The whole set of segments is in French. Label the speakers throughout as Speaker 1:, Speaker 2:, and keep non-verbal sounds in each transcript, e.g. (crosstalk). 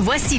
Speaker 1: Voici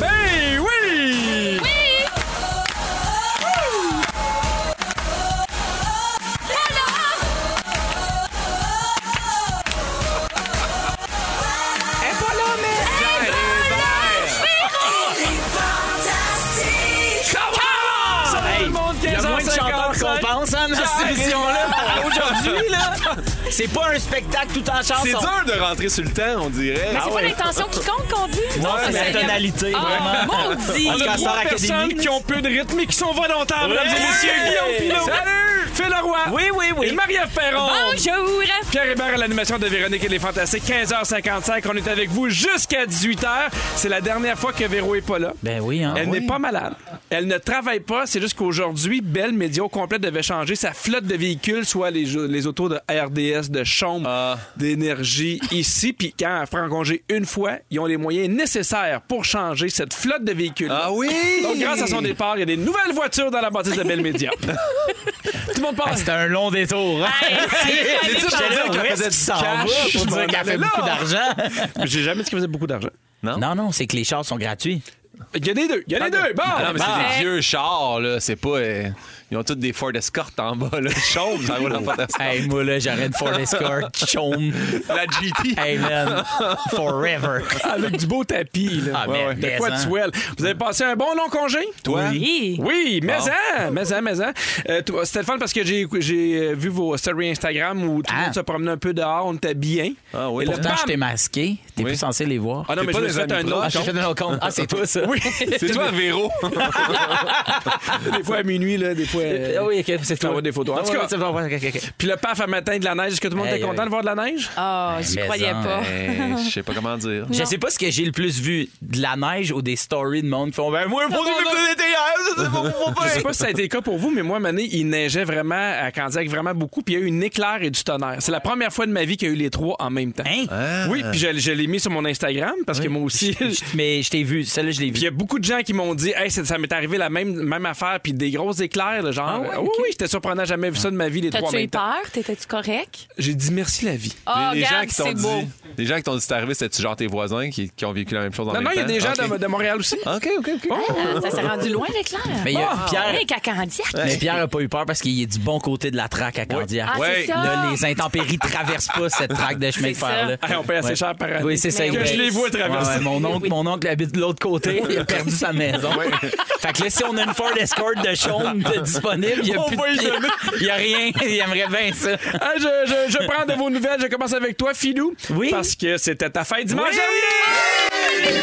Speaker 2: Ben oui! Ça va tout le monde,
Speaker 3: Il y a moins de chanteurs
Speaker 2: 15h55.
Speaker 3: qu'on pense hein, dans cette émission-là. (laughs) Aujourd'hui, là, c'est pas un spectacle tout en chanson.
Speaker 2: C'est dur de rentrer sur le temps, on dirait. Ah
Speaker 4: C'est pas l'intention qui compte qu'on dit?
Speaker 3: Non, c'est la
Speaker 4: c'est-
Speaker 3: tonalité,
Speaker 4: Ah,
Speaker 3: vraiment.
Speaker 4: maudit!
Speaker 3: On
Speaker 2: Il y a
Speaker 3: Quand
Speaker 2: trois
Speaker 3: Star Academy.
Speaker 2: personnes qui ont peu de rythme et qui sont volontaires, mesdames et
Speaker 3: Ouais.
Speaker 2: messieurs. Guillaume Pinot.
Speaker 3: Salut!
Speaker 2: Phil Leroy.
Speaker 3: Oui, oui,
Speaker 2: Et
Speaker 3: oui.
Speaker 2: Marie-Ève Perron.
Speaker 4: Bonjour!
Speaker 2: Pierre Hébert à l'animation de Véronique et les Fantastiques, 15h55. On est avec vous jusqu'à 18h. C'est la dernière fois que Véro est pas là.
Speaker 3: Ben oui, hein.
Speaker 2: Elle n'est pas malade. Elle ne travaille pas. C'est juste qu'aujourd'hui, Belle Média au complet devait changer sa flotte de véhicules, soit les, jeux- les autos de RDS, de Chaume, d'énergie ici. Puis quand elle prend congé une fois, ils ont les moyens nécessaires pour changer cette flotte de véhicules.
Speaker 5: Ah oui!
Speaker 2: Donc, grâce à son départ, il y a des nouvelles voitures dans la bâtisse de Belle Média. Tout le monde parle.
Speaker 3: Ah, C'est un long détour. hein. (laughs)
Speaker 2: c'est-
Speaker 3: J'étais
Speaker 2: c'est-
Speaker 3: là,
Speaker 2: c'est-
Speaker 3: où est-ce
Speaker 2: c'est-
Speaker 3: qu'il s'en
Speaker 2: cash,
Speaker 3: va
Speaker 2: je
Speaker 3: pour
Speaker 2: m'en
Speaker 3: dire qu'elle
Speaker 2: allais
Speaker 3: fait beaucoup
Speaker 2: là.
Speaker 3: d'argent?
Speaker 2: J'ai jamais dit qu'il faisait beaucoup d'argent.
Speaker 3: Non, non, c'est que les chars sont gratuits.
Speaker 2: Il y a des deux. Il y a les deux. Bon! Ah!
Speaker 6: Non, Ah, mais
Speaker 3: Ah.
Speaker 6: c'est des vieux chars, là. C'est pas. euh, ils ont tous des Ford Escort en bas, là. (laughs) Chauve, ça roule en Ford Escort.
Speaker 3: Hey, moi, là, j'arrête Ford Escort, chôme.
Speaker 6: La GT.
Speaker 3: Hey,
Speaker 2: (laughs)
Speaker 3: man, forever.
Speaker 2: Avec du beau tapis. Là.
Speaker 3: Ah, mais
Speaker 2: De quoi
Speaker 3: baisant.
Speaker 2: tu swell. Vous avez passé un bon long congé?
Speaker 6: Toi?
Speaker 4: Oui.
Speaker 2: Oui, mais en, mais en, mais en. Euh, toi, C'était le fun parce que j'ai j'ai, euh, vu vos stories Instagram où tout le
Speaker 3: Ah.
Speaker 2: monde se promenait un peu dehors, on était bien.
Speaker 6: Ah oui.
Speaker 2: Et là,
Speaker 3: Pourtant,
Speaker 2: bam!
Speaker 3: je
Speaker 2: (laughs)
Speaker 3: t'ai masqué. T'es
Speaker 6: Oui.
Speaker 3: plus censé les voir.
Speaker 2: Ah non,
Speaker 6: T'es
Speaker 2: mais je
Speaker 6: pas
Speaker 2: me
Speaker 6: des
Speaker 2: suis fait
Speaker 6: amis
Speaker 2: un
Speaker 6: proches.
Speaker 2: autre
Speaker 3: Ah, j'ai fait un autre compte. Ah, c'est toi, ça? Euh, Oui.
Speaker 6: C'est
Speaker 3: (laughs)
Speaker 6: toi, Véro.
Speaker 2: Des fois à minuit, là, des fois. euh,
Speaker 3: Ah oui, ok, c'est
Speaker 2: Ça
Speaker 3: toi.
Speaker 2: va des photos. En tout
Speaker 3: Ouais,
Speaker 2: cas-
Speaker 3: ouais, c'est bon, ouais, ok, ok, ok.
Speaker 2: Puis le paf à matin de la neige, est-ce que tout le monde était
Speaker 3: Aïe,
Speaker 2: content
Speaker 3: aïe.
Speaker 2: de voir de la neige?
Speaker 4: Ah, j'y
Speaker 3: Mais
Speaker 4: croyais
Speaker 3: en, euh,
Speaker 4: pas.
Speaker 6: Hey, Eh, Je sais pas comment dire.
Speaker 3: Je sais pas ce que j'ai le plus vu, de la neige ou des stories de monde qui font ben moi pour nous le d'été
Speaker 6: hein,
Speaker 3: hier, ça, c'est pas
Speaker 2: Je
Speaker 3: mon
Speaker 2: sais pas si ça a été le cas pour vous, mais moi, Mané, il neigeait vraiment à Candiac, vraiment beaucoup, puis il y a eu une éclair et du tonnerre. C'est la première fois de ma vie qu'il y a eu les trois en même temps.
Speaker 3: Hein?
Speaker 2: Oui, puis je, je l'ai mis sur mon Instagram parce que moi
Speaker 3: (laughs)
Speaker 2: aussi.
Speaker 3: Je- Mais je t'ai vu, celle-là je l'ai
Speaker 2: Puis il y
Speaker 3: vu.
Speaker 2: a beaucoup de gens qui m'ont dit, hey, ça, ça m'est arrivé la même, même affaire, puis des grosses éclairs, là, genre,
Speaker 3: Ah
Speaker 2: euh, oui, oui, j'étais surprenant, jamais vu ça de ma vie, les trois en
Speaker 4: T'as-tu
Speaker 2: même
Speaker 4: eu
Speaker 2: temps.
Speaker 4: peur? T'étais-tu correct?
Speaker 2: J'ai dit merci la vie.
Speaker 3: Oh,
Speaker 4: Ah,
Speaker 6: les, les gens
Speaker 4: regarde,
Speaker 6: qui t'ont
Speaker 4: c'est beau.
Speaker 6: dit, les gens qui t'ont dit c'est arrivé, c'était genre tes voisins qui, qui ont vécu la même chose en
Speaker 2: Non,
Speaker 6: même
Speaker 2: non,
Speaker 6: temps.
Speaker 2: il y a des gens
Speaker 3: Ah,
Speaker 6: Ok.
Speaker 2: de, de Montréal aussi.
Speaker 6: OK, OK, OK.
Speaker 4: Ah, Ça s'est rendu loin, l'éclair.
Speaker 3: Mais il y a Pierre,
Speaker 4: Hey, qu'à Candiac.
Speaker 3: mais Pierre a pas eu peur parce qu'il est du bon côté de la traque à Candiac.
Speaker 4: Ah, c'est
Speaker 6: Ouais.
Speaker 4: ça.
Speaker 3: Là, les intempéries traversent pas cette traque de chemin de
Speaker 4: C'est ça.
Speaker 3: fer là.
Speaker 2: Hey, on paye assez
Speaker 3: Ouais.
Speaker 2: cher par année.
Speaker 3: Oui, c'est ça.
Speaker 4: Mais
Speaker 3: il
Speaker 2: Que je
Speaker 3: paye.
Speaker 2: les vois traverser.
Speaker 3: Ouais, ouais, mon, oncle, mon oncle habite de l'autre
Speaker 2: (laughs)
Speaker 3: côté, il a perdu sa maison. Fait que là, si on a une Ford Escort de chaume de disponible, il y a plus de pied. Il y a rien, il aimerait bien ça. (laughs)
Speaker 2: Ah, je, je- je prends de vos nouvelles. Je commence avec toi, Filou.
Speaker 3: Oui.
Speaker 2: Parce que c'était ta fête dimanche
Speaker 3: Oui.
Speaker 2: dernier.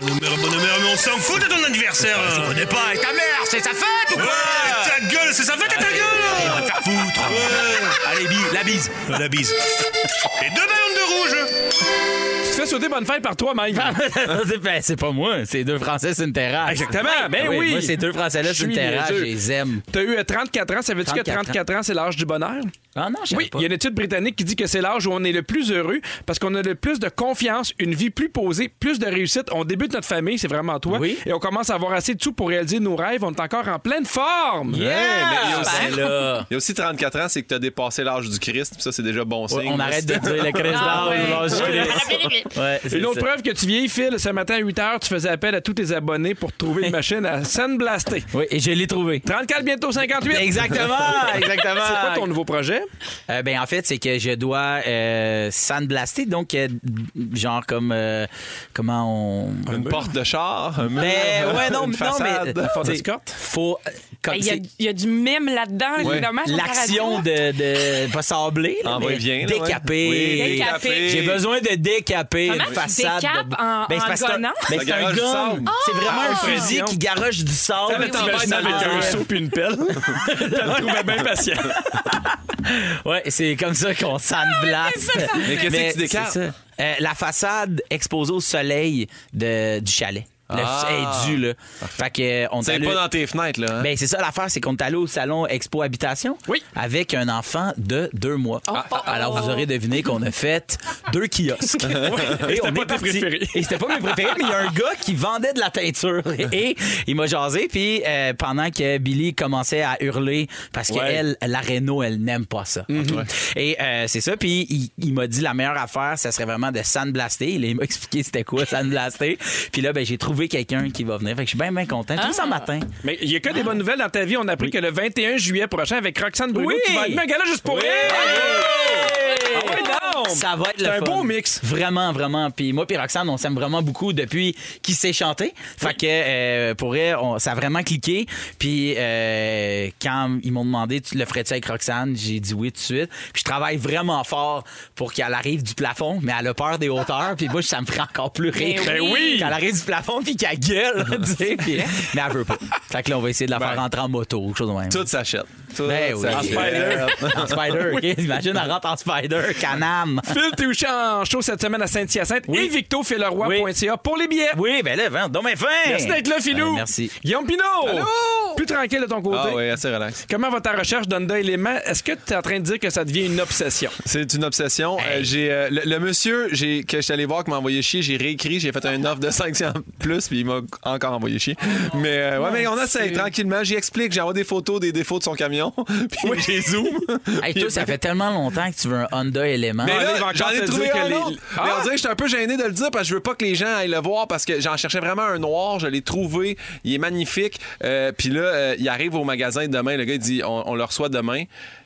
Speaker 7: Bonheur, bonheur, mais on s'en fout de ton anniversaire. Je connais pas. Et ta mère, c'est sa fête ou quoi Ta gueule, c'est sa fête et ta gueule On va te faire foutre. Allez, la bise. La bise. Et deux ballons de rouge.
Speaker 2: Tu te fais sauter bonne fête par toi, Mike.
Speaker 3: c'est, ben, c'est pas moi, c'est deux Français sur une terrasse.
Speaker 2: Exactement, ben oui.
Speaker 3: Ah, Moi, ces deux Français-là sur une
Speaker 2: Je suis
Speaker 3: terrasse, je
Speaker 2: niaiseux.
Speaker 3: les aime.
Speaker 2: T'as eu euh, 34 ans. Ça veut dire que
Speaker 3: 34 ans.
Speaker 2: 34 ans, c'est l'âge du bonheur?
Speaker 3: Ah non, je
Speaker 2: Oui, il y a une étude britannique qui dit que c'est l'âge où on est le plus heureux parce qu'on a le plus de confiance, une vie plus posée, plus de réussite. On débute notre famille, c'est vraiment toi.
Speaker 3: Oui.
Speaker 2: Et on commence à avoir assez de sous pour réaliser nos rêves. On est encore en pleine forme. Hein?
Speaker 3: Ben là,
Speaker 6: Il y a aussi 34 ans, c'est que t'as dépassé l'âge du Christ, puis ça, c'est déjà bon signe.
Speaker 3: on arrête de dire le Christ
Speaker 4: Ah
Speaker 3: d'or,
Speaker 4: ouais.
Speaker 3: le lâche Christ. Ouais, c'est
Speaker 2: Une autre
Speaker 3: ça.
Speaker 2: preuve que tu vieillis, Phil, ce matin à 8 h, tu faisais appel à tous tes abonnés pour trouver
Speaker 3: (laughs)
Speaker 2: une machine à sandblaster.
Speaker 3: Oui, et je l'ai trouvé.
Speaker 2: 34, bientôt 58.
Speaker 3: Exactement, exactement.
Speaker 2: (laughs) C'est quoi ton nouveau projet?
Speaker 3: Euh, ben en fait, c'est que je dois euh, sandblaster, donc euh, genre comme euh, comment on.
Speaker 6: Une porte de char, un mur,
Speaker 3: Ben ouais, non,
Speaker 6: une
Speaker 3: mais- non mais
Speaker 6: façade.
Speaker 3: (laughs)
Speaker 2: Ford
Speaker 3: t'sais,
Speaker 2: Escort?
Speaker 3: faut euh, comme
Speaker 4: Ben, Il y a-
Speaker 3: c'est-
Speaker 4: il y a du mime là-dedans, évidemment. sur ta
Speaker 3: l'action
Speaker 4: radio.
Speaker 3: de, de pas sabler, là,
Speaker 6: Envoie
Speaker 3: mais
Speaker 6: bien, là, Ah, ouais.
Speaker 3: décaper.
Speaker 6: Oui,
Speaker 4: Décaper.
Speaker 3: J'ai besoin de décaper
Speaker 4: Comment
Speaker 3: une
Speaker 4: tu
Speaker 3: façade.
Speaker 4: décapes
Speaker 3: de-
Speaker 4: en-
Speaker 3: c'est
Speaker 4: en
Speaker 3: parce que c'est un-
Speaker 4: gonnant?
Speaker 3: ben,
Speaker 6: Ça
Speaker 3: c'est un
Speaker 6: garoche du
Speaker 3: gun.
Speaker 6: sable.
Speaker 3: C'est vraiment un
Speaker 4: Ah!
Speaker 3: fusil qui garoche du sable.
Speaker 2: Tu
Speaker 4: oui,
Speaker 2: imagines
Speaker 4: oui.
Speaker 2: avec
Speaker 4: Ah,
Speaker 2: un
Speaker 4: ouais.
Speaker 2: seau puis une
Speaker 3: (laughs)
Speaker 2: pelle.
Speaker 3: le trouvais bien
Speaker 6: (laughs)
Speaker 3: patient. ouais, c'est comme ça qu'on
Speaker 4: Ah,
Speaker 3: sandblaste.
Speaker 6: Mais qu'est-ce que tu décapes?
Speaker 3: c'est ça. Euh, la façade exposée au soleil de- du chalet. Le
Speaker 6: Ah.
Speaker 3: est dû, là. Fait que, euh, on
Speaker 6: C'est
Speaker 3: t'allume-
Speaker 6: pas dans tes fenêtres, là. hein?
Speaker 3: ben, c'est ça l'affaire, c'est qu'on est allé au salon Expo Habitation
Speaker 2: Oui.
Speaker 3: avec un enfant de deux mois. Alors vous aurez deviné qu'on a fait deux
Speaker 2: (laughs)
Speaker 3: kiosques. Et on
Speaker 2: pas
Speaker 3: est
Speaker 2: tes
Speaker 3: parti.
Speaker 2: préférés.
Speaker 3: Et c'était pas mes préférés, mais il y a un gars qui vendait de
Speaker 2: (laughs)
Speaker 3: la teinture. Et il m'a jasé, puis euh, pendant que Billy commençait à hurler, parce que
Speaker 2: Ouais. Mhm.
Speaker 3: elle, la Renault, elle n'aime pas ça. Et euh, c'est ça, puis il, il m'a dit la meilleure affaire, ça serait vraiment de sandblaster. Il m'a (laughs) expliqué c'était quoi sandblaster. Puis là, ben, j'ai trouvé quelqu'un qui va venir. Fait que je suis bien, bien content. Tout ça matin.
Speaker 2: Mais il y a que des bonnes nouvelles dans ta vie. On a appris que le 21 juillet prochain, avec Roxane Bruno,
Speaker 3: Oui.
Speaker 2: tu vas animer un gala juste pour
Speaker 3: Ah
Speaker 2: elle. Ah ouais, donc.
Speaker 3: Ça va être le
Speaker 2: C'est un
Speaker 3: fun.
Speaker 2: beau mix.
Speaker 3: Vraiment, vraiment. Puis moi puis Roxane, on s'aime vraiment beaucoup depuis qu'il s'est chanté. Fait que euh, pour elle, on- ça a vraiment cliqué. Puis euh, quand ils m'ont demandé, tu le ferais-tu avec Roxane? J'ai dit oui tout de suite. Puis je travaille vraiment fort pour qu'elle arrive du plafond, mais elle a peur des hauteurs. Puis moi, ça me ferait encore plus rire.
Speaker 4: Ben oui!
Speaker 3: Qu'elle arrive du plafond puis qu'elle gueule, (laughs) tu sais. puis- mais elle veut pas. Fait que là, on va essayer de la faire rentrer en moto, quelque chose de même.
Speaker 6: Tout s'achète. Tout
Speaker 3: Ben oui.
Speaker 6: s'achète.
Speaker 3: en spider, OK? Imagine, elle rentre en spider, canam.
Speaker 2: Phil Touchant en show cette semaine à Saint-Hyacinthe et victofilleroi.ca pour les billets.
Speaker 3: Oui, ben là, vends donc mes fins.
Speaker 2: Merci d'être là, Philou.
Speaker 3: Ben, merci.
Speaker 2: Guillaume Pinot. Plus tranquille de ton (laughs) côté.
Speaker 6: Ah oui, assez relax.
Speaker 2: Comment va ta recherche d'Onda Élément? Est-ce que tu es en train de dire que ça devient une obsession?
Speaker 6: C'est une obsession. Euh,
Speaker 3: Hey.
Speaker 6: j'ai euh, le, le monsieur j'ai, que je suis allé voir qui m'a envoyé chier, j'ai réécrit, j'ai fait un offre de 500 plus, puis il m'a encore envoyé chier. Mais euh, ouais, mais on essaie tranquillement. J'y explique, j'envoie des photos des défauts de son camion, (laughs) puis j'ai zoom.
Speaker 3: Hey, toi, ça fait tellement longtemps que tu veux un Honda élément.
Speaker 6: Mais
Speaker 2: Ah, là, il va
Speaker 6: Ben là,
Speaker 2: encore
Speaker 6: j'en ai
Speaker 2: te
Speaker 6: trouvé
Speaker 2: dire que
Speaker 6: un
Speaker 2: les-
Speaker 6: autre.
Speaker 2: Ah!
Speaker 6: Mais on dirait que je suis un peu gêné de le dire parce que je veux pas que les gens aillent le voir parce que j'en cherchais vraiment un noir. Je l'ai trouvé. Il est magnifique. Euh, Puis là, euh, il arrive au magasin demain. Le gars, il dit on, on le reçoit demain.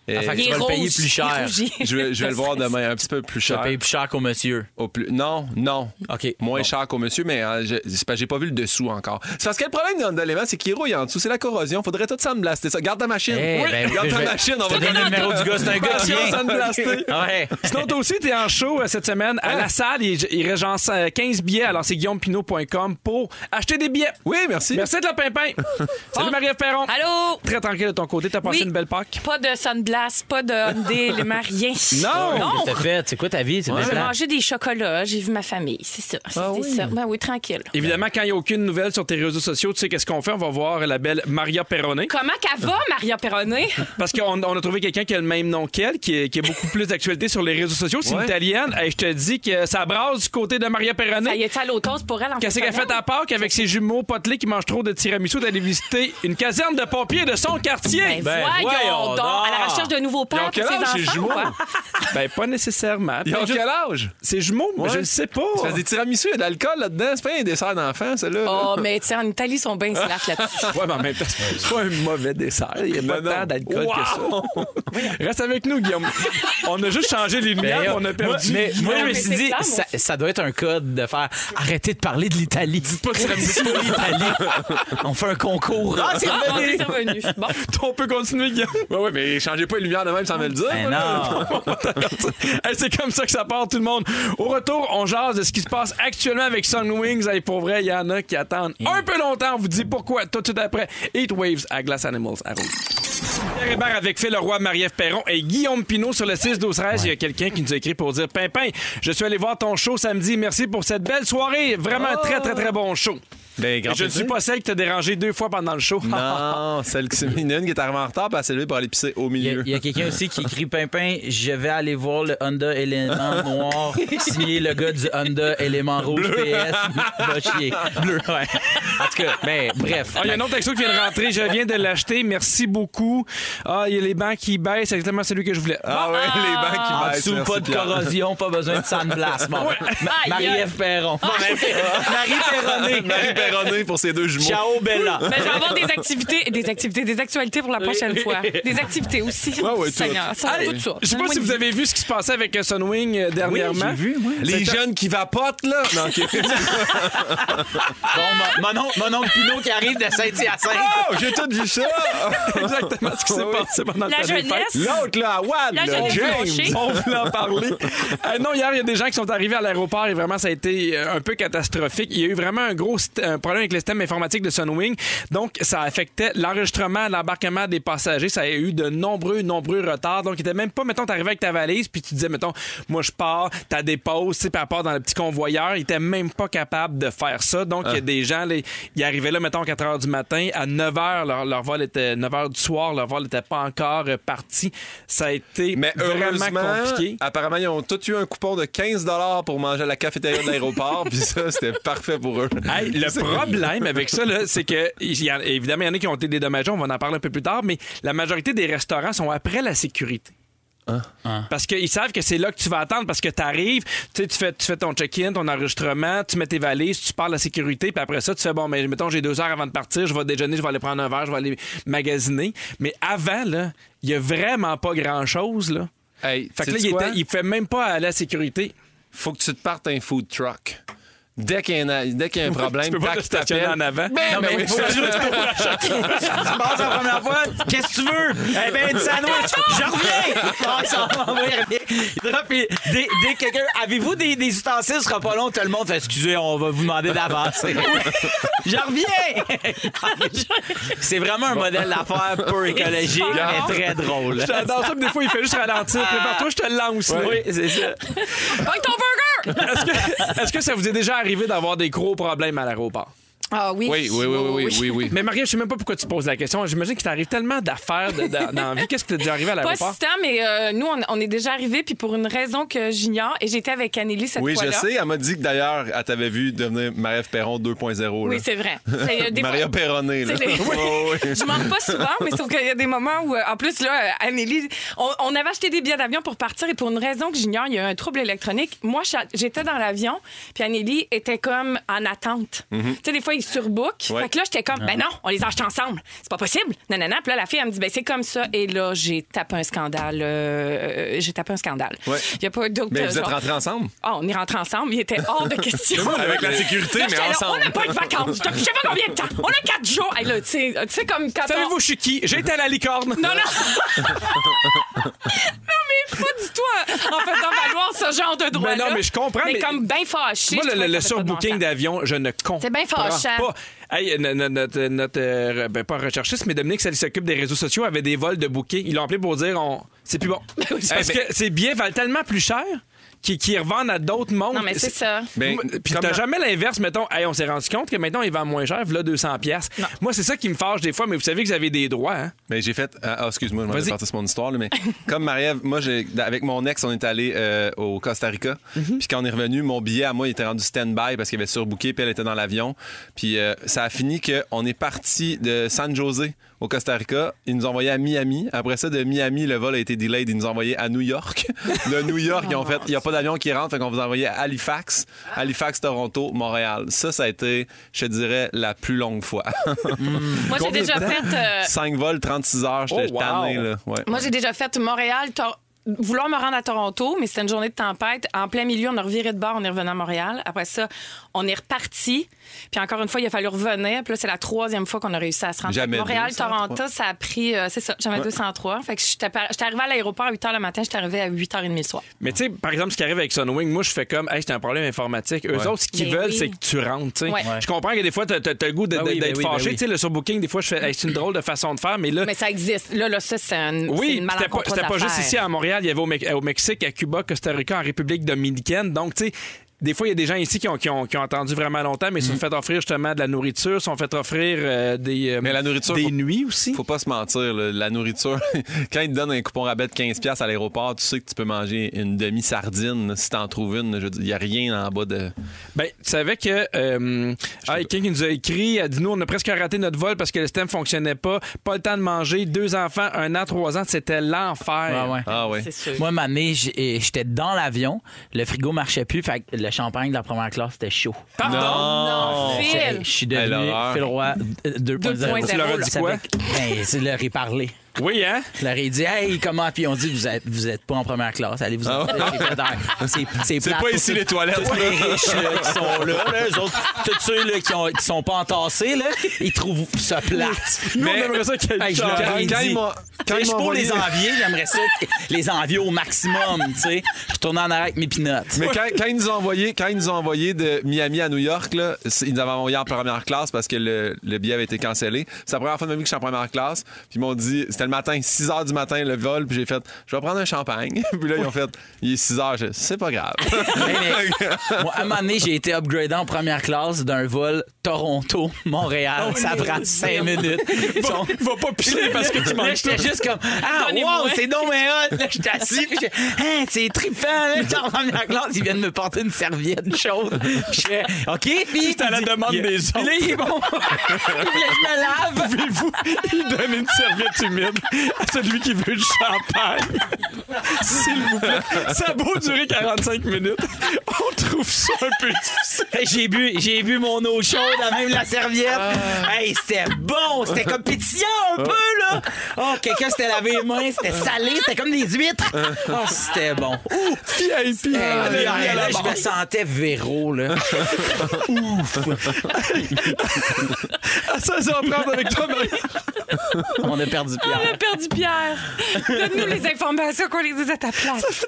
Speaker 6: Euh,
Speaker 3: fait que
Speaker 4: Il
Speaker 3: tu
Speaker 4: est
Speaker 3: vas le payer
Speaker 4: rouge,
Speaker 3: plus
Speaker 4: il
Speaker 3: cher.
Speaker 4: rougit.
Speaker 6: (laughs) je, vais, je vais le voir demain, un petit peu plus
Speaker 3: Tu vas
Speaker 6: cher.
Speaker 3: payer plus cher qu'au monsieur.
Speaker 6: Au plus... Non, non.
Speaker 3: OK.
Speaker 6: Moins
Speaker 3: Bon.
Speaker 6: cher qu'au monsieur, mais euh, je- c'est parce que j'ai pas vu le dessous encore. C'est parce que le problème dans l'élément, c'est qu'il rouille en dessous. C'est la corrosion. Faudrait tout sandblaster ça. Garde ta machine.
Speaker 3: Eh,
Speaker 6: Oui,
Speaker 3: ben,
Speaker 6: garde
Speaker 3: je
Speaker 6: ta
Speaker 3: vais-
Speaker 6: machine. On
Speaker 3: Je te
Speaker 6: va
Speaker 3: donne le numéro du gars, c'est
Speaker 6: (laughs)
Speaker 3: un gars qui
Speaker 6: Machine
Speaker 3: vient.
Speaker 6: sandblastée.
Speaker 3: Ouais.
Speaker 2: Sinon, toi aussi, t'es en show euh, cette semaine à la salle. Il, il reste genre euh, 15 billets. Alors, c'est guillaumepinot.com pour acheter des billets.
Speaker 6: Oui, merci.
Speaker 2: Merci de la pimpin. Salut,
Speaker 4: Bon.
Speaker 2: Marie-Ève Perron.
Speaker 4: (laughs) Allô?
Speaker 2: Très tranquille de ton côté. T'as passé
Speaker 4: Oui.
Speaker 2: une belle Pâques?
Speaker 4: Pas de sunblast, pas de
Speaker 3: (laughs)
Speaker 4: Hyundai, les rien.
Speaker 2: Non!
Speaker 4: Non!
Speaker 3: T'as fait, c'est quoi ta vie? C'est bien
Speaker 4: J'ai
Speaker 3: plat.
Speaker 4: mangé des chocolats, j'ai vu ma famille, c'est ça.
Speaker 3: Ah
Speaker 4: C'était ça. Ben oui, tranquille.
Speaker 2: Évidemment, quand il n'y a aucune nouvelle sur tes réseaux sociaux, tu sais qu'est-ce qu'on fait? On va voir la belle Maria Perronet.
Speaker 4: Comment qu'elle va, Maria Perronnet?
Speaker 2: Parce qu'on on a trouvé quelqu'un qui a le même nom qu'elle, qui, est- qui a beaucoup plus d'actualité sur les réseaux sociaux. C'est une italienne. Et je te dis que ça brasse du côté de Maria
Speaker 4: Ça y
Speaker 2: Perronet.
Speaker 4: est à l'automne pour elle en
Speaker 2: Qu'est-ce qu'elle fait à Pâques avec ses jumeaux potelés qui mangent trop de tiramisu d'aller visiter une caserne de pompiers de son quartier?
Speaker 4: Ben,
Speaker 3: Ben,
Speaker 4: voyons,
Speaker 3: voyons
Speaker 4: donc,
Speaker 3: donc.
Speaker 4: à la recherche de nouveaux
Speaker 6: Ils ont
Speaker 4: pères pour
Speaker 6: quel
Speaker 4: ses
Speaker 6: âge, ces
Speaker 4: enfants.
Speaker 6: jumeaux?
Speaker 4: quoi.
Speaker 2: Ben, pas nécessairement.
Speaker 6: Ils ont
Speaker 3: Ben,
Speaker 2: Juste-
Speaker 6: quel âge?
Speaker 2: Ses jumeaux? Ben, je ne sais pas.
Speaker 6: Tu fais des tiramisu, il y a de l'alcool là-dedans. C'est pas un dessert d'enfant, ça, là.
Speaker 4: Oh, mais tu sais, en Italie, ils sont bien slack là-dessus.
Speaker 2: Ouais, mais en même temps, c'est c'est pas un mauvais dessert. Il n'y a pas
Speaker 6: Non,
Speaker 2: tant
Speaker 6: non.
Speaker 2: d'alcool que ça. Reste avec nous, Guillaume. On a juste changé les lumières,
Speaker 3: Ben,
Speaker 2: on a perdu.
Speaker 3: Mais moi, je me
Speaker 4: mais
Speaker 3: suis
Speaker 4: c'est
Speaker 3: dit,
Speaker 4: clair, moi
Speaker 3: ça, ça doit être un code de faire arrêtez de parler de l'Italie. Dites pas que c'est l'Italie. On fait un concours. Ah, c'est
Speaker 4: On est revenu. Bon,
Speaker 2: on peut continuer, Guillaume.
Speaker 6: Ouais, ouais, mais changez pas les lumières de même sans me le dire.
Speaker 3: Ben
Speaker 6: là.
Speaker 3: non.
Speaker 2: (laughs) Hey, c'est comme ça que ça part, tout le monde. Au retour, on jase de ce qui se passe actuellement avec Sun Wings. Hey, pour vrai, il y en a qui attendent un peu longtemps. On vous dit pourquoi tout de suite après. Eight Waves à Glass Animals à Rouge. Pierre Hébert avec Phil Leroy, Marie-Ève Perron et Guillaume Pinault sur le 6-12-13. Il y a quelqu'un qui nous a écrit pour dire Pimpin, je suis allé voir ton show samedi. Merci pour cette belle soirée. Vraiment un très, très, très bon show.
Speaker 6: Ben,
Speaker 2: Et
Speaker 6: grand
Speaker 2: je ne
Speaker 6: plaisir.
Speaker 2: suis pas celle qui t'a dérangé deux fois pendant le show.
Speaker 6: Non, celle qui s'est il y en a une qui est arrivée en retard, puis elle s'est levée pour aller pisser au
Speaker 3: Il y a,
Speaker 6: milieu.
Speaker 3: il y a quelqu'un aussi qui écrit Pimpin, je vais aller voir le Honda élément noir, signé le gars du Honda élément rouge PS, va chier. Bleu, ouais. En tout cas, ben, bref.
Speaker 2: Ah, il y a un autre texto qui vient de rentrer. Je viens de l'acheter. Merci beaucoup. Ah, il y a les bancs qui baissent. C'est exactement celui que je voulais.
Speaker 6: Ah ouais, les bancs qui
Speaker 3: En
Speaker 6: baissent,
Speaker 3: dessous,
Speaker 6: merci,
Speaker 3: pas de
Speaker 6: Pierre.
Speaker 3: corrosion, pas besoin de sandblast. Bon, Ma-
Speaker 4: Aïe,
Speaker 3: Marie-Ève Perron. Marie Perronnet.
Speaker 6: (laughs) Marie Perronnet pour ses deux jumeaux.
Speaker 3: Ciao, Bella.
Speaker 4: ben, je vais avoir des activités, des activités, des actualités pour la prochaine fois. Des activités aussi.
Speaker 6: Ouais, ouais, tout.
Speaker 4: Seigneur, ça,
Speaker 2: Allez,
Speaker 4: Ah, tout ça.
Speaker 2: Je sais pas
Speaker 4: Donne-moi
Speaker 2: si
Speaker 4: une
Speaker 2: vous avez vu ce qui se passait avec euh, Sunwing euh, dernièrement.
Speaker 6: Les jeunes qui vapotent, là.
Speaker 2: (laughs)
Speaker 6: Non, ok.
Speaker 3: Bon, mon, mon oncle- mon oncle Pinot qui arrive de Saint-Hyacinthe.
Speaker 6: Oh, j'ai tout
Speaker 2: (laughs)
Speaker 6: vu ça. Ah
Speaker 2: Exactement ce qui s'est passé pendant
Speaker 4: La
Speaker 2: le temps des fêtes.
Speaker 4: jeunesse.
Speaker 6: L'autre, là, Wad,
Speaker 4: La
Speaker 6: là,
Speaker 4: jeunesse
Speaker 6: James.
Speaker 4: blanchie.
Speaker 2: (laughs) On voulait en parler. Euh, non, hier, il y a des gens qui sont arrivés à l'aéroport et vraiment, ça a été euh, un peu catastrophique. Il y a eu vraiment un gros st- un un problème avec le système informatique de Sunwing. Donc, ça affectait l'enregistrement, l'embarquement des passagers. Ça a eu de nombreux, nombreux retards. Donc, il était même pas, mettons, t'arrivais avec ta valise, puis tu disais, mettons, moi, je pars, t'as des pauses, tu sais, puis elle part dans le petit convoyeur. Il était même pas capable de faire ça. Donc, il y a des gens, les- ils arrivaient là, mettons, 4 heures du matin. À 9 heures, leur, leur vol était, 9 heures du soir, leur vol n'était pas encore euh, parti. Ça a été
Speaker 6: Mais
Speaker 2: vraiment
Speaker 6: heureusement,
Speaker 2: compliqué.
Speaker 6: apparemment, ils ont tous eu un coupon de 15 pour manger à la cafétéria de l'aéroport, (laughs) puis ça, c'était parfait pour eux.
Speaker 2: Hey, le
Speaker 6: (laughs) C'est-
Speaker 2: problème avec ça, là, c'est que, il y a- évidemment, il y en a qui ont été dédommagés, on va en parler un peu plus tard, mais la majorité des restaurants sont après la sécurité.
Speaker 6: Hein?
Speaker 2: Parce qu'ils savent que c'est là que tu vas attendre parce que tu arrives, tu sais, tu fais, tu fais ton check-in, ton enregistrement, tu mets tes valises, tu parles à la sécurité, puis après ça, tu fais bon, mais mettons, j'ai deux heures avant de partir, je vais déjeuner, je vais aller prendre un verre, je vais aller magasiner. Mais avant, là, il y a vraiment pas grand-chose, là.
Speaker 6: Hey,
Speaker 2: Fait que là,
Speaker 6: sais-tu
Speaker 2: il,
Speaker 6: quoi?
Speaker 2: était- il fait même pas aller à la sécurité.
Speaker 6: faut que tu te partes un food truck. Dès qu'il y a un, dès qu'il y
Speaker 2: (laughs)
Speaker 6: a un problème,
Speaker 2: tu peux pas
Speaker 6: tac,
Speaker 2: te
Speaker 6: tu
Speaker 2: stationner
Speaker 6: t'appelles.
Speaker 2: en avant.
Speaker 6: Ben,
Speaker 3: Non,
Speaker 6: ben
Speaker 3: mais
Speaker 6: oui,
Speaker 3: faut que je
Speaker 6: ça-
Speaker 3: Tu passes la première fois, qu'est-ce que tu veux? Eh ben, du sandwich, je reviens! Ah, il s'en va, oui, il revient. Il drop, puis dès, dès que quelqu'un, avez-vous des, des ustensiles? Ce sera pas long, tout le monde fait, excusez, on va vous demander d'avance. je reviens! (laughs) C'est vraiment un modèle d'affaires peu écologique, mais très drôle.
Speaker 2: J'adore ça, mais des fois, il fait juste ralentir. Prépare-toi, je te lance. là.
Speaker 3: Oui, c'est ça.
Speaker 4: Pogne ton burger!
Speaker 2: Est-ce que, est-ce que ça vous est déjà arrivé d'avoir des gros problèmes à l'aéroport?
Speaker 4: Ah oui.
Speaker 6: oui, oui, oui, oui, oui, oui.
Speaker 2: Mais Maria, je sais même pas pourquoi tu poses la question. J'imagine qu'il t'arrive tellement d'affaires de- dans, dans la vie. Qu'est-ce qui t'est déjà arrivé à
Speaker 4: Pas si
Speaker 2: l'aéroport?
Speaker 4: tant, mais euh, nous, on, on est déjà arrivés, puis pour une raison que j'ignore, et j'étais avec Anneli cette
Speaker 6: Oui,
Speaker 4: fois-là.
Speaker 6: je sais. Elle m'a dit que d'ailleurs, elle t'avait vu devenir Marie-Ève Perron 2.0.
Speaker 4: Oui,
Speaker 6: là.
Speaker 4: c'est vrai. C'est, euh, des fois-
Speaker 6: Maria Perronnet, là. (laughs)
Speaker 4: C'est des-
Speaker 6: Ouais, ouais.
Speaker 4: Je manque pas souvent, mais sauf qu'il y a des moments où, euh, en plus, là, euh, Amélie, on, on avait acheté des billets d'avion pour partir et pour une raison que j'ignore, il y a eu un trouble électronique. Moi, cha- j'étais dans l'avion, puis Amélie était comme en attente. Tu sais, des fois, ils surbookent.
Speaker 6: Mhm. Ouais.
Speaker 4: Fait que là, j'étais comme, ben non, on les achète ensemble. C'est pas possible. Non, non, non. Puis là, la fille, elle me dit, ben c'est comme ça. Et là, j'ai tapé un scandale. euh, euh, j'ai tapé un scandale.
Speaker 6: Ouais.
Speaker 4: Il y a pas d'autre.
Speaker 6: Mais vous êtes
Speaker 4: genre-
Speaker 6: rentrés ensemble?
Speaker 4: Ah, on est rentrés ensemble. Il était hors
Speaker 6: (laughs)
Speaker 4: de question.
Speaker 6: Avec la sécurité,
Speaker 4: Là,
Speaker 6: mais
Speaker 4: j'étais là,
Speaker 6: ensemble.
Speaker 4: on n'a pas de vacances. Je sais pas combien de temps. On a quatre jours. Hey, là, tu sais- tu sais, comme quand on-
Speaker 2: Savez-vous, je suis qui? J'étais à la licorne.
Speaker 4: Non, non. non,
Speaker 2: (laughs)
Speaker 4: mais pas du tout hein. en faisant valoir ce genre de droit-là.
Speaker 2: Mais Ben non, mais je comprends,
Speaker 4: Mais,
Speaker 2: mais-
Speaker 4: comme bien fâché.
Speaker 2: Moi,
Speaker 4: je
Speaker 2: le,
Speaker 4: trouvais
Speaker 2: le-
Speaker 4: que
Speaker 2: le
Speaker 4: ça fait pas de bon
Speaker 2: surbooking
Speaker 4: sens.
Speaker 2: d'avion, je ne comprends
Speaker 4: C'est bien fâchant.
Speaker 2: pas. Hey, euh, no- no- notre, notre, euh, ben, pas recherchiste, mais Dominique, celle qui s'occupe des réseaux sociaux, avait des vols de bouquets. Ils l'ont appelé pour dire on... c'est
Speaker 4: (laughs)
Speaker 2: plus bon.
Speaker 4: Ben
Speaker 2: Parce que ces billets valent tellement plus cher qu'ils qu'ils revendent à d'autres mondes.
Speaker 4: Non, mais c'est ça.
Speaker 6: Ben,
Speaker 2: Puis
Speaker 6: comme-
Speaker 2: t'as jamais l'inverse, mettons, hey, on s'est rendu compte que maintenant, ils vendent moins cher, voilà 200$. piastres. Moi, c'est ça qui me fâche des fois, mais vous savez que vous avez des droits. Hein?
Speaker 6: Mais j'ai fait. Ah, ah, excuse-moi, je m'en
Speaker 2: Vas-y.
Speaker 6: vais partir sur mon histoire, là, mais (laughs) comme Marie-Ève, moi, j'ai- avec mon ex, on est allé euh, au Costa Rica. Puis quand on est revenu, mon billet à moi, il était rendu stand-by parce qu'il avait surbooké, puis elle était dans l'avion. Puis euh, ça a fini qu'on est parti de San José au Costa Rica. Ils nous ont envoyés à Miami. Après ça, de Miami, le vol a été delayed. Ils nous ont envoyés à New York. (laughs) De New York, ils ont fait il n'y a pas d'avion qui rentre, fait qu'on vous a envoyé à Halifax, Halifax, Toronto, Montréal. Ça, ça a été, je te dirais, la plus longue fois.
Speaker 2: Euh.
Speaker 6: (laughs)
Speaker 4: Moi, j'ai déjà fait. euh,
Speaker 6: 5 vols, 36 heures, j'étais
Speaker 2: Oh, wow.
Speaker 6: tanné, là. Ouais.
Speaker 4: Moi, j'ai déjà fait Montréal, Tor- vouloir me rendre à Toronto, mais c'était une journée de tempête. En plein milieu, on a reviré de bord, on est revenu à Montréal. Après ça, on est reparti. Puis encore une fois, il a fallu revenir. Puis là, c'est la troisième fois qu'on a réussi à se rendre.
Speaker 6: Jamais
Speaker 4: Montréal,
Speaker 6: 203.
Speaker 4: Toronto, ça a pris, euh, c'est ça, j'avais 203. Fait que j'étais par- j'étais arrivée à l'aéroport à 8 h le matin, j'étais arrivée à 8 h 30 le soir.
Speaker 2: Mais tu sais, par exemple, ce qui arrive avec Sunwing, moi, je fais comme, hey, c'est un problème informatique. Eux
Speaker 6: Ouais.
Speaker 2: autres, ce qu'ils
Speaker 4: Ben
Speaker 2: veulent,
Speaker 4: oui.
Speaker 2: c'est que tu rentres. tu sais.
Speaker 4: Ouais.
Speaker 2: Je comprends que des fois, t'as t'as- t'as le goût de- de- d'être
Speaker 3: Ben oui, ben oui, ben
Speaker 2: fâché.
Speaker 3: oui.
Speaker 2: Tu sais, le surbooking, des fois, je fais, hey, c'est une drôle de façon de faire, mais là.
Speaker 4: Mais ça existe. Là, là ça, c'est un.
Speaker 2: oui,
Speaker 4: c'est une
Speaker 2: puis c'était pas,
Speaker 4: malencontreuse
Speaker 2: c'était pas juste
Speaker 4: affaire.
Speaker 2: ici hein. à Montréal, il y avait au, Mex- au Mexique, à Cuba, Costa Rica, en République dominicaine. Donc, tu sais, des fois, il y a des gens ici qui ont, qui ont, qui ont attendu vraiment longtemps, mais ils se
Speaker 3: Mhm.
Speaker 2: sont fait offrir justement de la nourriture, se sont fait offrir euh, des, euh,
Speaker 6: Mais la nourriture,
Speaker 2: des
Speaker 6: faut-
Speaker 2: nuits aussi.
Speaker 6: Faut pas se mentir, là, la nourriture, (laughs) quand ils te donnent un coupon rabais de 15$ à l'aéroport, tu sais que tu peux manger une demi-sardine là, si t'en trouves une. Il n'y a rien en bas de.
Speaker 2: Ben, tu savais que euh, ah, quelqu'un qui nous a écrit, a dit nous, on a presque raté notre vol parce que le système fonctionnait pas, pas le temps de manger, deux enfants, un an, trois ans, c'était l'enfer.
Speaker 3: Ah ouais.
Speaker 6: Ah ouais.
Speaker 4: C'est sûr.
Speaker 3: Moi, ma année, j'ai- j'étais dans l'avion, le frigo marchait plus, fait que le champagne de la première classe, c'était chaud.
Speaker 4: Non,
Speaker 3: Hey,
Speaker 4: Phil!
Speaker 3: Je suis
Speaker 6: Hey,
Speaker 3: devenu euh,
Speaker 6: l'horreur.
Speaker 3: Phil Roy 2.0.
Speaker 4: Tu
Speaker 2: leur as dit
Speaker 3: Ça
Speaker 2: quoi?
Speaker 3: fait- Ben, c'est leur y parler.
Speaker 2: Oui, (laughs) hein?
Speaker 3: Je leur ai dit, hey, comment? Puis on dit, vous êtes, vous êtes pas en première classe, allez vous en
Speaker 6: (laughs)
Speaker 3: C'est
Speaker 6: Ah C'est
Speaker 3: plate
Speaker 6: pas
Speaker 3: pour
Speaker 6: ici
Speaker 3: tous-
Speaker 6: les toilettes,
Speaker 3: tous les
Speaker 6: là.
Speaker 3: riches là, qui sont là, là, eux autres, tous ceux là, qui, ont- qui sont pas entassés, là, ils trouvent ça
Speaker 6: (laughs)
Speaker 3: plate.
Speaker 2: Nous, on
Speaker 3: Mais-
Speaker 2: aimerait ça qu'il y ait
Speaker 3: Hey, je
Speaker 2: une
Speaker 3: leur ai
Speaker 6: Quand- quand
Speaker 3: dit,
Speaker 6: ils m'ont- quand
Speaker 3: tu sais,
Speaker 6: ils
Speaker 3: je
Speaker 6: m'ont
Speaker 3: pour les
Speaker 6: envoyé-
Speaker 3: envier, j'aimerais ça que- les envier au maximum, tu sais. Je tourne en arrière avec mes pinottes.
Speaker 6: Mais quand, quand ils nous ont envoyé, quand ils nous ont envoyé de Miami à New York, là, c'est- ils nous avaient envoyé en première classe parce que le, le billet avait été cancellé. C'est la première fois de ma vie que je suis en première classe. Puis ils m'ont dit, c'était le matin, 6 h du matin, le vol. Puis j'ai fait, je vais prendre un champagne. (laughs) puis là, ils ont fait, il est 6 h. C'est pas
Speaker 3: (laughs)
Speaker 6: grave.
Speaker 3: Hey, mais, moi, à un moment donné, j'ai été upgradé en première classe d'un vol
Speaker 2: Ah
Speaker 3: Toronto-Montréal. ça prend cinq minutes. Ils sont-
Speaker 2: Va pas pisser parce que tu
Speaker 3: Là,
Speaker 2: manges.
Speaker 3: j'étais juste comme Ah,
Speaker 4: Donnez-moi.
Speaker 3: wow, c'est donc mais hot. Là, j'étais assis. Puis j'étais, hein, c'est trippant. Là, j'étais en première classe. Ils viennent me porter une serviette chaude. Je fais OK, puis.
Speaker 2: à la demande des
Speaker 3: Puis Là, ils vont. Ils voulaient que je me lave.
Speaker 2: vous il donne une serviette humide à celui qui veut du champagne. S'il vous plaît. Ça a beau durer 45 minutes. On trouve ça un peu difficile.
Speaker 3: Hey, J'ai bu, j'ai bu mon eau chaude, à même la serviette.
Speaker 2: Ah.
Speaker 3: Hey, c'était bon, c'était comme pétillant un peu là. Oh, quelqu'un s'était lavé les mains, c'était salé, c'était comme des huîtres.
Speaker 2: Ah.
Speaker 3: Oh, c'était bon. Eh, Ouh,
Speaker 2: VIP.
Speaker 3: hey,
Speaker 2: à la vie, à la
Speaker 3: là, je
Speaker 2: barre.
Speaker 3: me sentais Véro là.
Speaker 2: À 16h30 avec toi, Marie.
Speaker 3: On a perdu Pierre.
Speaker 4: On a perdu Pierre. Donne-nous les informations qu'on les disait à ta place.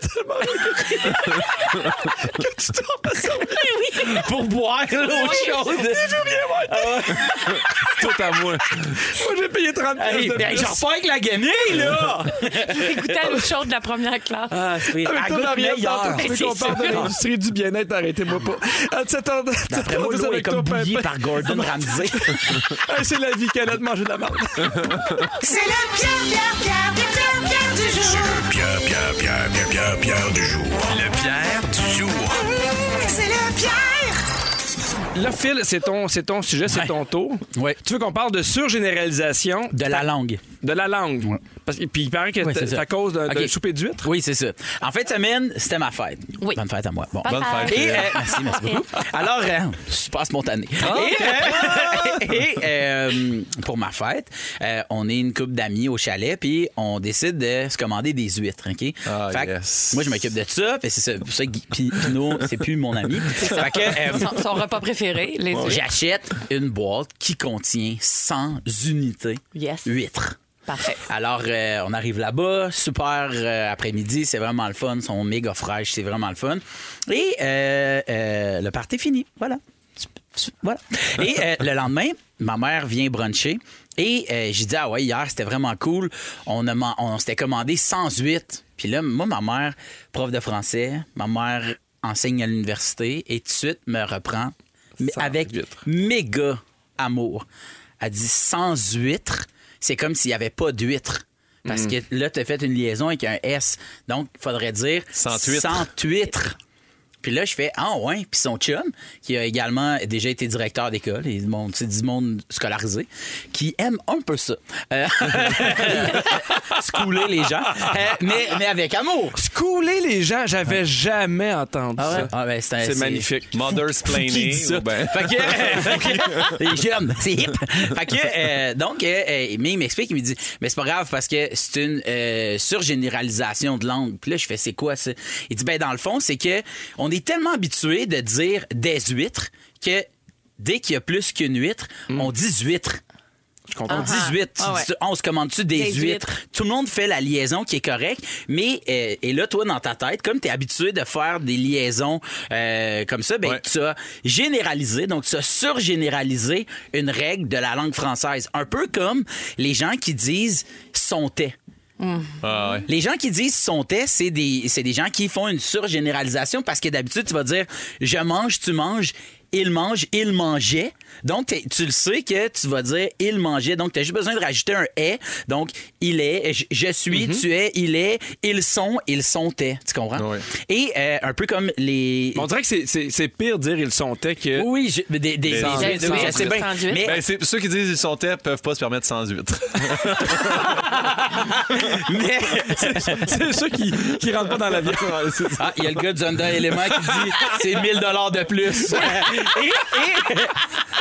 Speaker 3: pour boire l'eau chaude.
Speaker 6: Tout à moi.
Speaker 2: Moi, j'ai payé 30 pièces
Speaker 3: Hey,
Speaker 2: de
Speaker 3: ben,
Speaker 2: plus.
Speaker 3: je repars avec la guenille, là!
Speaker 4: Écoutez à l'eau chaude de la première classe.
Speaker 3: Ah, c'est
Speaker 2: Avec
Speaker 3: la
Speaker 2: toi,
Speaker 3: goutte
Speaker 2: Marielle,
Speaker 3: meilleure.
Speaker 2: tantôt, tu veux qu'on
Speaker 3: C'est
Speaker 2: parle de
Speaker 3: ça.
Speaker 2: l'industrie du bien-être, arrêtez-moi pas. À 7h10,
Speaker 3: D'après moi, l'eau est
Speaker 2: avec toi,
Speaker 3: comme bouillie
Speaker 2: Pimpin.
Speaker 3: par (laughs) Gordon Ramsay.
Speaker 2: Hey, C'est la vie qu'elle a de manger de la marde.
Speaker 5: C'est le Pierre, Pierre, Pierre, le Pierre, Pierre du jour.
Speaker 7: Pierre, Pierre, Pierre, Pierre, Pierre, Pierre du jour. Le Pierre du jour.
Speaker 5: C'est le Pierre.
Speaker 2: Là, Phil, c'est ton, c'est ton sujet, c'est
Speaker 3: Ouais.
Speaker 2: ton tour.
Speaker 3: Ouais.
Speaker 2: Tu veux qu'on parle de surgénéralisation
Speaker 3: De la langue.
Speaker 2: de la langue. Parce que, puis il paraît que
Speaker 3: Oui,
Speaker 2: t-
Speaker 3: c'est
Speaker 2: c'est
Speaker 3: ça.
Speaker 2: à cause d'un d'un
Speaker 3: Ok.
Speaker 2: souper d'huîtres.
Speaker 3: Oui, c'est ça. En fin de semaine, c'était ma fête.
Speaker 4: Oui.
Speaker 3: Bonne fête à moi. Bon.
Speaker 6: Bonne fête.
Speaker 3: Et, euh, merci, merci beaucoup. Alors, euh, super spontané. et euh, (laughs) et, euh, pour ma fête, euh, on est une couple d'amis au chalet, puis on décide de se commander des huîtres, OK?
Speaker 6: Ah,
Speaker 3: que
Speaker 6: yes.
Speaker 3: moi, je m'occupe de ça, puis c'est ça, pour ça que Guy- Pi- Pinot, c'est plus mon (laughs) ami. Fait que, euh,
Speaker 4: Son, son repas préféré, les huîtres.
Speaker 3: J'achète une boîte qui contient 100 unités
Speaker 4: Yes.
Speaker 3: huîtres.
Speaker 4: Parfait.
Speaker 3: Alors, euh, on arrive là-bas, super euh, après-midi, c'est vraiment le fun, ils sont méga fraîches, c'est vraiment le fun. Et euh, euh, le party est fini, voilà. Voilà. Et euh, le lendemain, ma mère vient bruncher et euh, j'ai dit ah ouais hier c'était vraiment cool, on a man- on s'était commandé 108. Puis là moi ma mère prof de français, ma mère enseigne à l'université et tout de suite me reprend mais avec méga amour. Elle dit sans huîtres, c'est comme s'il n'y avait pas d'huîtres. Parce
Speaker 6: Hmm.
Speaker 3: que là, tu as fait une liaison avec un S. Donc, il faudrait dire
Speaker 6: Sans huîtres.
Speaker 3: sans huîtres. Puis là, je fais Ah, ouais. Puis son chum, qui a également déjà été directeur d'école, et du monde, c'est du monde scolarisé, qui aime un peu ça.
Speaker 6: (laughs)
Speaker 3: Euh, (laughs) Schooler les gens, Euh, mais, mais avec amour.
Speaker 2: Scouler les gens, j'avais jamais entendu ça.
Speaker 3: Ah, ben, c'est un-
Speaker 6: C'est
Speaker 3: c'est-
Speaker 6: magnifique. Mother's
Speaker 3: qui
Speaker 6: ben,
Speaker 3: dit
Speaker 6: planning.
Speaker 3: ça? Fait que, euh, fait que- ben- (laughs) les jeunes, c'est hip. Fait que, euh, donc, euh, euh, mais il m'explique, il me dit, mais c'est pas grave parce que c'est une euh, surgénéralisation de langue. Puis là, je fais, c'est quoi ça? Il dit, ben, dans le fond, c'est que on est tellement habitué de dire des huîtres que dès qu'il y a plus qu'une huître, on dit huîtres.
Speaker 2: Je comprends.
Speaker 3: On dit 18. Tu
Speaker 4: Ah ouais.
Speaker 3: dis- on se commande-tu des,
Speaker 4: Des
Speaker 3: huîtres?
Speaker 4: huîtres.
Speaker 3: Tout le monde fait la liaison qui est correcte, mais euh, et là, toi, dans ta tête, comme tu es habitué de faire des liaisons euh, comme ça, ben,
Speaker 6: Ouais.
Speaker 3: tu as généralisé, donc tu as surgénéralisé une règle de la langue française. Un peu comme les gens qui disent sont-est.
Speaker 6: Ah ouais.
Speaker 3: Les gens qui disent sont est, c'est des, c'est des gens qui font une surgénéralisation parce que d'habitude, tu vas dire je mange, tu manges, il mange, il mangeait. Donc, t'es- tu le sais que tu vas dire il mangeait. Donc, tu as juste besoin de rajouter un est. Donc, il est, je, je suis, tu es, il est, ils sont, ils sont est. Tu comprends?
Speaker 6: Ouais.
Speaker 3: Et euh, un peu comme les.
Speaker 2: On dirait que c'est- c'est c'est pire dire ils sont tels que.
Speaker 3: Oui, je- des, des, des-
Speaker 6: sans-
Speaker 3: oui,
Speaker 4: sans-
Speaker 3: je sais bien.
Speaker 4: sans huître.
Speaker 3: Mais
Speaker 6: Ben, c'est- ceux qui disent ils sont têtes peuvent pas se permettre 108.
Speaker 3: mais-
Speaker 2: C'est ceux qui, qui rentrent pas dans la vie.
Speaker 3: Ah, il y a le gars du Honda Element qui dit c'est 1000 dollars de plus. et, et-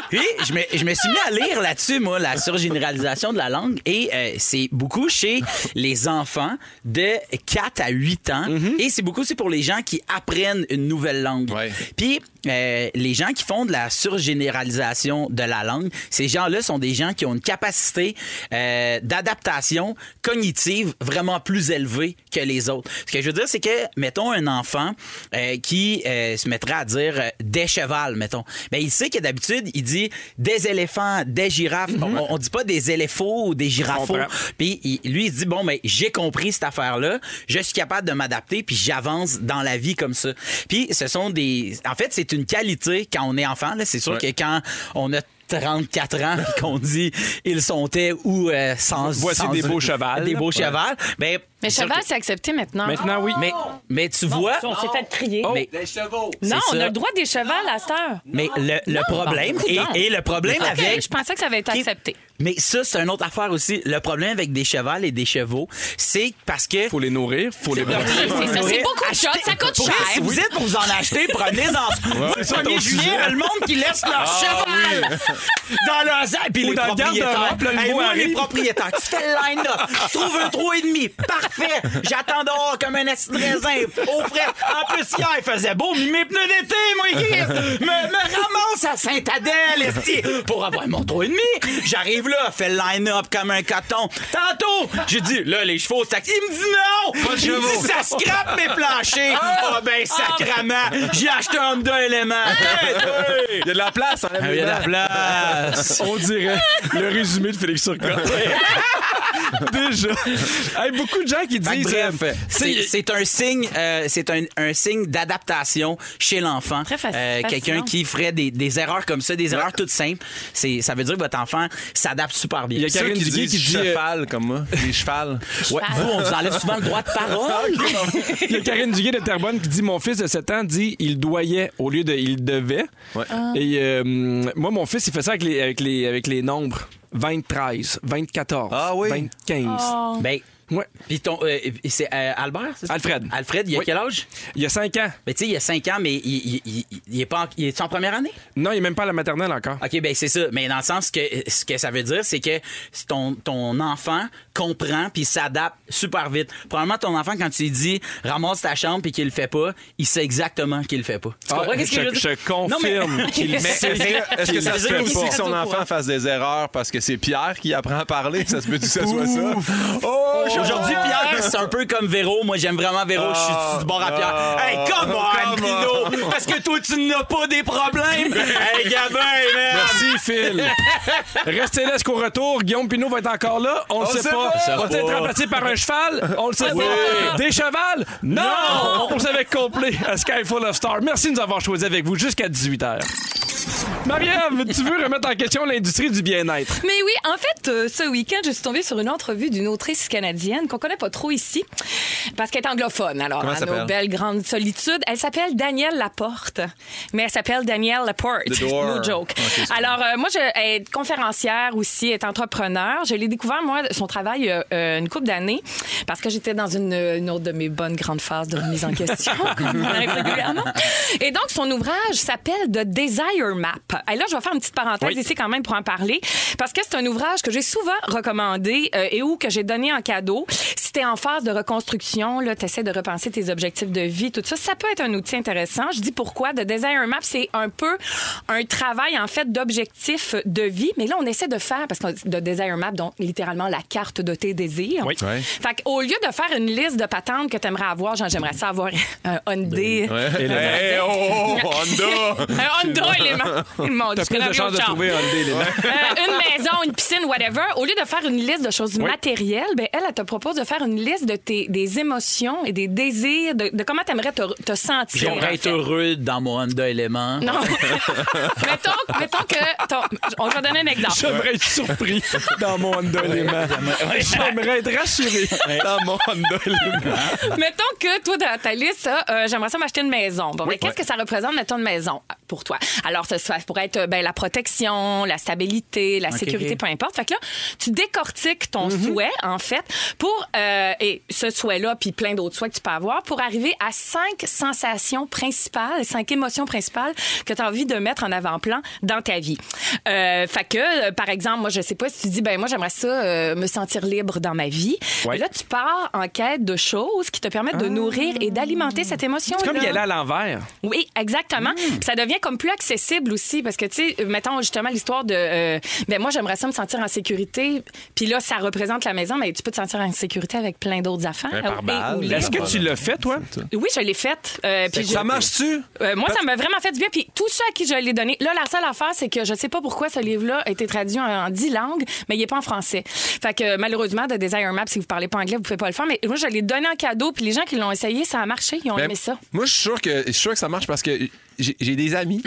Speaker 3: Puis, je me, je me suis mis à lire là-dessus, moi, la surgénéralisation de la langue. Et euh, c'est beaucoup chez les enfants de 4 à 8 ans.
Speaker 2: Mm-hmm.
Speaker 3: Et c'est beaucoup aussi pour les gens qui apprennent une nouvelle langue.
Speaker 6: Ouais.
Speaker 3: Puis, euh, les gens qui font de la surgénéralisation de la langue, ces gens-là sont des gens qui ont une capacité euh, d'adaptation cognitive vraiment plus élevée que les autres. Ce que je veux dire, c'est que, mettons, un enfant euh, qui euh, se mettrait à dire euh, des chevals, mettons, ben, il sait que d'habitude, il dit des éléphants, des girafes. on, on dit pas des éléphants ou des girafes.
Speaker 2: comprends.
Speaker 3: Puis il- lui, il se dit, bon, ben, j'ai compris cette affaire-là, je suis capable de m'adapter, puis j'avance dans la vie comme ça. Puis ce sont des... En fait, c'est une qualité quand on est enfant. là. C'est sûr
Speaker 6: Ouais.
Speaker 3: que quand on a 34 ans puis qu'on dit ils sont tés ou euh, sans
Speaker 2: Voici
Speaker 3: sans-
Speaker 2: des beaux chevals.
Speaker 3: des
Speaker 2: Ouais.
Speaker 3: beaux chevals ben c'est
Speaker 4: Mais
Speaker 3: sûr
Speaker 4: cheval,
Speaker 3: que-
Speaker 4: c'est accepté maintenant. Oh,
Speaker 2: Maintenant, oui. Oh.
Speaker 3: mais mais tu vois
Speaker 4: On s'est fait crier.
Speaker 3: mais,
Speaker 4: non,
Speaker 3: c'est
Speaker 4: on
Speaker 3: ça.
Speaker 4: a le droit des chevals à cette heure.
Speaker 3: mais le, le problème
Speaker 4: ben, coudonc.
Speaker 3: et, et le problème
Speaker 4: Ok,
Speaker 3: avec
Speaker 4: je pensais que ça avait été
Speaker 3: Ok.
Speaker 4: accepté.
Speaker 3: mais ça c'est une autre affaire aussi le problème avec des chevals et des chevaux c'est parce que
Speaker 2: Faut les nourrir, faut les
Speaker 4: Oui,
Speaker 2: brasser.
Speaker 4: c'est ça. C'est
Speaker 3: Faudrait
Speaker 4: beaucoup de
Speaker 3: acheter-
Speaker 4: shots, ça coûte
Speaker 3: Pour
Speaker 4: cher.
Speaker 3: vrai, Si vous êtes pour vous en acheter, prenez-en.
Speaker 6: Ouais,
Speaker 3: C'est
Speaker 6: c'est
Speaker 3: le 1er
Speaker 6: ton
Speaker 3: juillet,
Speaker 6: sujet.
Speaker 3: le monde qui laisse leur
Speaker 2: Ah
Speaker 3: cheval dans leur sac. Puis
Speaker 2: Ou
Speaker 3: les
Speaker 2: dans le
Speaker 3: propriétaires.
Speaker 2: garde-robe, le nouveau
Speaker 3: moi, les
Speaker 2: arrive.
Speaker 3: propriétaires, tu fais le line-up. Je trouve un trou et demi. Parfait. J'attends dehors comme un acide raisin. Au frais. En plus, hier, il faisait beau. mais Mes pneus d'été, moi, Chris. Me, me ramasse à Sainte-Adèle, esti, pour avoir mon trou et demi. J'arrive là, fais le line-up comme un coton. Tantôt, j'ai dit, là, les chevaux, c'est taxi. Il me dit non.
Speaker 6: Pas de
Speaker 3: Il me dit,
Speaker 6: chevaux.
Speaker 3: ça scrape mes planchers! Ah ben sacrament! J'ai acheté un Honda élément!
Speaker 6: (laughs) Il y a de la place, hein,
Speaker 3: Ah! Il y a de la place!
Speaker 2: On
Speaker 3: (laughs)
Speaker 2: dirait le résumé de Félix Turcotte. (laughs) Déjà. Hey, beaucoup de gens qui
Speaker 3: Fait que
Speaker 2: disent. euh,
Speaker 3: bref, c'est c'est un signe, euh, c'est un, un signe d'adaptation chez l'enfant. Euh,
Speaker 4: Très faci-
Speaker 3: Quelqu'un
Speaker 4: fascinant.
Speaker 3: qui ferait des, des erreurs comme ça, des erreurs toutes simples, c'est ça veut dire que votre enfant s'adapte super bien.
Speaker 2: Il y a
Speaker 6: Ceux
Speaker 2: Karine
Speaker 6: qui
Speaker 2: Duguay
Speaker 6: disent
Speaker 2: qui dit, euh,
Speaker 6: cheval, comme moi. Les chevals.
Speaker 3: (laughs) Ouais,
Speaker 4: Ah.
Speaker 3: vous, on vous enlève souvent le droit
Speaker 2: (laughs)
Speaker 3: de parole.
Speaker 2: Il y a Karine Duguay de Terrebonne qui dit Mon fils de 7 ans dit il doyait au lieu de il devait.
Speaker 6: Ouais.
Speaker 3: Ah.
Speaker 2: Et euh, moi, mon fils, il fait ça avec les, avec les, avec les nombres 23, 24,
Speaker 6: Ah oui.
Speaker 2: 25.
Speaker 3: (laughs) ben,
Speaker 2: Ouais.
Speaker 3: puis ton, euh, c'est euh, Albert? c'est ça?
Speaker 2: Alfred.
Speaker 3: Alfred, il a
Speaker 2: Oui.
Speaker 3: quel âge?
Speaker 2: Il y a 5 ans.
Speaker 3: Ben, tu sais, il a 5 ans, mais il, il- il- il- il est pas en, il est en première année?
Speaker 2: Non, il est même pas à la maternelle encore.
Speaker 3: OK, ben c'est ça. Mais dans le sens que ce que ça veut dire, c'est que ton, ton enfant comprend puis s'adapte super vite. Probablement ton enfant, quand tu lui dis ramasse ta chambre puis qu'il le fait pas, il sait exactement qu'il le fait pas. Tu
Speaker 2: Ah,
Speaker 3: comprends qu'est-ce que
Speaker 2: je-
Speaker 3: veux dire?
Speaker 2: je confirme
Speaker 3: Non, (laughs)
Speaker 2: (laughs)
Speaker 3: mais-
Speaker 2: qu'il le
Speaker 3: Mais
Speaker 2: sait.
Speaker 3: est-ce que-
Speaker 6: Est-ce que ça se
Speaker 3: veut
Speaker 6: peut
Speaker 3: dire
Speaker 6: aussi
Speaker 3: qu'il
Speaker 6: que son
Speaker 3: sait tout,
Speaker 6: enfant
Speaker 3: quoi?
Speaker 6: fasse des erreurs parce que c'est Pierre qui apprend à parler? Ça se peut que ça soit ça? Oh, je-
Speaker 3: Aujourd'hui,
Speaker 2: Ah!
Speaker 3: Pierre, c'est un peu comme Véro. Moi, j'aime vraiment Véro. Je suis du bord à Pierre.
Speaker 2: Ah!
Speaker 3: hey, come on,
Speaker 6: come on.
Speaker 3: Pino! Parce que toi, tu n'as pas des problèmes! hey, Gabin, man!
Speaker 2: Merci, Phil. Restez là, est-ce qu'au retour, Guillaume Pinot va être encore là? On ne
Speaker 6: On
Speaker 2: sait
Speaker 6: sait
Speaker 2: pas.
Speaker 6: pas.
Speaker 2: On va être
Speaker 6: pas.
Speaker 2: remplacé par un cheval? On le sait pas. Des chevals? Non! On vous avait complet à Sky Full of Stars. Merci de nous avoir choisis avec vous jusqu'à 18h. Marie-Ève, tu veux remettre en question l'industrie du bien-être?
Speaker 4: Mais oui, en fait, euh, ce week-end, je suis tombée sur une entrevue d'une autrice canadienne qu'on connaît pas trop ici, parce qu'elle est anglophone. Alors,
Speaker 6: Comment
Speaker 4: à
Speaker 6: elle s'appelle?
Speaker 4: nos belles grandes solitudes, elle s'appelle Danielle Laporte, mais elle s'appelle Danielle Laporte.
Speaker 6: The Door.
Speaker 4: (laughs) No joke.
Speaker 6: Ok, c'est
Speaker 4: Alors, euh, moi, je, elle est conférencière aussi, elle est entrepreneur. Je l'ai découvert, moi, son travail euh, euh, une couple d'années, parce que j'étais dans une, une autre de mes bonnes grandes phases de remise
Speaker 6: (laughs)
Speaker 4: en question, comme on arrive régulièrement. Et donc, son ouvrage s'appelle The Desire Map. Et là, je vais faire une petite parenthèse
Speaker 2: Oui.
Speaker 4: ici quand même pour en parler, parce que c'est un ouvrage que j'ai souvent recommandé euh, et ou que j'ai donné en cadeau. Si t'es en phase de reconstruction, là, t'essaies de repenser tes objectifs de vie, tout ça, ça peut être un outil intéressant. Je dis pourquoi. De Desire Map, c'est un peu un travail, en fait, d'objectifs de vie. Mais là, on essaie de faire, parce que de Desire Map, donc littéralement la carte de tes désirs.
Speaker 2: Oui.
Speaker 6: Ouais.
Speaker 4: Fait qu'au lieu de faire une liste de patentes que t'aimerais avoir, genre, j'aimerais ça avoir un Hyundai. (laughs)
Speaker 6: Hey, hey, oh, oh, Honda! (laughs)
Speaker 4: Un Honda, les mains. Mon
Speaker 2: T'as
Speaker 4: Dieu, je
Speaker 2: plus
Speaker 4: connais
Speaker 2: de
Speaker 4: rien
Speaker 2: chances de
Speaker 4: au char.
Speaker 2: trouver un dé, là.
Speaker 4: Euh, une maison, une piscine, whatever, au lieu de faire une liste de choses matérielles, ben elle, elle te propose de faire une liste de tes des émotions et des désirs, de, de comment tu aimerais te, te sentir. en
Speaker 3: J'aimerais être
Speaker 4: fait.
Speaker 3: heureux dans mon Honda élément.
Speaker 4: Non. (laughs) mettons, mettons que. ton- on va donner un exemple.
Speaker 2: J'aimerais être surpris dans mon Honda Léman. J'aimerais être rassuré dans mon Honda Léman.
Speaker 4: Mettons que toi, dans ta liste, ça, euh, j'aimerais ça m'acheter une maison. Bon, ben, qu'est-ce que ça représente, mettons, une maison? pour toi. Alors, ça, ça pourrait être ben, la protection, la stabilité, la sécurité, peu importe. Fait que là, tu décortiques ton
Speaker 2: Mhm.
Speaker 4: souhait, en fait, pour, euh, et ce souhait-là, puis plein d'autres souhaits que tu peux avoir, pour arriver à cinq sensations principales, cinq émotions principales que tu as envie de mettre en avant-plan dans ta vie. Euh, fait que, euh, par exemple, moi, je sais pas si tu dis, ben moi, j'aimerais ça euh, me sentir libre dans ma vie.
Speaker 2: Ouais. Ah.
Speaker 4: Mais là, tu pars en quête de choses qui te permettent de nourrir et d'alimenter cette émotion.
Speaker 2: C'est comme y aller à l'envers.
Speaker 4: Oui,
Speaker 2: Mm.
Speaker 4: exactement. Puis Ça devient comme plus accessible aussi parce que tu sais, euh, mettons justement l'histoire de, euh, ben moi j'aimerais ça me sentir en sécurité. Puis là, ça représente la maison, mais tu peux te sentir en sécurité avec plein d'autres affaires.
Speaker 6: Ben, par
Speaker 4: Et-
Speaker 6: balle.
Speaker 4: ou les-
Speaker 2: Est-ce que tu l'as fait, toi?
Speaker 4: Oui, je l'ai faite. Euh, puis
Speaker 2: Ça
Speaker 4: je-
Speaker 2: marche-tu?
Speaker 4: euh, moi, ça m'a vraiment fait du bien. Puis tout ça à qui je l'ai donné. Là, la seule affaire, c'est que je sais pas pourquoi ce livre-là a été traduit en- en dix langues, mais il est pas en français. Fait que euh, malheureusement, de Desire Map, si vous parlez pas anglais, vous pouvez pas le faire. Mais moi, je l'ai donné en cadeau. Puis les gens qui l'ont essayé, ça a marché. Ils ont
Speaker 6: Ben,
Speaker 4: aimé ça.
Speaker 6: Moi, je suis sûr que je suis sûr que ça marche parce que j'ai j'ai des amis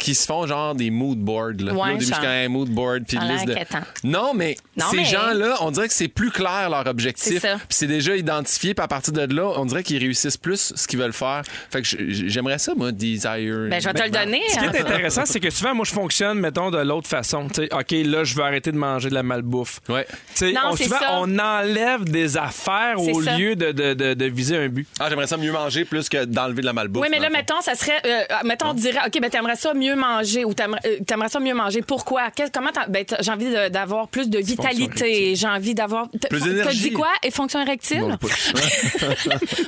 Speaker 6: qui se font genre des mood boards. Là.
Speaker 4: Ouais,
Speaker 6: Moi, au début,
Speaker 4: ça-
Speaker 6: je connais un mood board puis
Speaker 4: ça a
Speaker 6: une
Speaker 4: l'air
Speaker 6: liste de...
Speaker 4: inquiétant.
Speaker 6: Non, mais
Speaker 4: Non,
Speaker 6: ces
Speaker 4: mais-
Speaker 6: gens-là, on dirait que c'est plus clair leur
Speaker 4: C'est
Speaker 6: objectif.
Speaker 4: ça.
Speaker 6: Puis c'est déjà identifié. Puis à partir de là, on dirait qu'ils réussissent plus ce qu'ils veulent faire. Fait que je- j'aimerais ça, moi, desire.
Speaker 4: Ben, je vais te le donner.
Speaker 2: Ce qui est intéressant, c'est que souvent, moi, je fonctionne, mettons, de l'autre façon. Tu sais, OK, là, je veux arrêter de manger de la malbouffe.
Speaker 6: Ouais.
Speaker 2: Tu sais,
Speaker 4: Non,
Speaker 2: on,
Speaker 4: c'est
Speaker 2: souvent,
Speaker 4: ça.
Speaker 2: on enlève des affaires
Speaker 4: C'est
Speaker 2: au
Speaker 4: ça.
Speaker 2: lieu de, de- de- de viser un but.
Speaker 6: Ah, j'aimerais ça mieux manger plus que d'enlever de la malbouffe.
Speaker 4: Oui, mais
Speaker 6: dans
Speaker 4: là,
Speaker 6: le fond.
Speaker 4: mettons, ça serait. euh, mettons, on dirait, OK, ben, t'aimerais ça mieux manger ou t'aimerais euh, t'aimerais ça mieux manger. Pourquoi? Qu'est- comment t'en- ben, t'as- j'ai envie de- d'avoir plus de vitalité. J'ai envie d'avoir. t-
Speaker 6: Plus
Speaker 4: fon- T'as
Speaker 6: d'énergie.
Speaker 4: dit quoi? Et fonction érectile?
Speaker 6: Bon, pas-
Speaker 4: (laughs)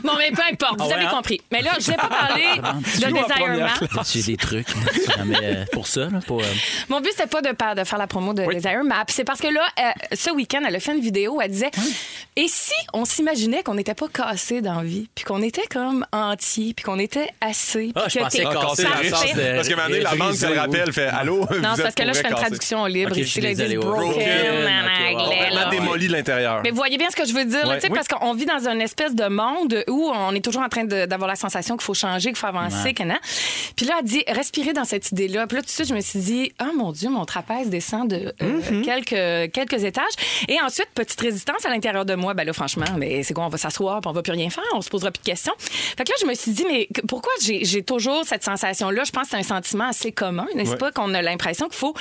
Speaker 4: bon, mais peu importe, vous
Speaker 3: Ah ouais,
Speaker 4: avez
Speaker 3: hein?
Speaker 4: compris. Mais là, je vais pas parler de
Speaker 2: Nous, en première
Speaker 4: Desire Map.
Speaker 3: J'ai des trucs hein, si jamais, euh, pour ça. là, pour, euh,
Speaker 4: Mon but, c'était pas de, pa- de faire la promo de Desire Map. C'est parce que là, euh, ce week-end, elle a fait une vidéo, elle disait Et si on s'imaginait qu'on n'était pas cassé dans la vie, puis qu'on était comme entier, puis qu'on était assez. puis
Speaker 3: Ah, je
Speaker 4: que
Speaker 3: pensais
Speaker 4: t'es-
Speaker 6: Ah, casser
Speaker 3: Parfait.
Speaker 6: la sens. Parce que maintenant, la banque se
Speaker 3: Briser,
Speaker 6: le rappelle, fait Allô, vous
Speaker 4: Non,
Speaker 6: êtes
Speaker 4: c'est parce que là,
Speaker 6: pour
Speaker 4: je fais
Speaker 6: vrai
Speaker 4: une
Speaker 6: cassé.
Speaker 4: traduction libre.
Speaker 3: Ok, je
Speaker 4: ici,
Speaker 3: suis
Speaker 4: là, ils disent
Speaker 3: désolé, ouais.
Speaker 4: broken
Speaker 3: Broken,
Speaker 4: en
Speaker 3: ok, ouais, ouais.
Speaker 4: anglais,
Speaker 3: Complètement
Speaker 4: là.
Speaker 6: Complètement démoli de l'intérieur.
Speaker 4: Mais vous voyez bien ce que je veux dire,
Speaker 6: Ouais.
Speaker 4: là, tu sais,
Speaker 6: Oui.
Speaker 4: parce qu'on vit dans une espèce de monde où on est toujours en train de- d'avoir la sensation qu'il faut changer, qu'il faut avancer, que non. Puis là, elle dit, respirez dans cette idée-là. Puis là, tout de suite, je me suis dit, ah mon Dieu, mon trapèze descend de euh,
Speaker 6: Mm-hmm.
Speaker 4: quelques, quelques étages. Et ensuite, petite résistance à l'intérieur de moi. Ben là, franchement, mais c'est quoi, on va s'asseoir, puis on va plus rien faire, on se posera plus de questions. Fait que là, je me suis dit, mais que- pourquoi j'ai j'ai toujours cette sensation-là? Je pense que c'est un sentiment assez commun, n'est-ce
Speaker 6: Ouais.
Speaker 4: pas, qu'on a l'impression qu'il faut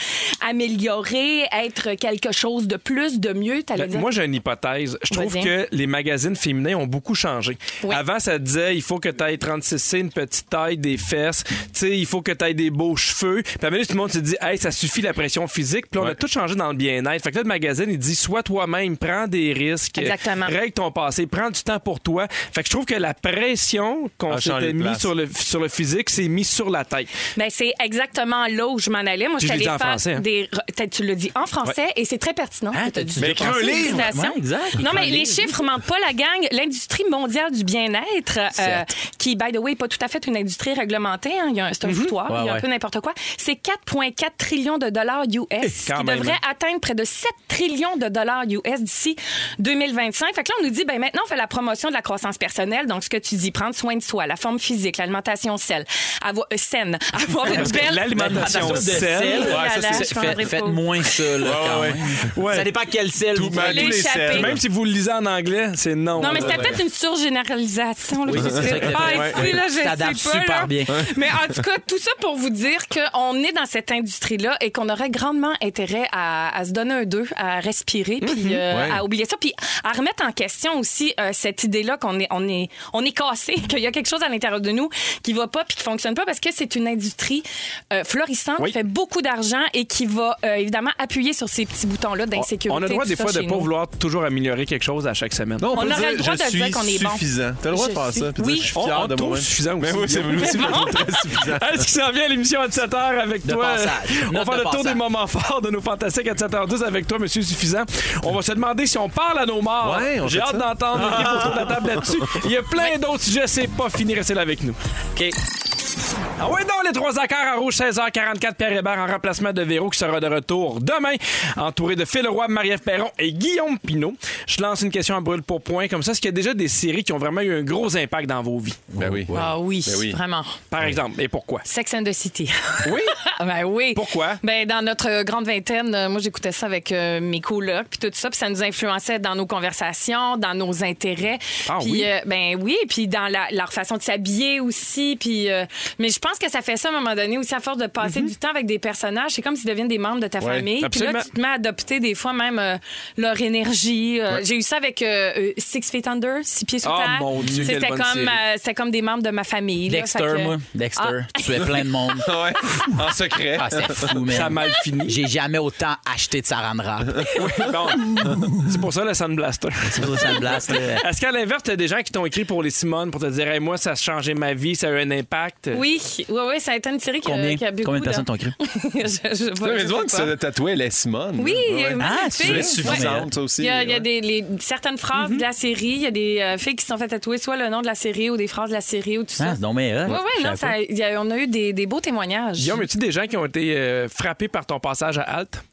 Speaker 4: améliorer, être quelque chose de plus, de mieux. T'allais
Speaker 2: Ben,
Speaker 4: dire-
Speaker 2: Moi, j'ai une hypothèse. Je trouve
Speaker 4: Vas-y.
Speaker 2: que les magazines féminins ont beaucoup changé.
Speaker 4: Oui.
Speaker 2: Avant, ça disait il faut que tu aies 36C, une petite taille, des fesses. Tu sais, il faut que tu aies des beaux cheveux. Puis à un moment donné, tout le monde se dit hey, ça suffit la pression physique. Puis là, on a
Speaker 6: Ouais.
Speaker 2: tout changé dans le bien-être. Fait que là, le magazine, il dit sois toi-même, prends des risques,
Speaker 4: Exactement.
Speaker 2: règle ton passé, prends du temps pour toi. Fait que je trouve que la pression qu'on
Speaker 6: A changé
Speaker 2: s'était
Speaker 6: de
Speaker 2: mise
Speaker 6: place.
Speaker 2: sur le, sur le physique s'est mise sur la tête.
Speaker 4: Ben, c'est exactement là où je m'en allais. Moi,
Speaker 2: Tu
Speaker 4: je
Speaker 2: le
Speaker 4: suis allée
Speaker 2: dis en
Speaker 4: faire
Speaker 2: français, hein?
Speaker 4: des. T'as- Tu le dis en français et c'est très pertinent.
Speaker 3: Ah,
Speaker 4: que t'as
Speaker 3: t'as
Speaker 4: dit
Speaker 3: dit
Speaker 4: ça.
Speaker 3: Mais écris un
Speaker 4: C'est une
Speaker 3: livre!
Speaker 4: citation.
Speaker 3: Ouais, exact.
Speaker 4: Non,
Speaker 3: Écris un
Speaker 4: mais les
Speaker 3: livre.
Speaker 4: chiffres mentent pas la gang. L'industrie mondiale du bien-être, euh,
Speaker 3: Certes.
Speaker 4: qui, by the way, n'est pas tout à fait une industrie réglementée, hein. Il y a un- c'est un foutoir,
Speaker 3: Ouais,
Speaker 4: il y a un
Speaker 3: ouais.
Speaker 4: peu n'importe quoi. C'est 4,4 trillions de dollars US,
Speaker 2: quand
Speaker 4: qui
Speaker 2: même,
Speaker 4: devrait
Speaker 2: hein.
Speaker 4: atteindre près de 7 trillions de dollars US d'ici 2025. Fait que là, on nous dit, ben maintenant, on fait la promotion de la croissance personnelle. Donc, ce que tu dis, prendre soin de soi, la forme physique, l'alimentation saine, avoir, euh, saine, (laughs) avoir une
Speaker 2: Parce que
Speaker 4: belle...
Speaker 2: l'alimentation
Speaker 3: de
Speaker 2: saine.
Speaker 3: sel.
Speaker 4: Oh là
Speaker 3: Ouais, ça,
Speaker 4: là,
Speaker 3: c'est-
Speaker 4: je
Speaker 3: fait-
Speaker 4: comprendrais
Speaker 3: Faites
Speaker 4: pas.
Speaker 3: moins ça, là, quand
Speaker 6: ouais.
Speaker 3: même.
Speaker 2: Ouais.
Speaker 3: Ça dépend quel sel vous
Speaker 6: mal,
Speaker 3: prenez.
Speaker 4: tous les sels.
Speaker 2: Même si vous le lisez en anglais, c'est non.
Speaker 4: Non, mais
Speaker 2: là.
Speaker 4: c'était peut-être une surgénéralisation. Là,
Speaker 3: Oui,
Speaker 4: je
Speaker 3: c'est
Speaker 4: sais
Speaker 3: ça que t'as
Speaker 4: pas.
Speaker 3: fait.
Speaker 4: Ah,
Speaker 3: Ouais.
Speaker 4: ici, là, je
Speaker 3: Tu t'adaptes
Speaker 4: sais pas,
Speaker 3: super
Speaker 4: là.
Speaker 3: bien.
Speaker 4: Mais en tout cas, tout ça pour vous dire qu'on est dans cette industrie-là et qu'on aurait grandement intérêt à, à se donner un deux, à respirer,
Speaker 2: Mm-hmm.
Speaker 4: puis euh,
Speaker 6: Ouais.
Speaker 4: à oublier ça, puis à remettre en question aussi euh, cette idée-là qu'on est, on est, on est cassé, (laughs) qu'il y a quelque chose à l'intérieur de nous qui va pas puis qui fonctionne pas parce que c'est une industrie euh, florissante qui fait beaucoup d'argent et qui va euh, évidemment appuyer sur ces petits boutons-là d'insécurité.
Speaker 2: On a le droit
Speaker 4: tout
Speaker 2: des
Speaker 4: ça
Speaker 2: fois de
Speaker 4: chez
Speaker 2: pas
Speaker 4: nous.
Speaker 2: vouloir toujours améliorer quelque chose à chaque semaine.
Speaker 6: Non,
Speaker 4: On
Speaker 6: peut
Speaker 4: aurait
Speaker 6: dire,
Speaker 4: le droit
Speaker 6: je
Speaker 4: de dire
Speaker 6: suis
Speaker 4: qu'on est bon.
Speaker 6: suffisant. T'as le droit
Speaker 4: Je
Speaker 6: de faire
Speaker 4: suis-
Speaker 6: ça. Puis
Speaker 4: Oui.
Speaker 6: dire, je suis
Speaker 2: On-
Speaker 6: fier
Speaker 2: on
Speaker 6: de
Speaker 2: trouve
Speaker 6: moi.
Speaker 2: suffisant aussi.
Speaker 6: Mais Ben oui, c'est moi aussi,
Speaker 2: (laughs)
Speaker 4: Mais
Speaker 6: je me trouve
Speaker 4: bon.
Speaker 6: très suffisant.
Speaker 2: Est-ce qu'il s'en vient à l'émission à 17h avec
Speaker 3: De
Speaker 2: toi?
Speaker 3: passage.
Speaker 2: On
Speaker 3: Note
Speaker 2: fait
Speaker 3: de
Speaker 2: le tour
Speaker 3: passage.
Speaker 2: des moments forts de nos fantastiques à 17h12 avec toi, Monsieur Suffisant. On va se demander si on parle à nos morts.
Speaker 6: Ouais, on
Speaker 2: J'ai
Speaker 6: fait
Speaker 2: hâte
Speaker 6: ça.
Speaker 2: d'entendre l'équipe autour de la table là-dessus. Il y a plein d'autres sujets, c'est pas fini, restez là avec nous.
Speaker 3: OK.
Speaker 2: Ah oui, non, les trois accords à rouge, 16h44, Pierre Hébert en remplacement de Véro qui sera de retour demain, entouré de Phil Roy, Marie-Ève Perron et Guillaume Pinault. Je lance une question à brûle pour point comme ça. Est-ce qu'il y a déjà des séries qui ont vraiment eu un gros impact dans vos vies?
Speaker 6: (laughs) Ben oui.
Speaker 4: Ah oui,
Speaker 6: Ben oui.
Speaker 4: vraiment.
Speaker 2: Par exemple, et pourquoi?
Speaker 4: Sex and the City. (laughs)
Speaker 2: (laughs) Oui?
Speaker 4: ben oui.
Speaker 2: Pourquoi?
Speaker 4: Ben dans notre euh, grande vingtaine, euh, moi j'écoutais ça avec euh, mes colocs puis tout ça, puis ça nous influençait dans nos conversations, dans nos intérêts.
Speaker 2: Ah
Speaker 4: puis
Speaker 2: oui?
Speaker 4: euh, ben oui, puis dans la- leur façon de s'habiller aussi, puis euh, mais je pense que ça fait ça à un moment donné aussi, à force de passer du temps avec des personnages, c'est comme s'ils deviennent des membres de ta famille. Puis là,
Speaker 2: Mhm. absolument.
Speaker 4: tu te mets à adopter des fois même euh, leur énergie. Euh, J'ai eu ça avec euh, euh, Six Feet Under, Six Pieds sous
Speaker 2: Ah,
Speaker 4: terre.
Speaker 2: mon Dieu,
Speaker 4: C'était
Speaker 2: quelle bonne
Speaker 4: comme,
Speaker 2: série.
Speaker 4: euh, c'était comme des membres de ma famille. là,
Speaker 3: Dexter,
Speaker 4: fait que-
Speaker 3: moi. Dexter, tu tuais plein de monde.
Speaker 4: Ah
Speaker 6: Ouais, en secret.
Speaker 3: (laughs) Ah, c'est fou, man.
Speaker 2: Ça a mal
Speaker 3: (laughs)
Speaker 2: fini.
Speaker 3: J'ai jamais autant acheté de saran wrap.
Speaker 2: Oui, bon. C'est pour ça le Sandblaster.
Speaker 3: C'est pour ça que ça me blaste, là.
Speaker 2: Est-ce qu'à l'inverse, t'as des gens qui t'ont écrit pour les Simones pour te dire, Hey, moi, ça a changé ma vie, ça a eu un impact?
Speaker 4: Oui, oui, oui, ça a été une série qui a,
Speaker 3: Combien,
Speaker 4: qui a beaucoup.
Speaker 3: combien de personnes t'ont cru?
Speaker 4: (laughs) je, je- je-
Speaker 6: Ouais, mais
Speaker 4: je
Speaker 6: dis-moi
Speaker 4: sais
Speaker 6: que
Speaker 4: pas.
Speaker 6: ça tatouait les Simone.
Speaker 4: Oui, il y a
Speaker 6: Ouais.
Speaker 4: une
Speaker 3: Ah,
Speaker 4: petite
Speaker 3: c'est
Speaker 4: fille.
Speaker 3: vrai,
Speaker 6: C'est
Speaker 3: suffisant.
Speaker 4: Ouais.
Speaker 6: suffisante, ça aussi.
Speaker 4: Il y a, il y a
Speaker 6: ouais.
Speaker 4: des, les- certaines phrases
Speaker 3: Mhm.
Speaker 4: de la série. Il y a des euh, filles qui se sont fait tatouer soit le nom de la série ou des phrases de la série ou tout ça.
Speaker 3: Ah, c'est donc bien hot.
Speaker 4: Oui,
Speaker 3: Je
Speaker 4: oui, non,
Speaker 3: savais pas.
Speaker 4: ça- il y a- on a eu des, des beaux témoignages.
Speaker 2: Guillaume, as-tu des gens qui ont été euh, frappés par ton passage à Halte?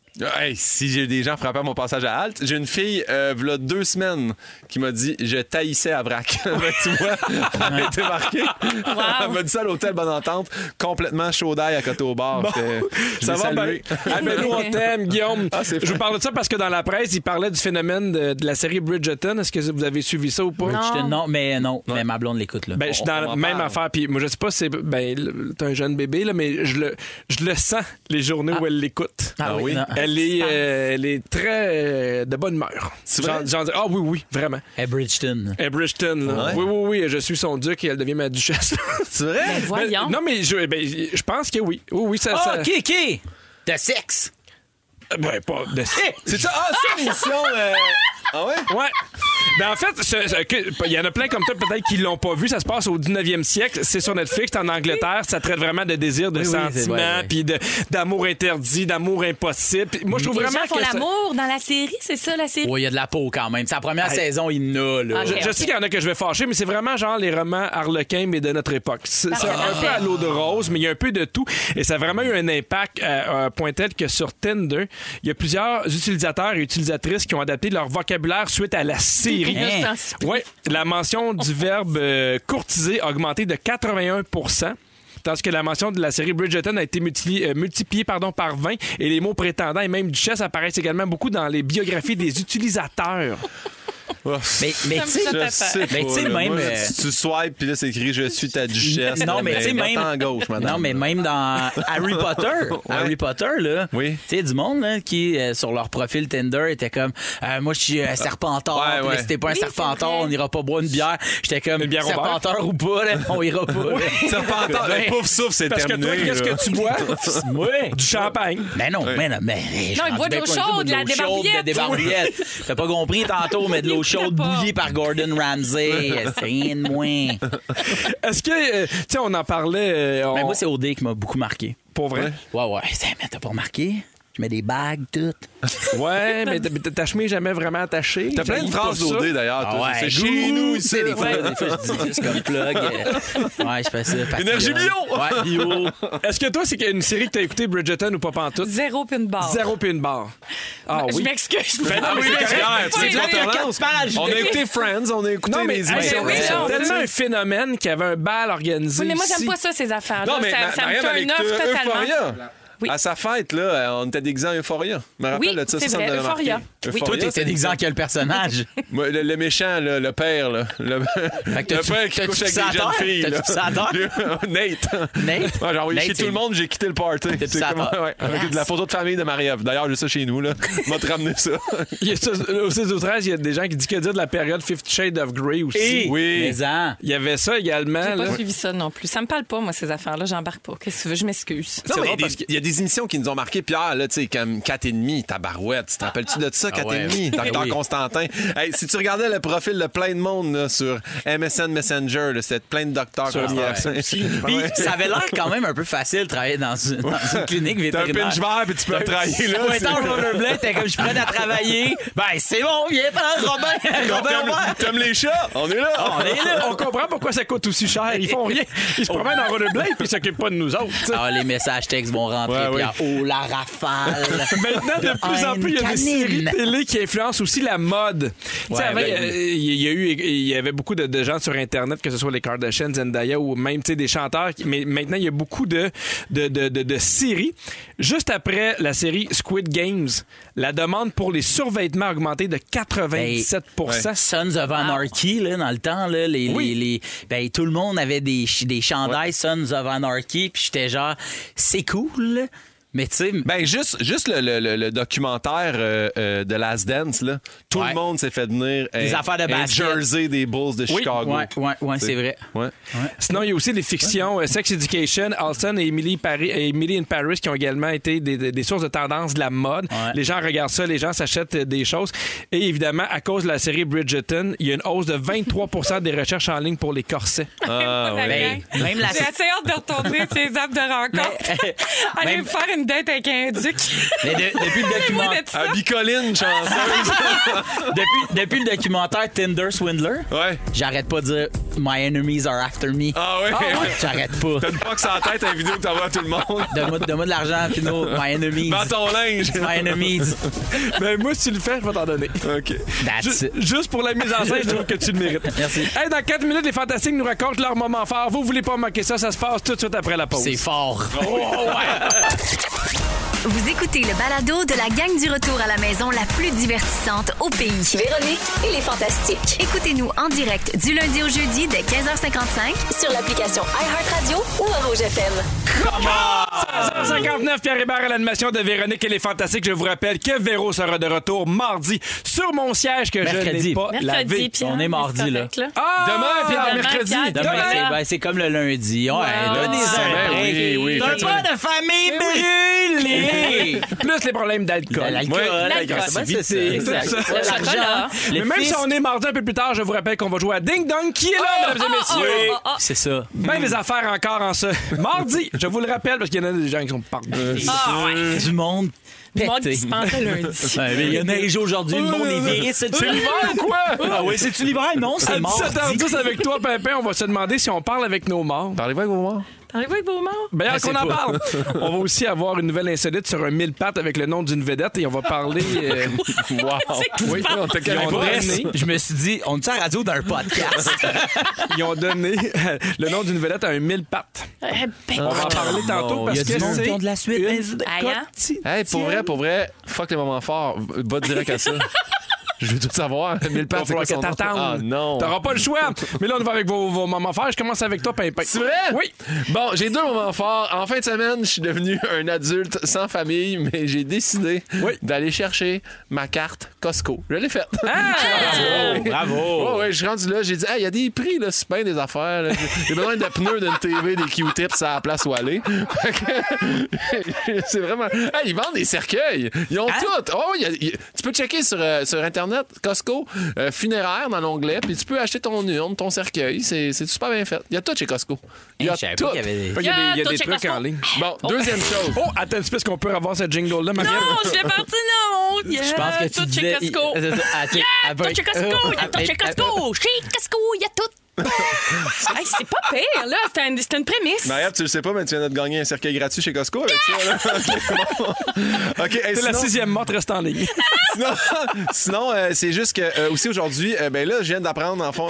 Speaker 6: Hey, si j'ai eu des gens frappés à mon passage à halte, j'ai une fille, euh, v'là deux semaines, qui m'a dit Je taillissais à vrac. (laughs) Ben, tu vois, elle a été marquée. Elle m'a dit ça à l'hôtel Bonne Entente, complètement chaud d'ail à côté au bar. Fait-
Speaker 2: Je
Speaker 6: Ça
Speaker 2: l'ai
Speaker 6: va
Speaker 2: salué.
Speaker 6: bien.
Speaker 2: Ah, mais nous, on t'aime, Guillaume.
Speaker 6: Ah, c'est
Speaker 2: je vous parle de ça parce que dans la presse, il parlait du phénomène de, de la série Bridgerton. Est-ce que vous avez suivi ça ou pas?
Speaker 3: Je te- non, mais non, mais ma blonde l'écoute. là. Oh,
Speaker 2: Ben, je suis
Speaker 6: On-
Speaker 2: dans
Speaker 6: on
Speaker 2: la
Speaker 6: en
Speaker 2: même
Speaker 6: parle.
Speaker 2: affaire. Puis moi, je sais pas si c'est. Ben, le- t'es un jeune bébé, là, mais je le, je le sens les journées où elle l'écoute.
Speaker 3: Ah oui, non.
Speaker 2: Elle est, euh, elle est très euh, de bonne humeur.
Speaker 6: vrai?
Speaker 2: J'en j'en dis, ah oui, oui, vraiment.
Speaker 3: À Bridgeton.
Speaker 2: Et Bridgeton, là.
Speaker 6: Ah Ouais.
Speaker 2: Oui, oui, oui, je suis son duc et elle devient ma duchesse.
Speaker 6: C'est vrai?
Speaker 4: Voyons.
Speaker 2: non, mais je, ben, je pense que oui. Oui, oui, ça.
Speaker 3: Ah,
Speaker 2: ça-
Speaker 3: qui, qui? De sexe.
Speaker 2: Ben, pas de-
Speaker 6: C'est ça? Ah, c'est une émission. euh, Ah ouais?
Speaker 2: Ouais. Ben en fait, ce- ce- que- il y en a plein comme toi peut-être qui l'ont pas vu. Ça se passe au 19e siècle. C'est sur Netflix, c'est en Angleterre. Ça traite vraiment de désir, de
Speaker 3: Oui, oui, c'est- ouais,
Speaker 2: sentiments,
Speaker 3: ouais.
Speaker 2: puis de- d'amour interdit, d'amour impossible. Puis moi, je trouve
Speaker 4: les
Speaker 2: vraiment
Speaker 4: gens font
Speaker 2: que ça-
Speaker 4: l'amour dans la série, c'est ça la série?
Speaker 3: Oui, Oh, il y a de la peau quand même. Sa première saison, il n'a, là.
Speaker 2: Je,
Speaker 4: Ok,
Speaker 2: je
Speaker 4: ok.
Speaker 2: sais qu'il y en a que je vais fâcher, mais c'est vraiment genre les romans harlequins, mais de notre époque. C'est c'est un peu à l'eau de rose, mais il y a un peu de tout. Et ça a vraiment eu un impact à un point tel que sur Tinder, il y a plusieurs utilisateurs et utilisatrices qui ont adapté leur vocabulaire suite à la série.
Speaker 4: Là, je
Speaker 3: Hein?
Speaker 4: pense-
Speaker 2: Oui, la mention du verbe euh, courtiser a augmenté de 81 Tandis que la mention de la série Bridgerton a été multipli- euh, multipliée pardon, par 20 et les mots prétendant et même duchesse apparaissent également beaucoup dans les biographies des (laughs) utilisateurs.
Speaker 6: Ouf.
Speaker 3: Mais, mais tu sais,
Speaker 4: Ça me
Speaker 6: Je sais
Speaker 3: Mais
Speaker 6: pas,
Speaker 3: tu sais,
Speaker 6: là.
Speaker 3: même,
Speaker 6: Moi,
Speaker 3: euh,
Speaker 6: tu- Tu swipes, puis là, c'est écrit Je suis ta duchesse.
Speaker 3: Non, mais tu sais, même-
Speaker 6: en gauche, maintenant.
Speaker 3: Non, mais même
Speaker 6: (laughs)
Speaker 3: dans Harry Potter, Harry Potter, là,
Speaker 6: Oui.
Speaker 3: tu sais, du monde là, qui, euh, sur leur profil Tinder, était comme euh, Moi, je suis un serpentor.
Speaker 6: Ah. Ouais,
Speaker 3: puis là,
Speaker 6: ouais.
Speaker 3: Si t'es pas un
Speaker 4: Oui,
Speaker 3: serpentor,
Speaker 4: c'est vrai.
Speaker 3: on ira pas boire une bière. J'étais comme
Speaker 2: Une bière au
Speaker 3: Serpentor ou pas, là, on ira pas. là. Ben,
Speaker 6: Serpentor, le pouf souffle, c'est
Speaker 2: Parce que
Speaker 6: terminé.
Speaker 2: toi, qu'est-ce
Speaker 6: là.
Speaker 2: que tu bois? (laughs)
Speaker 3: Ouais.
Speaker 2: du champagne.
Speaker 3: Ben non, mais non, mais.
Speaker 4: Non, il boit de l'eau chaude, de la débarbouillette.
Speaker 3: Des T'as pas compris tantôt, mais de l'eau
Speaker 4: Il
Speaker 3: chaude
Speaker 4: voulait pas.
Speaker 3: bouillie par Gordon Ramsay. euh, C'est rien de
Speaker 6: (laughs)
Speaker 3: moins.
Speaker 2: Est-ce que, euh, tu sais, on en parlait.
Speaker 4: Ben,
Speaker 2: euh, on-
Speaker 3: Mais Ben, moi, c'est OD qui m'a beaucoup marqué.
Speaker 2: pour vrai.
Speaker 3: Ouais, ouais. C'est- Mais t'as pas remarqué? Je mets des bagues toutes.
Speaker 2: Ouais, mais t- mais ta chemise est jamais vraiment attachée.
Speaker 6: T'as plein de
Speaker 2: J'haïs
Speaker 6: phrases
Speaker 2: pas ça.
Speaker 6: d'OD d'ailleurs. Ah, toi.
Speaker 3: Ah ouais,
Speaker 6: c'est
Speaker 3: goût,
Speaker 6: chez nous, ici.
Speaker 3: tu sais, Des fois, des fois, je dis juste comme plug. euh, Ouais, je fais ça. papillon.
Speaker 6: Énergie bio!
Speaker 3: Ouais,
Speaker 6: (laughs)
Speaker 3: bio.
Speaker 2: Est-ce que toi, c'est une série que t'as écoutée, Bridgerton ou pas pantoute?
Speaker 4: Zéro pin bar.
Speaker 2: Zéro puis une barre. Ah
Speaker 4: Ben, Je
Speaker 2: oui.
Speaker 4: m'excuse.
Speaker 6: Ah
Speaker 4: (laughs)
Speaker 6: oui, c'est clair, tu
Speaker 4: Oui,
Speaker 6: sais,
Speaker 4: oui,
Speaker 6: on te
Speaker 3: Quinze pages.
Speaker 6: lance. On a écouté Friends, on a écouté
Speaker 2: Non, mais
Speaker 6: les
Speaker 2: hey,
Speaker 6: émissions.
Speaker 4: oui,
Speaker 6: de-
Speaker 2: c'est
Speaker 4: non,
Speaker 2: tellement un phénomène qu'il y avait un bal organisé.
Speaker 4: Oui, mais moi, j'aime
Speaker 2: ici.
Speaker 4: pas ça, ces affaires-là.
Speaker 6: Non, mais
Speaker 4: ça,
Speaker 6: Ma-
Speaker 4: ça me
Speaker 6: Marianne,
Speaker 4: turn
Speaker 6: avec,
Speaker 4: off
Speaker 6: euh,
Speaker 4: totalement.
Speaker 6: Euphoria.
Speaker 4: Oui.
Speaker 6: À sa fête, là, euh, on était déguisés en Euphoria. Je me rappelle
Speaker 4: Oui,
Speaker 6: de ça,
Speaker 4: c'est
Speaker 6: ça, ça
Speaker 4: vrai,
Speaker 6: me l'avait
Speaker 4: Euphoria.
Speaker 6: marqué.
Speaker 4: Oui.
Speaker 3: Toi,
Speaker 6: Euphoria,
Speaker 3: t'étais
Speaker 6: c'est-
Speaker 3: d'exemple quel personnage?
Speaker 6: Moi, le, le méchant, là, le père, là, le,
Speaker 3: que
Speaker 6: le
Speaker 3: t'as-tu-
Speaker 6: père qui
Speaker 3: t'as-tu
Speaker 6: couche avec
Speaker 3: pissé à
Speaker 6: des
Speaker 3: terre?
Speaker 6: jeunes filles.
Speaker 3: T'as-tu
Speaker 6: là. oh,
Speaker 3: pissé à
Speaker 6: (laughs) Nate.
Speaker 3: Nate?
Speaker 6: (laughs) Ouais, j'ai envoyé
Speaker 3: Nate,
Speaker 6: chez tout
Speaker 3: c'est-
Speaker 6: le monde, j'ai quitté le party.
Speaker 3: pissé à terre.
Speaker 6: ouais, avec de la photo de famille de Marie-Ève. D'ailleurs, j'ai ça chez nous. là. (laughs) M'a te ramener ça.
Speaker 2: Il y a ça- Au 6 ou 13, il y a des gens qui disent que dire de la période Fifty Shades of Grey aussi.
Speaker 6: Oui.
Speaker 3: Mais hein. en.
Speaker 2: Il y avait ça également.
Speaker 4: J'ai
Speaker 2: là.
Speaker 4: pas suivi ça non plus. Ça me parle pas, moi, ces affaires-là. J'embarque pas. Qu'est-ce que tu veux? Je m'excuse.
Speaker 6: Non, (laughs)
Speaker 2: C'est
Speaker 6: mais
Speaker 2: drôle
Speaker 6: il y a
Speaker 2: parce
Speaker 6: des- il y, a des émissions qui nous ont marqué. Pierre, là, tu sais, comme 4,5, tabarouette. Tu te rappelles-tu de ça, 4,5?
Speaker 3: ouais.
Speaker 6: Docteur
Speaker 3: Oui.
Speaker 6: Constantin. Hey, si tu regardais le profil de plein de monde là, sur MSN Messenger, là, c'était plein de docteurs Constantin. (laughs)
Speaker 3: Puis, Ah, ça avait l'air quand même un peu facile de travailler dans une, dans une clinique
Speaker 6: T'as un
Speaker 3: vétérinaire.
Speaker 6: pinch vert, puis tu peux travailler là.
Speaker 3: Ouais,
Speaker 6: c'est-
Speaker 3: t'as un Robert Blanc, t'es comme je suis prêt à travailler. Ben, c'est bon, viens prendre
Speaker 6: (laughs)
Speaker 3: Robin. Robin,
Speaker 6: T'aimes-
Speaker 3: Robert.
Speaker 6: T'aimes les chats? Ah, On est là!
Speaker 3: On est là.
Speaker 2: On comprend pourquoi
Speaker 6: Oh.
Speaker 2: ça coûte aussi cher. Ils font rien. Ils se promènent en rollerblade puis ils s'occupent pas de nous autres.
Speaker 3: Ah, les messages textes vont rentrer
Speaker 6: Ouais,
Speaker 3: puis, oh, la rafale.
Speaker 6: (laughs)
Speaker 2: Maintenant, de plus en
Speaker 3: haine
Speaker 2: plus, il y a des séries
Speaker 3: canine.
Speaker 2: télé qui influencent aussi la mode. Tu sais,
Speaker 3: Ouais,
Speaker 2: avant, il y a-
Speaker 3: ben
Speaker 2: il y, a eu, il y avait beaucoup de, de gens sur Internet, que ce soit les Kardashians, Zendaya ou même tu sais, des chanteurs. qui- Mais maintenant, il y a beaucoup de, de, de, de- de séries. Juste après la série Squid Games, la demande pour les survêtements a augmenté de 97
Speaker 3: Ben, Sons of Anarchy, là, dans le temps, là, les,
Speaker 2: Oui.
Speaker 3: les- les- ben, tout le monde avait des, ch- des chandails Sons of Anarchy, puis j'étais genre, c'est cool, mais tu sais,
Speaker 6: Ben, juste, juste le, le- le- le documentaire euh, euh, de Last Dance, là. Tout
Speaker 3: Ouais.
Speaker 6: le monde s'est fait venir
Speaker 3: Des affaires de basket.
Speaker 6: jersey des Bulls de Chicago.
Speaker 3: ouais, ouais, ouais, c'est vrai.
Speaker 6: Ouais.
Speaker 2: Sinon, il y a aussi des fictions euh, Sex Education, Alston et Emily, Paris, et Emily in Paris qui ont également été des, des- des sources de tendance de la mode.
Speaker 3: Ouais.
Speaker 2: Les gens regardent ça, les gens s'achètent euh, des choses. Et évidemment, à cause de la série Bridgerton, il y a une hausse de 23 des recherches en ligne pour les corsets.
Speaker 4: Pas la
Speaker 3: Ben,
Speaker 4: gang.
Speaker 3: même la euh,
Speaker 4: J'ai assez hâte de
Speaker 3: (laughs)
Speaker 4: retourner ces apps de rencontre. (laughs) Aller
Speaker 3: même-
Speaker 4: me faire une date avec un
Speaker 3: (laughs)
Speaker 4: duc.
Speaker 3: mais de- depuis, le document-
Speaker 4: Parlez-moi de ça.
Speaker 6: Un bicoline,
Speaker 3: (laughs)
Speaker 6: Ah, chanceuse.
Speaker 3: depuis, depuis le documentaire Tinder Swindler,
Speaker 6: ouais.
Speaker 3: j'arrête pas de dire My enemies are after me.
Speaker 6: Ah ouais.
Speaker 3: J'arrête
Speaker 2: (laughs)
Speaker 3: pas.
Speaker 6: T'as une box en tête, un vidéo que t'envoies à tout le monde.
Speaker 3: Donne-moi donne-moi de l'argent, Pino. My enemies.
Speaker 6: Dans ton linge.
Speaker 2: (laughs)
Speaker 3: My enemies.
Speaker 2: ben, moi, si tu le fais, je vais t'en donner.
Speaker 6: OK.
Speaker 3: That's
Speaker 2: Ju-
Speaker 3: it.
Speaker 2: Juste pour la mise en scène, je trouve que tu le mérites.
Speaker 3: Merci.
Speaker 2: Hey, dans 4 minutes, les Fantastiques nous racontent leur moment fort. Vous voulez pas manquer ça, ça se passe tout de suite après la pause.
Speaker 3: C'est fort.
Speaker 1: Vous écoutez le balado de la gang du retour à la maison la plus divertissante au pays.
Speaker 8: Véronique et les Fantastiques.
Speaker 1: Écoutez-nous en direct du lundi au jeudi dès 15h55
Speaker 8: Sur l'application iHeartRadio ou à Rouge FM.
Speaker 2: 159 Pierre Hébert à l'animation de Véronique et les Fantastiques. Je vous rappelle que Véro sera de retour mardi sur mon siège que je
Speaker 3: Mercredi.
Speaker 2: n'ai pas lavé.
Speaker 4: Pierre,
Speaker 3: On est mardi,
Speaker 4: c'est
Speaker 3: là.
Speaker 4: correct,
Speaker 2: Ah!
Speaker 6: Demain, Pierre,
Speaker 4: Demain,
Speaker 6: mercredi.
Speaker 4: Pierre.
Speaker 3: Demain,
Speaker 2: Demain.
Speaker 3: c'est ben, c'est comme le lundi. Ouais, donnez
Speaker 6: Ben oui, oui,
Speaker 3: un
Speaker 6: effectivement.
Speaker 3: pas de famille brûlée.
Speaker 2: (laughs) Plus les problèmes d'alcool.
Speaker 3: L'alcool,
Speaker 6: Ouais,
Speaker 3: l'alcool,
Speaker 4: l'alcool.
Speaker 3: c'est bien,
Speaker 2: C'est
Speaker 3: c'est ça.
Speaker 2: tout
Speaker 3: Exact.
Speaker 2: ça.
Speaker 3: L'argent,
Speaker 4: chocolat.
Speaker 3: le
Speaker 2: Mais même
Speaker 3: fils,
Speaker 2: si on est mardi un peu plus tard, je vous rappelle qu'on va jouer à Ding Dong qui est là, mesdames et messieurs.
Speaker 4: oh, oh.
Speaker 3: C'est ça.
Speaker 2: Ben des affaires encore en ce mardi. Je vous le rappelle parce qu'il y en a des gens qui sont partis.
Speaker 3: Euh.
Speaker 4: Ah, ouais.
Speaker 3: Du monde
Speaker 4: Du monde
Speaker 3: pété.
Speaker 4: qui se
Speaker 3: (laughs)
Speaker 4: pensait lundi.
Speaker 3: Ouais, mais Il y a neigé aujourd'hui, le monde est viré. C'est
Speaker 2: l'hiver ou quoi?
Speaker 3: Ah oui, c'est-tu l'hiver? Non,
Speaker 2: Mm. À
Speaker 3: (laughs) c'est mort.
Speaker 2: 17h10 avec toi, Pimpin, on va se demander si on parle avec nos morts.
Speaker 6: Parlez-vous avec moi.
Speaker 4: T'arrives avec Beaumont? Eh,
Speaker 2: Ben, alors
Speaker 3: Ben,
Speaker 2: qu'on
Speaker 3: c'est
Speaker 2: en
Speaker 3: pas- (laughs)
Speaker 2: parle, on va aussi avoir une nouvelle insolite sur un mille pattes avec le nom d'une vedette et on va
Speaker 3: (laughs)
Speaker 2: parler. euh,
Speaker 6: Wow. Oui, on t'a
Speaker 2: ils,
Speaker 6: calmé
Speaker 2: ont
Speaker 6: pas.
Speaker 2: donné,
Speaker 3: Je me suis dit, on est à la radio d'un podcast?
Speaker 2: ils ont donné (laughs) le nom d'une vedette à un mille pattes.
Speaker 4: ben,
Speaker 3: Ah,
Speaker 2: On va en parler tantôt parce
Speaker 3: Oh, Il y a
Speaker 2: que
Speaker 3: du monde qui ont de
Speaker 2: c'est.
Speaker 3: la suite.
Speaker 4: Aïe, hein?
Speaker 6: Hey, pour vrai, pour vrai, fuck les moments forts. Va direct (laughs) à ça. Je veux tout savoir. Mille
Speaker 2: Il va
Speaker 6: pattes, c'est
Speaker 2: falloir
Speaker 6: quoi
Speaker 2: que
Speaker 6: son nom?
Speaker 2: t'attendes.
Speaker 6: Ah non.
Speaker 2: T'auras pas le choix. Mais là, on va avec vos, vos moments forts. Je commence avec toi, Pimpin.
Speaker 6: C'est vrai?
Speaker 2: Oui.
Speaker 6: Bon, j'ai deux moments forts. En fin de semaine, je suis devenu un adulte sans famille, mais j'ai décidé
Speaker 2: Oui. Ah!
Speaker 6: d'aller chercher ma carte Costco. Je l'ai faite.
Speaker 4: Ah,
Speaker 3: Bravo, bravo.
Speaker 6: Oh, Ouais, ouais, je suis rendu là, j'ai dit, Hey, il y a des prix, là, c'est bien des affaires. là. J'ai besoin de pneus, d'une TV, des Q-tips à la place où aller. Fait que- (laughs) c'est vraiment. Hey, ils vendent des cercueils. Ils ont
Speaker 3: Hein?
Speaker 6: tout. Oh, il y a- il- Tu peux checker sur, euh, sur Internet, Costco, euh, funéraire dans l'onglet, puis tu peux acheter ton urne, ton cercueil. C'est c'est super bien fait. Il y a tout chez Costco. Il y
Speaker 3: Hey,
Speaker 6: a
Speaker 3: je savais
Speaker 6: tout.
Speaker 3: pas qu'il y avait des-
Speaker 2: Il y a des, il y a
Speaker 4: Ah,
Speaker 2: des
Speaker 4: toi,
Speaker 2: trucs
Speaker 4: check
Speaker 2: en ligne.
Speaker 6: Bon,
Speaker 4: (laughs)
Speaker 6: deuxième chose.
Speaker 2: Oh, attends un petit peu, est-ce qu'on peut avoir cette jingle-là, Marie?
Speaker 4: Non,
Speaker 3: (laughs)
Speaker 4: je l'ai parti, non! Yeah,
Speaker 3: ah, Je pense que tu
Speaker 4: tout
Speaker 3: disais...
Speaker 4: chez Euh, Costco.
Speaker 3: il- (laughs) Ah, tu- ah, ben-
Speaker 4: Tout chez Costco, il y a tout chez Costco. Chez Costco, il y a tout. euh, (laughs) Hey, c'est pas pire, là. C'était un- c'était une prémisse.
Speaker 6: Maria, tu le sais pas, mais tu viens de te gagner un cercueil gratuit chez Costco avec ça. (laughs) là. OK, bon. OK, hey,
Speaker 2: C'est la
Speaker 6: sinon-
Speaker 2: sixième morte reste en ligne.
Speaker 6: Sinon, (laughs) sinon, euh, c'est juste que euh, aussi aujourd'hui, euh, ben là, je viens d'apprendre en fond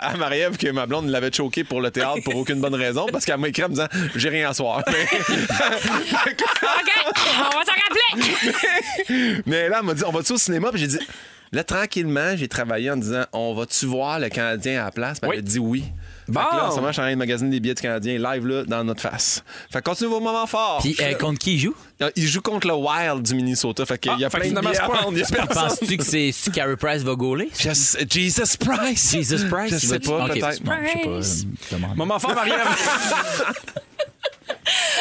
Speaker 6: à Marie-Ève que ma blonde l'avait choquée pour le théâtre pour aucune bonne raison parce qu'elle m'a écrit en me disant j'ai rien à soir.
Speaker 2: (laughs)
Speaker 6: (laughs)
Speaker 4: OK, on va s'en rappeler.
Speaker 6: Mais là, elle m'a dit on va-tu au cinéma? Puis j'ai dit là, tranquillement, j'ai travaillé en disant on va-tu voir le Canadien à la place? Puis
Speaker 2: Oui.
Speaker 6: elle a dit oui. Fait que là, en ce moment, je suis en train de magasiner des billets du Canadien live là, dans notre face. Fait que continue vos moments forts. Ah,
Speaker 3: Puis euh, contre qui il joue?
Speaker 6: Il joue contre le Wild du Minnesota. Fait qu'il y
Speaker 2: Ah,
Speaker 6: a
Speaker 2: fait que
Speaker 6: plein de
Speaker 2: finalement,
Speaker 6: billets
Speaker 2: c'est
Speaker 6: à
Speaker 2: pas-
Speaker 6: vendre. Il y a personne.
Speaker 3: Penses-tu que c'est si Carey Price va gauler?
Speaker 6: Jesus, Jesus Price!
Speaker 3: Jesus Price?
Speaker 6: Je sais pas, peut-être.
Speaker 4: Price.
Speaker 2: Moment fort, Marie-Ève.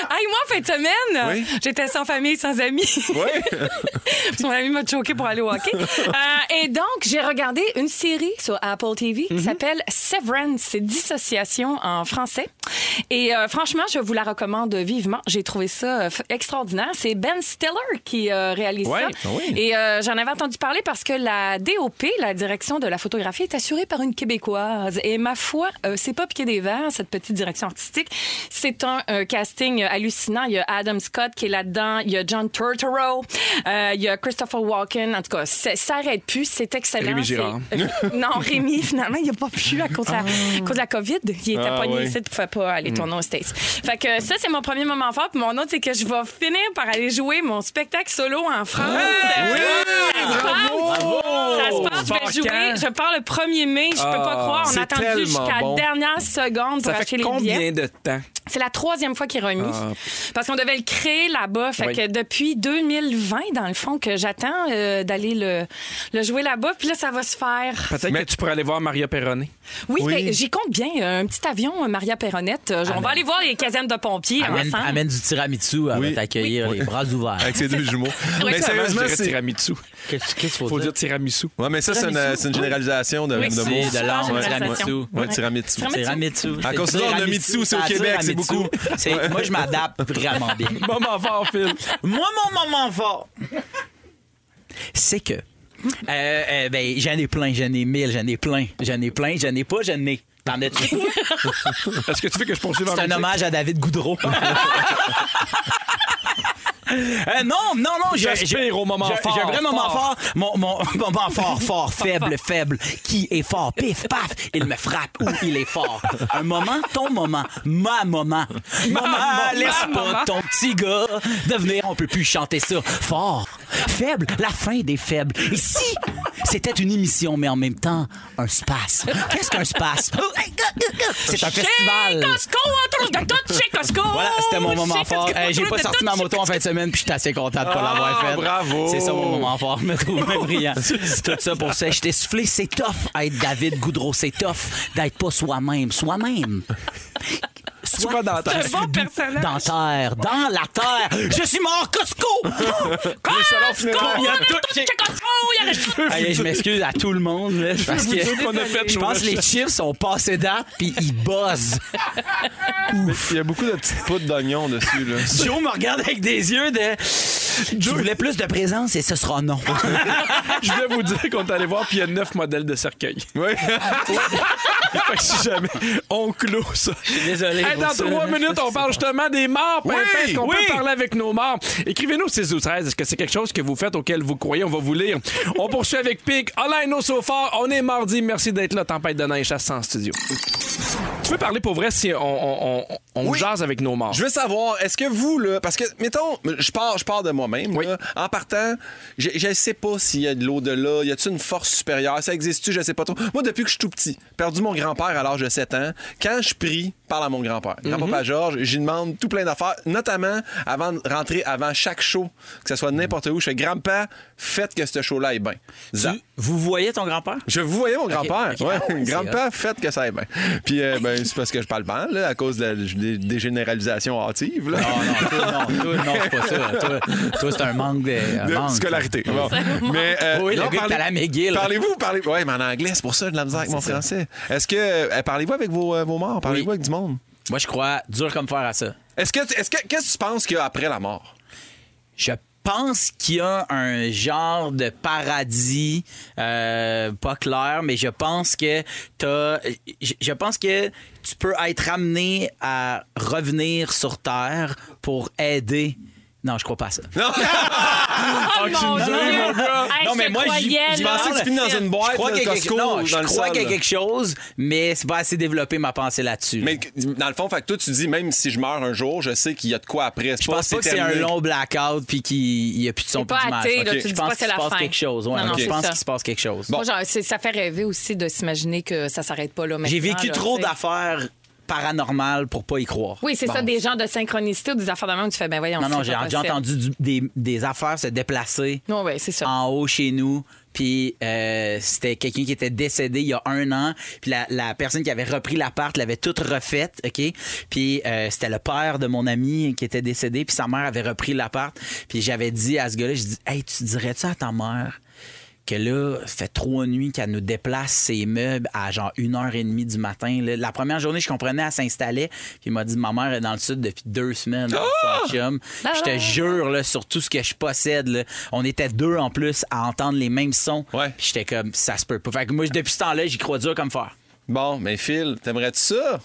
Speaker 4: Hey, moi, en fin de semaine,
Speaker 6: Oui.
Speaker 4: j'étais sans famille, sans amis. (laughs)
Speaker 6: Oui.
Speaker 4: Puis Mon ami m'a choqué pour aller au hockey. Euh, et donc, j'ai regardé une série sur Apple TV
Speaker 6: Mhm.
Speaker 4: qui s'appelle Severance. C'est dissociation en français. Et euh, franchement, je vous la recommande vivement. J'ai trouvé ça euh, f- extraordinaire. C'est Ben Stiller qui euh, réalise
Speaker 2: Ouais,
Speaker 6: ben
Speaker 4: ça. (laughs) Et euh, j'en avais entendu parler parce que la DOP, la direction de la photographie, est assurée par une Québécoise. Et ma foi, euh, c'est pas piqué des verres, cette petite direction artistique. C'est un euh, casting casting hallucinant. Il y a Adam Scott qui est là-dedans, il y a John Turturro, euh, il y a Christopher Walken. En tout cas, c'est- ça n'arrête plus, c'est excellent.
Speaker 2: Rémi
Speaker 4: C'est-
Speaker 2: Girard. Ah.
Speaker 4: Euh, non, Rémi, finalement, il n'a pas pu à cause de la, à cause de la COVID. Il était
Speaker 6: Ah,
Speaker 4: pogné
Speaker 6: ouais.
Speaker 4: ici, il ne pouvait pas
Speaker 2: Mm.
Speaker 4: aller tourner aux States. Fait que ça, c'est mon premier moment fort. Puis mon autre, c'est que je vais finir par aller jouer mon spectacle solo en France.
Speaker 2: oui!
Speaker 4: Ça se passe. Ça se passe, je vais
Speaker 2: Vacances.
Speaker 4: jouer. Je pars le 1er mai, je peux
Speaker 2: Ah,
Speaker 4: pas croire. On
Speaker 6: c'est
Speaker 4: a attendu
Speaker 6: tellement
Speaker 4: jusqu'à
Speaker 6: bon.
Speaker 4: la dernière seconde pour
Speaker 2: Ça fait
Speaker 4: acheter les billets.
Speaker 2: combien de temps?
Speaker 4: C'est la troisième fois qu'il est remis. Parce qu'on devait le créer là-bas. Fait
Speaker 2: Oui.
Speaker 4: que depuis 2020, dans le fond, que j'attends euh, d'aller le, le jouer là-bas. Puis là, ça va se faire.
Speaker 2: Peut-être que tu pourrais aller voir Maria Perroni.
Speaker 4: Oui,
Speaker 6: Oui.
Speaker 4: ben, j'y compte bien. euh, Un petit avion, euh, Maria Perronnette. Euh, On va aller voir les casernes de pompiers
Speaker 3: Amène,
Speaker 4: ensemble.
Speaker 3: amène du tiramisu, elle va
Speaker 6: Oui. Euh,
Speaker 3: t'accueillir les bras ouverts.
Speaker 6: Avec ses deux
Speaker 4: (laughs)
Speaker 6: jumeaux. mais
Speaker 4: ça
Speaker 6: sérieusement,
Speaker 2: je dirais
Speaker 6: c'est.
Speaker 2: tiramisu.
Speaker 3: Qu'est-ce qu'il faut,
Speaker 2: Faut
Speaker 3: dire?
Speaker 2: dire tiramisu.
Speaker 6: Ouais, mais ça, c'est une, c'est une généralisation de,
Speaker 4: Oui,
Speaker 6: de
Speaker 4: c'est
Speaker 6: mots.
Speaker 3: de l'angle,
Speaker 6: Ouais,
Speaker 3: tiramisu.
Speaker 6: ouais, ouais, tiramisu.
Speaker 3: Tiramisu.
Speaker 6: Ah,
Speaker 3: C'est
Speaker 6: considérons
Speaker 3: tiramisu,
Speaker 6: le mitsu, c'est au
Speaker 3: ça
Speaker 6: Québec,
Speaker 3: tiramisu.
Speaker 6: c'est beaucoup.
Speaker 3: C'est- Moi, je m'adapte vraiment
Speaker 6: (laughs)
Speaker 3: bien.
Speaker 2: Moment fort, Phil.
Speaker 3: Moi, mon moment fort, c'est que. euh, euh, ben, j'en ai plein, j'en ai mille, j'en ai plein, j'en ai plein, j'en ai pas, j'en ai. T'en as-tu?
Speaker 2: Est-ce que tu veux que je poursuive en
Speaker 3: C'est un
Speaker 2: musique?
Speaker 3: hommage à
Speaker 2: (laughs)
Speaker 3: David Goudreau. Euh, non, non, non, j'ai-
Speaker 2: J'aspire
Speaker 3: j'ai-
Speaker 2: au moment
Speaker 3: j'ai-
Speaker 2: fort,
Speaker 3: J'ai un vrai moment
Speaker 2: fort.
Speaker 3: fort. Mon, mon (laughs) moment fort, fort, faible, faible. Qui est fort? Pif, paf. Il me frappe ou il est fort. Un moment, ton moment, ma moment. Maman, laisse pas ton petit gars devenir. On peut plus chanter ça. Fort, faible, la fin des faibles. Ici, c'était une émission, mais en même temps, un space. Qu'est-ce qu'un (laughs) space? C'est un festival.
Speaker 4: Chez Costco, on trouve de tout chez Costco.
Speaker 3: Voilà, c'était mon moment
Speaker 4: Chez
Speaker 3: fort.
Speaker 4: Costco,
Speaker 3: Euh, j'ai
Speaker 4: on
Speaker 3: pas
Speaker 4: trouve de
Speaker 3: sorti
Speaker 4: tout
Speaker 3: ma
Speaker 4: chez
Speaker 3: moto en fin de semaine, puis j'étais assez content de pas l'avoir
Speaker 6: Ah,
Speaker 3: fait.
Speaker 6: bravo!
Speaker 3: C'est ça mon moment fort. Je me trouve brillant. Tout ça pour ça. J'étais soufflé. C'est tough être David Goudreau. C'est tough d'être pas soi-même. Soi-même. Sois
Speaker 2: Sois dans la terre.
Speaker 3: je suis
Speaker 4: Un bon
Speaker 3: doux
Speaker 4: personnage.
Speaker 3: Dans terre, dans la terre. Je suis
Speaker 2: (laughs)
Speaker 3: mort Costco.
Speaker 4: Costco, on a tout chez Costco. Il y a
Speaker 3: (laughs)
Speaker 4: le
Speaker 3: Hey, je m'excuse à tout le monde là, parce que
Speaker 2: qu'on a fait
Speaker 3: je pense que les chips sont passés date puis ils buzzent.
Speaker 6: Il y a beaucoup de petites poudres d'oignon dessus.
Speaker 4: (laughs)
Speaker 6: Là.
Speaker 3: Joe me regarde avec des yeux de. Je voulais plus de présence et ce sera non.
Speaker 2: Je voulais vous dire qu'on est allé voir, puis il y a neuf modèles de cercueil.
Speaker 6: Oui.
Speaker 2: Fait que si jamais on clôt ça.
Speaker 3: Désolé.
Speaker 2: Hey, dans trois minutes, on parle justement des morts. Pimpin. Est-ce qu'on
Speaker 6: oui.
Speaker 2: peut parler avec nos morts? Écrivez-nous ces 12 13 Est-ce que c'est quelque chose que vous faites auquel vous croyez? On va vous lire. On poursuit avec Pic. Alain nos fort. On est mardi. Merci d'être là. Tempête de neige à 100 studio. Tu veux parler pour vrai si on, on- on- on
Speaker 6: Oui.
Speaker 2: jase avec nos morts?
Speaker 6: Je veux savoir, est-ce que vous, là, parce que, mettons, je pars, je pars de moi-même,
Speaker 2: Oui.
Speaker 6: là. en partant, je je sais pas s'il y a de l'au-delà, y a-t-il une force supérieure, ça existe-tu, je sais pas trop. Moi, depuis que je suis tout petit, perdu mon grand-père à l'âge de 7 ans, quand je prie, je parle à mon grand-père.
Speaker 3: Mhm.
Speaker 6: Grand-papa Georges, j'y demande tout plein d'affaires, notamment avant de rentrer, avant chaque show, que ce soit n'importe où, je fais grand-père, faites que ce show-là est bien. Zap.
Speaker 3: Vous voyez ton grand-père?
Speaker 6: Je vous voyais mon grand-père.
Speaker 3: ok.
Speaker 6: Ouais,
Speaker 3: Ah ouais, c'est
Speaker 6: grand-père, faites que ça aille bien. Puis euh, ben, c'est parce que je parle pas là, à cause de la- des, des généralisations hâtives. Là.
Speaker 3: Ah, Non, non, toi, non, toi, non, c'est pas ça. Toi, toi, c'est un manque de. un
Speaker 6: de
Speaker 3: Euh, manque.
Speaker 6: scolarité. Bon. Mais, euh,
Speaker 3: Oui, le gars
Speaker 6: non,
Speaker 3: qui est
Speaker 6: parlez-
Speaker 3: allé à McGill. Ah,
Speaker 6: Parlez-vous, parlez Oui, mais en anglais, c'est pour ça de la misère avec mon français. Est-ce que. euh, parlez-vous avec vos, euh, vos morts, parlez-vous
Speaker 3: Oui.
Speaker 6: avec du monde.
Speaker 3: Moi, je crois dur comme fer à ça.
Speaker 6: Est-ce que tu- est-ce que qu'est-ce que tu penses qu'il y a après la mort? (laughs)
Speaker 3: Je pense qu'il y a un genre de paradis euh, pas clair, mais je pense que t'as, je, je pense que tu peux être amené à revenir sur Terre pour aider. Non, je crois pas à ça. (laughs)
Speaker 4: Oh, mon
Speaker 3: non,
Speaker 4: Dieu.
Speaker 3: non,
Speaker 4: Hey,
Speaker 3: non,
Speaker 4: je
Speaker 3: mais
Speaker 4: te
Speaker 3: moi, j'y-
Speaker 4: croyais,
Speaker 3: j'y
Speaker 4: là.
Speaker 6: pensais que tu finis dans une boîte,
Speaker 3: Je crois
Speaker 6: là,
Speaker 3: qu'il y a
Speaker 6: Costco,
Speaker 3: quelque, non, je
Speaker 6: dans le
Speaker 3: crois
Speaker 6: sol,
Speaker 3: qu'il y a
Speaker 6: là.
Speaker 3: quelque chose, mais c'est pas assez développé ma pensée là-dessus.
Speaker 6: Mais que- dans le fond, fait que toi, tu dis, même si je meurs un jour, je sais qu'il y a de quoi après.
Speaker 3: Je pense pas que c'est un long blackout puis qu'il y a plus de son
Speaker 4: T'es pas
Speaker 3: plus d'image.
Speaker 4: athée, là,
Speaker 3: Ok.
Speaker 4: tu dis
Speaker 3: Je pense
Speaker 4: pas c'est
Speaker 3: qu'il se
Speaker 4: la
Speaker 3: passe
Speaker 4: fin.
Speaker 3: quelque chose. ouais.
Speaker 4: Non, non,
Speaker 3: Je
Speaker 4: c'est
Speaker 3: pense
Speaker 4: ça.
Speaker 3: qu'il se passe quelque chose.
Speaker 4: Moi, genre, c'est- ça fait rêver aussi de s'imaginer que ça s'arrête pas là maintenant.
Speaker 3: J'ai vécu
Speaker 4: là,
Speaker 3: trop
Speaker 4: tu sais.
Speaker 3: d'affaires paranormales pour pas y croire.
Speaker 4: Oui, c'est
Speaker 3: Bon.
Speaker 4: ça, des gens de synchronicité ou des affaires de même où tu fais, ben voyons.
Speaker 3: Non, non,
Speaker 4: c'est
Speaker 3: j'ai
Speaker 4: pas
Speaker 3: déjà
Speaker 4: possible.
Speaker 3: entendu du- des, des affaires se déplacer
Speaker 4: Non, ouais, c'est ça.
Speaker 3: en haut chez nous. Puis euh, c'était quelqu'un qui était décédé il y a un an. Puis la, la personne qui avait repris l'appart l'avait toute refaite, OK? Puis euh, c'était le père de mon ami qui était décédé. Puis sa mère avait repris l'appart. Puis j'avais dit à ce gars-là, je dis Hey, tu dirais-tu à ta mère que là, ça fait trois nuits qu'elle nous déplace ses meubles à genre une heure et demie du matin. là. La première journée, je comprenais, elle s'installait. Puis il m'a dit, ma mère est dans le sud depuis deux semaines. avec son chum.
Speaker 4: Ben
Speaker 3: Puis Je te jure, là, sur tout ce que je possède, là, on était deux en plus à entendre les mêmes sons.
Speaker 6: Ouais.
Speaker 3: Puis j'étais comme, ça se peut pas. Fait que moi, depuis ce temps-là, j'y crois dur comme fer.
Speaker 6: Bon, mais Phil, t'aimerais-tu ça?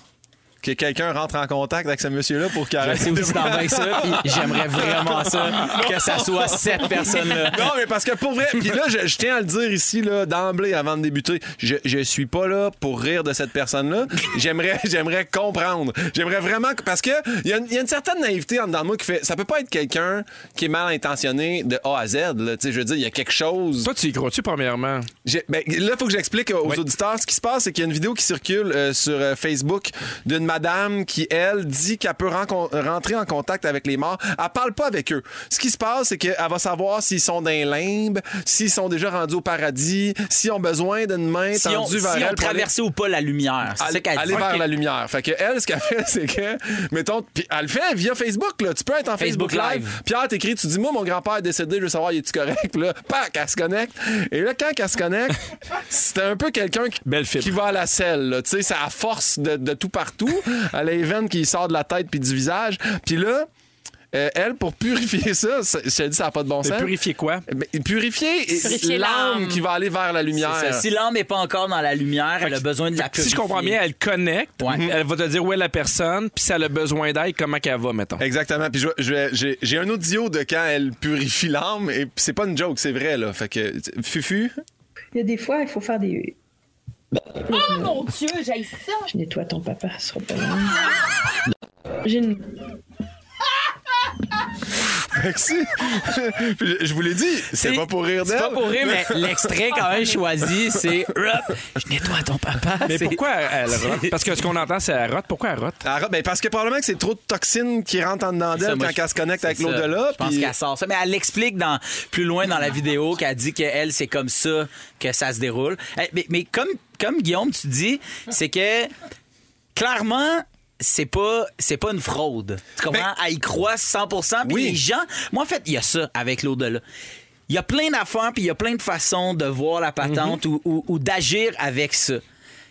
Speaker 6: que quelqu'un rentre en contact avec ce monsieur-là pour qu'il
Speaker 3: Je
Speaker 6: arrête
Speaker 3: sais où
Speaker 6: de- (laughs)
Speaker 3: tu t'en vas avec ça, puis j'aimerais vraiment ça, que ça soit cette personne-là.
Speaker 6: (laughs) Non, mais parce que pour vrai, puis là, je, je tiens à le dire ici, là, d'emblée, avant de débuter, je, je suis pas là pour rire de cette personne-là. J'aimerais, (laughs) j'aimerais comprendre. J'aimerais vraiment, que- parce que il y, a une- il y a une certaine naïveté en dedans de moi qui fait, ça peut pas être quelqu'un qui est mal intentionné de A à Z, là. Tu sais, je veux dire, il y a quelque chose.
Speaker 2: Toi, tu y crois-tu, premièrement?
Speaker 6: J'ai- ben, là, il faut que j'explique aux auditeurs ce qui se passe. C'est qu'il y a une vidéo qui circule euh, sur euh, Facebook d'une madame qui, elle, dit qu'elle peut rencon- rentrer en contact avec les morts. Elle parle pas avec eux. Ce qui se passe, c'est qu'elle va savoir s'ils sont d'un limbe, s'ils sont déjà rendus au paradis, s'ils ont besoin d'une main
Speaker 3: Si on,
Speaker 6: tendue vers
Speaker 3: si
Speaker 6: elle.
Speaker 3: on
Speaker 6: pour aller-
Speaker 3: traversait ou pas la lumière, c'est ça
Speaker 6: aller,
Speaker 3: qu'elle dit.
Speaker 6: aller vers la lumière. Fait que elle, ce qu'elle fait, (laughs) c'est que, mettons, puis elle le fait via Facebook, là. Tu peux être en Facebook,
Speaker 3: Facebook
Speaker 6: Live.
Speaker 3: Live.
Speaker 6: Pierre t'écris, tu dis, moi, mon grand-père est décédé, je veux savoir, est tu correct? Puis là, pac, elle se connecte. Et là, quand elle se connecte, (laughs) c'est un peu quelqu'un qui,
Speaker 2: Belle fibre.
Speaker 6: qui va à la selle, là. Tu sais, c'est à force de, de
Speaker 2: (laughs)
Speaker 6: tout partout. Elle a les veines qui sort de la tête puis du visage. Puis là, euh, elle, pour purifier ça, ça- je te dis, ça n'a pas de bon
Speaker 2: T'as
Speaker 6: sens.
Speaker 2: purifié quoi?
Speaker 6: Mais purifier,
Speaker 4: Purifier
Speaker 6: l'âme
Speaker 4: l'âme.
Speaker 6: qui va aller vers la lumière.
Speaker 3: C'est ça. Si l'âme n'est pas encore dans la lumière, elle a besoin de la
Speaker 2: Si je comprends
Speaker 3: purifier.
Speaker 2: bien, elle connecte,
Speaker 3: Ouais.
Speaker 2: elle va te dire où est la personne, puis si elle a besoin d'aide, comment qu'elle va, mettons.
Speaker 6: Exactement. Puis je vais- je vais- j'ai j'ai un audio de quand elle purifie l'âme et c'est pas une joke, c'est vrai là. Fait que Fufu,
Speaker 9: Il y a des fois, il faut faire des.
Speaker 10: Oh mon Dieu, j'ai ça!
Speaker 9: Je nettoie ton papa, ce sera pas long. J'ai une
Speaker 6: merci. Puis (laughs) je, je vous l'ai dit, c'est pas pour rire
Speaker 3: C'est
Speaker 6: d'elle.
Speaker 3: pas pour rire,
Speaker 6: (laughs)
Speaker 3: mais l'extrait quand même choisi, c'est Hop, Je nettoie ton papa.
Speaker 2: Mais
Speaker 3: C'est-
Speaker 2: pourquoi elle rote? Parce que ce qu'on entend, c'est elle rote. Pourquoi elle rote?
Speaker 6: Ah, ben parce que probablement que c'est trop de toxines qui rentrent en dedans
Speaker 3: Ça,
Speaker 6: d'elle
Speaker 3: moi,
Speaker 6: quand
Speaker 3: je-
Speaker 6: elle se connecte avec
Speaker 3: c'est ça.
Speaker 6: l'au-delà.
Speaker 3: Je pense
Speaker 6: puis-
Speaker 3: qu'elle sort ça. Mais elle l'explique dans, plus loin dans la vidéo qu'elle dit qu'elle, c'est comme ça que ça se déroule. Eh, Mais, mais comme, comme Guillaume, tu dis, c'est que clairement, c'est pas c'est pas une fraude. Tu comprends? Elle y croit 100%. Puis
Speaker 6: Ben- Oui.
Speaker 3: les gens... Moi, en fait, il y a ça avec l'au-delà. Il y a plein d'affaires, puis il y a plein de façons de voir la patente
Speaker 6: Mhm.
Speaker 3: ou, ou- ou d'agir avec ça.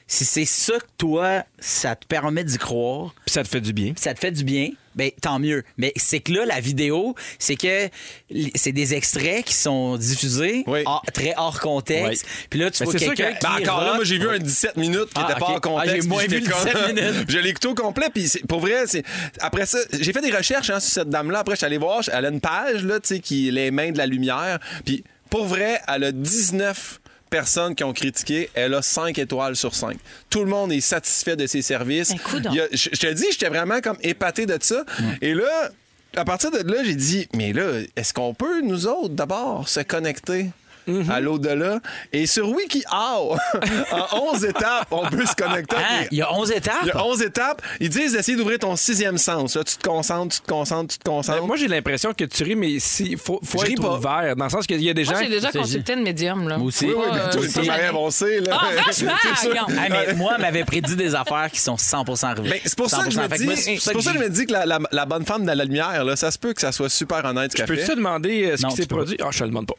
Speaker 3: Si c'est ça que toi, ça te permet d'y croire,
Speaker 2: Puis ça te fait du bien.
Speaker 3: ça te fait du bien, ben tant mieux. Mais c'est que là, la vidéo, c'est que l- c'est des extraits qui sont diffusés
Speaker 6: Oui.
Speaker 3: hors- très hors contexte. Puis là, tu
Speaker 2: Mais
Speaker 3: vois
Speaker 2: c'est sûr
Speaker 3: quelqu'un
Speaker 2: que-
Speaker 3: qui
Speaker 6: Ben, encore là,
Speaker 3: rote.
Speaker 6: moi j'ai vu un 17 minutes qui
Speaker 3: Ah,
Speaker 6: n'était pas
Speaker 3: ok.
Speaker 6: en contexte.
Speaker 3: Ah, j'ai
Speaker 6: puis
Speaker 3: moins
Speaker 6: j'étais
Speaker 3: vu le
Speaker 6: comme-
Speaker 3: 17 minutes.
Speaker 6: (laughs) je l'ai écouté au complet. Puis c'est- pour vrai, c'est après ça, j'ai fait des recherches hein, sur cette dame-là. Après, je suis allé voir, elle a une page là, tu sais, qui les mains de la lumière. Puis pour vrai, elle a 19 personnes qui ont critiqué, elle a 5 étoiles sur 5. Tout le monde est satisfait de ses services.
Speaker 4: Ben, coudonc.
Speaker 6: Il y a- je, je te dis, j'étais vraiment comme épaté de ça. Et là, à partir de là, j'ai dit, mais là, est-ce qu'on peut, nous autres, d'abord, se connecter? À l'au-delà. Et sur WikiHow, (laughs) en 11 étapes, on peut se connecter.
Speaker 3: Hein? Il y a 11 étapes.
Speaker 6: Il y a 11 étapes. Ils disent d'essayer d'ouvrir ton sixième sens. Là, tu te concentres, tu te concentres, tu te
Speaker 2: Ben,
Speaker 6: concentres.
Speaker 2: moi, j'ai l'impression que tu ris, mais si, faut, faut
Speaker 6: Je ris
Speaker 2: être
Speaker 6: pas.
Speaker 2: ouvert. Dans le sens qu'il y a des gens.
Speaker 4: Moi, j'ai déjà
Speaker 3: c'est-
Speaker 4: consulté une médium, là.
Speaker 3: Moi aussi.
Speaker 6: oui, oui, mais
Speaker 4: euh,
Speaker 6: toi,
Speaker 3: aussi.
Speaker 6: toi, Marie, on sait, là.
Speaker 4: Ah, franchement,
Speaker 6: C'est sûr.
Speaker 4: regarde.
Speaker 3: Ah, mais moi, elle m'avait prédit des affaires qui sont 100% arrivées.
Speaker 6: Ben, c'est pour ça que je me
Speaker 3: 100%. Fait
Speaker 6: dis,
Speaker 3: moi,
Speaker 6: c'est pour ça que je me dis que la, la- la bonne femme de la lumière, là, ça se peut que ça soit super honnête ce
Speaker 2: Je
Speaker 6: qu'elle
Speaker 2: peux-tu
Speaker 6: fait.
Speaker 2: te demander euh, ce
Speaker 3: Non,
Speaker 2: qui
Speaker 3: tu
Speaker 2: s'est
Speaker 3: peux
Speaker 2: produit? Ah, je te le demande pas.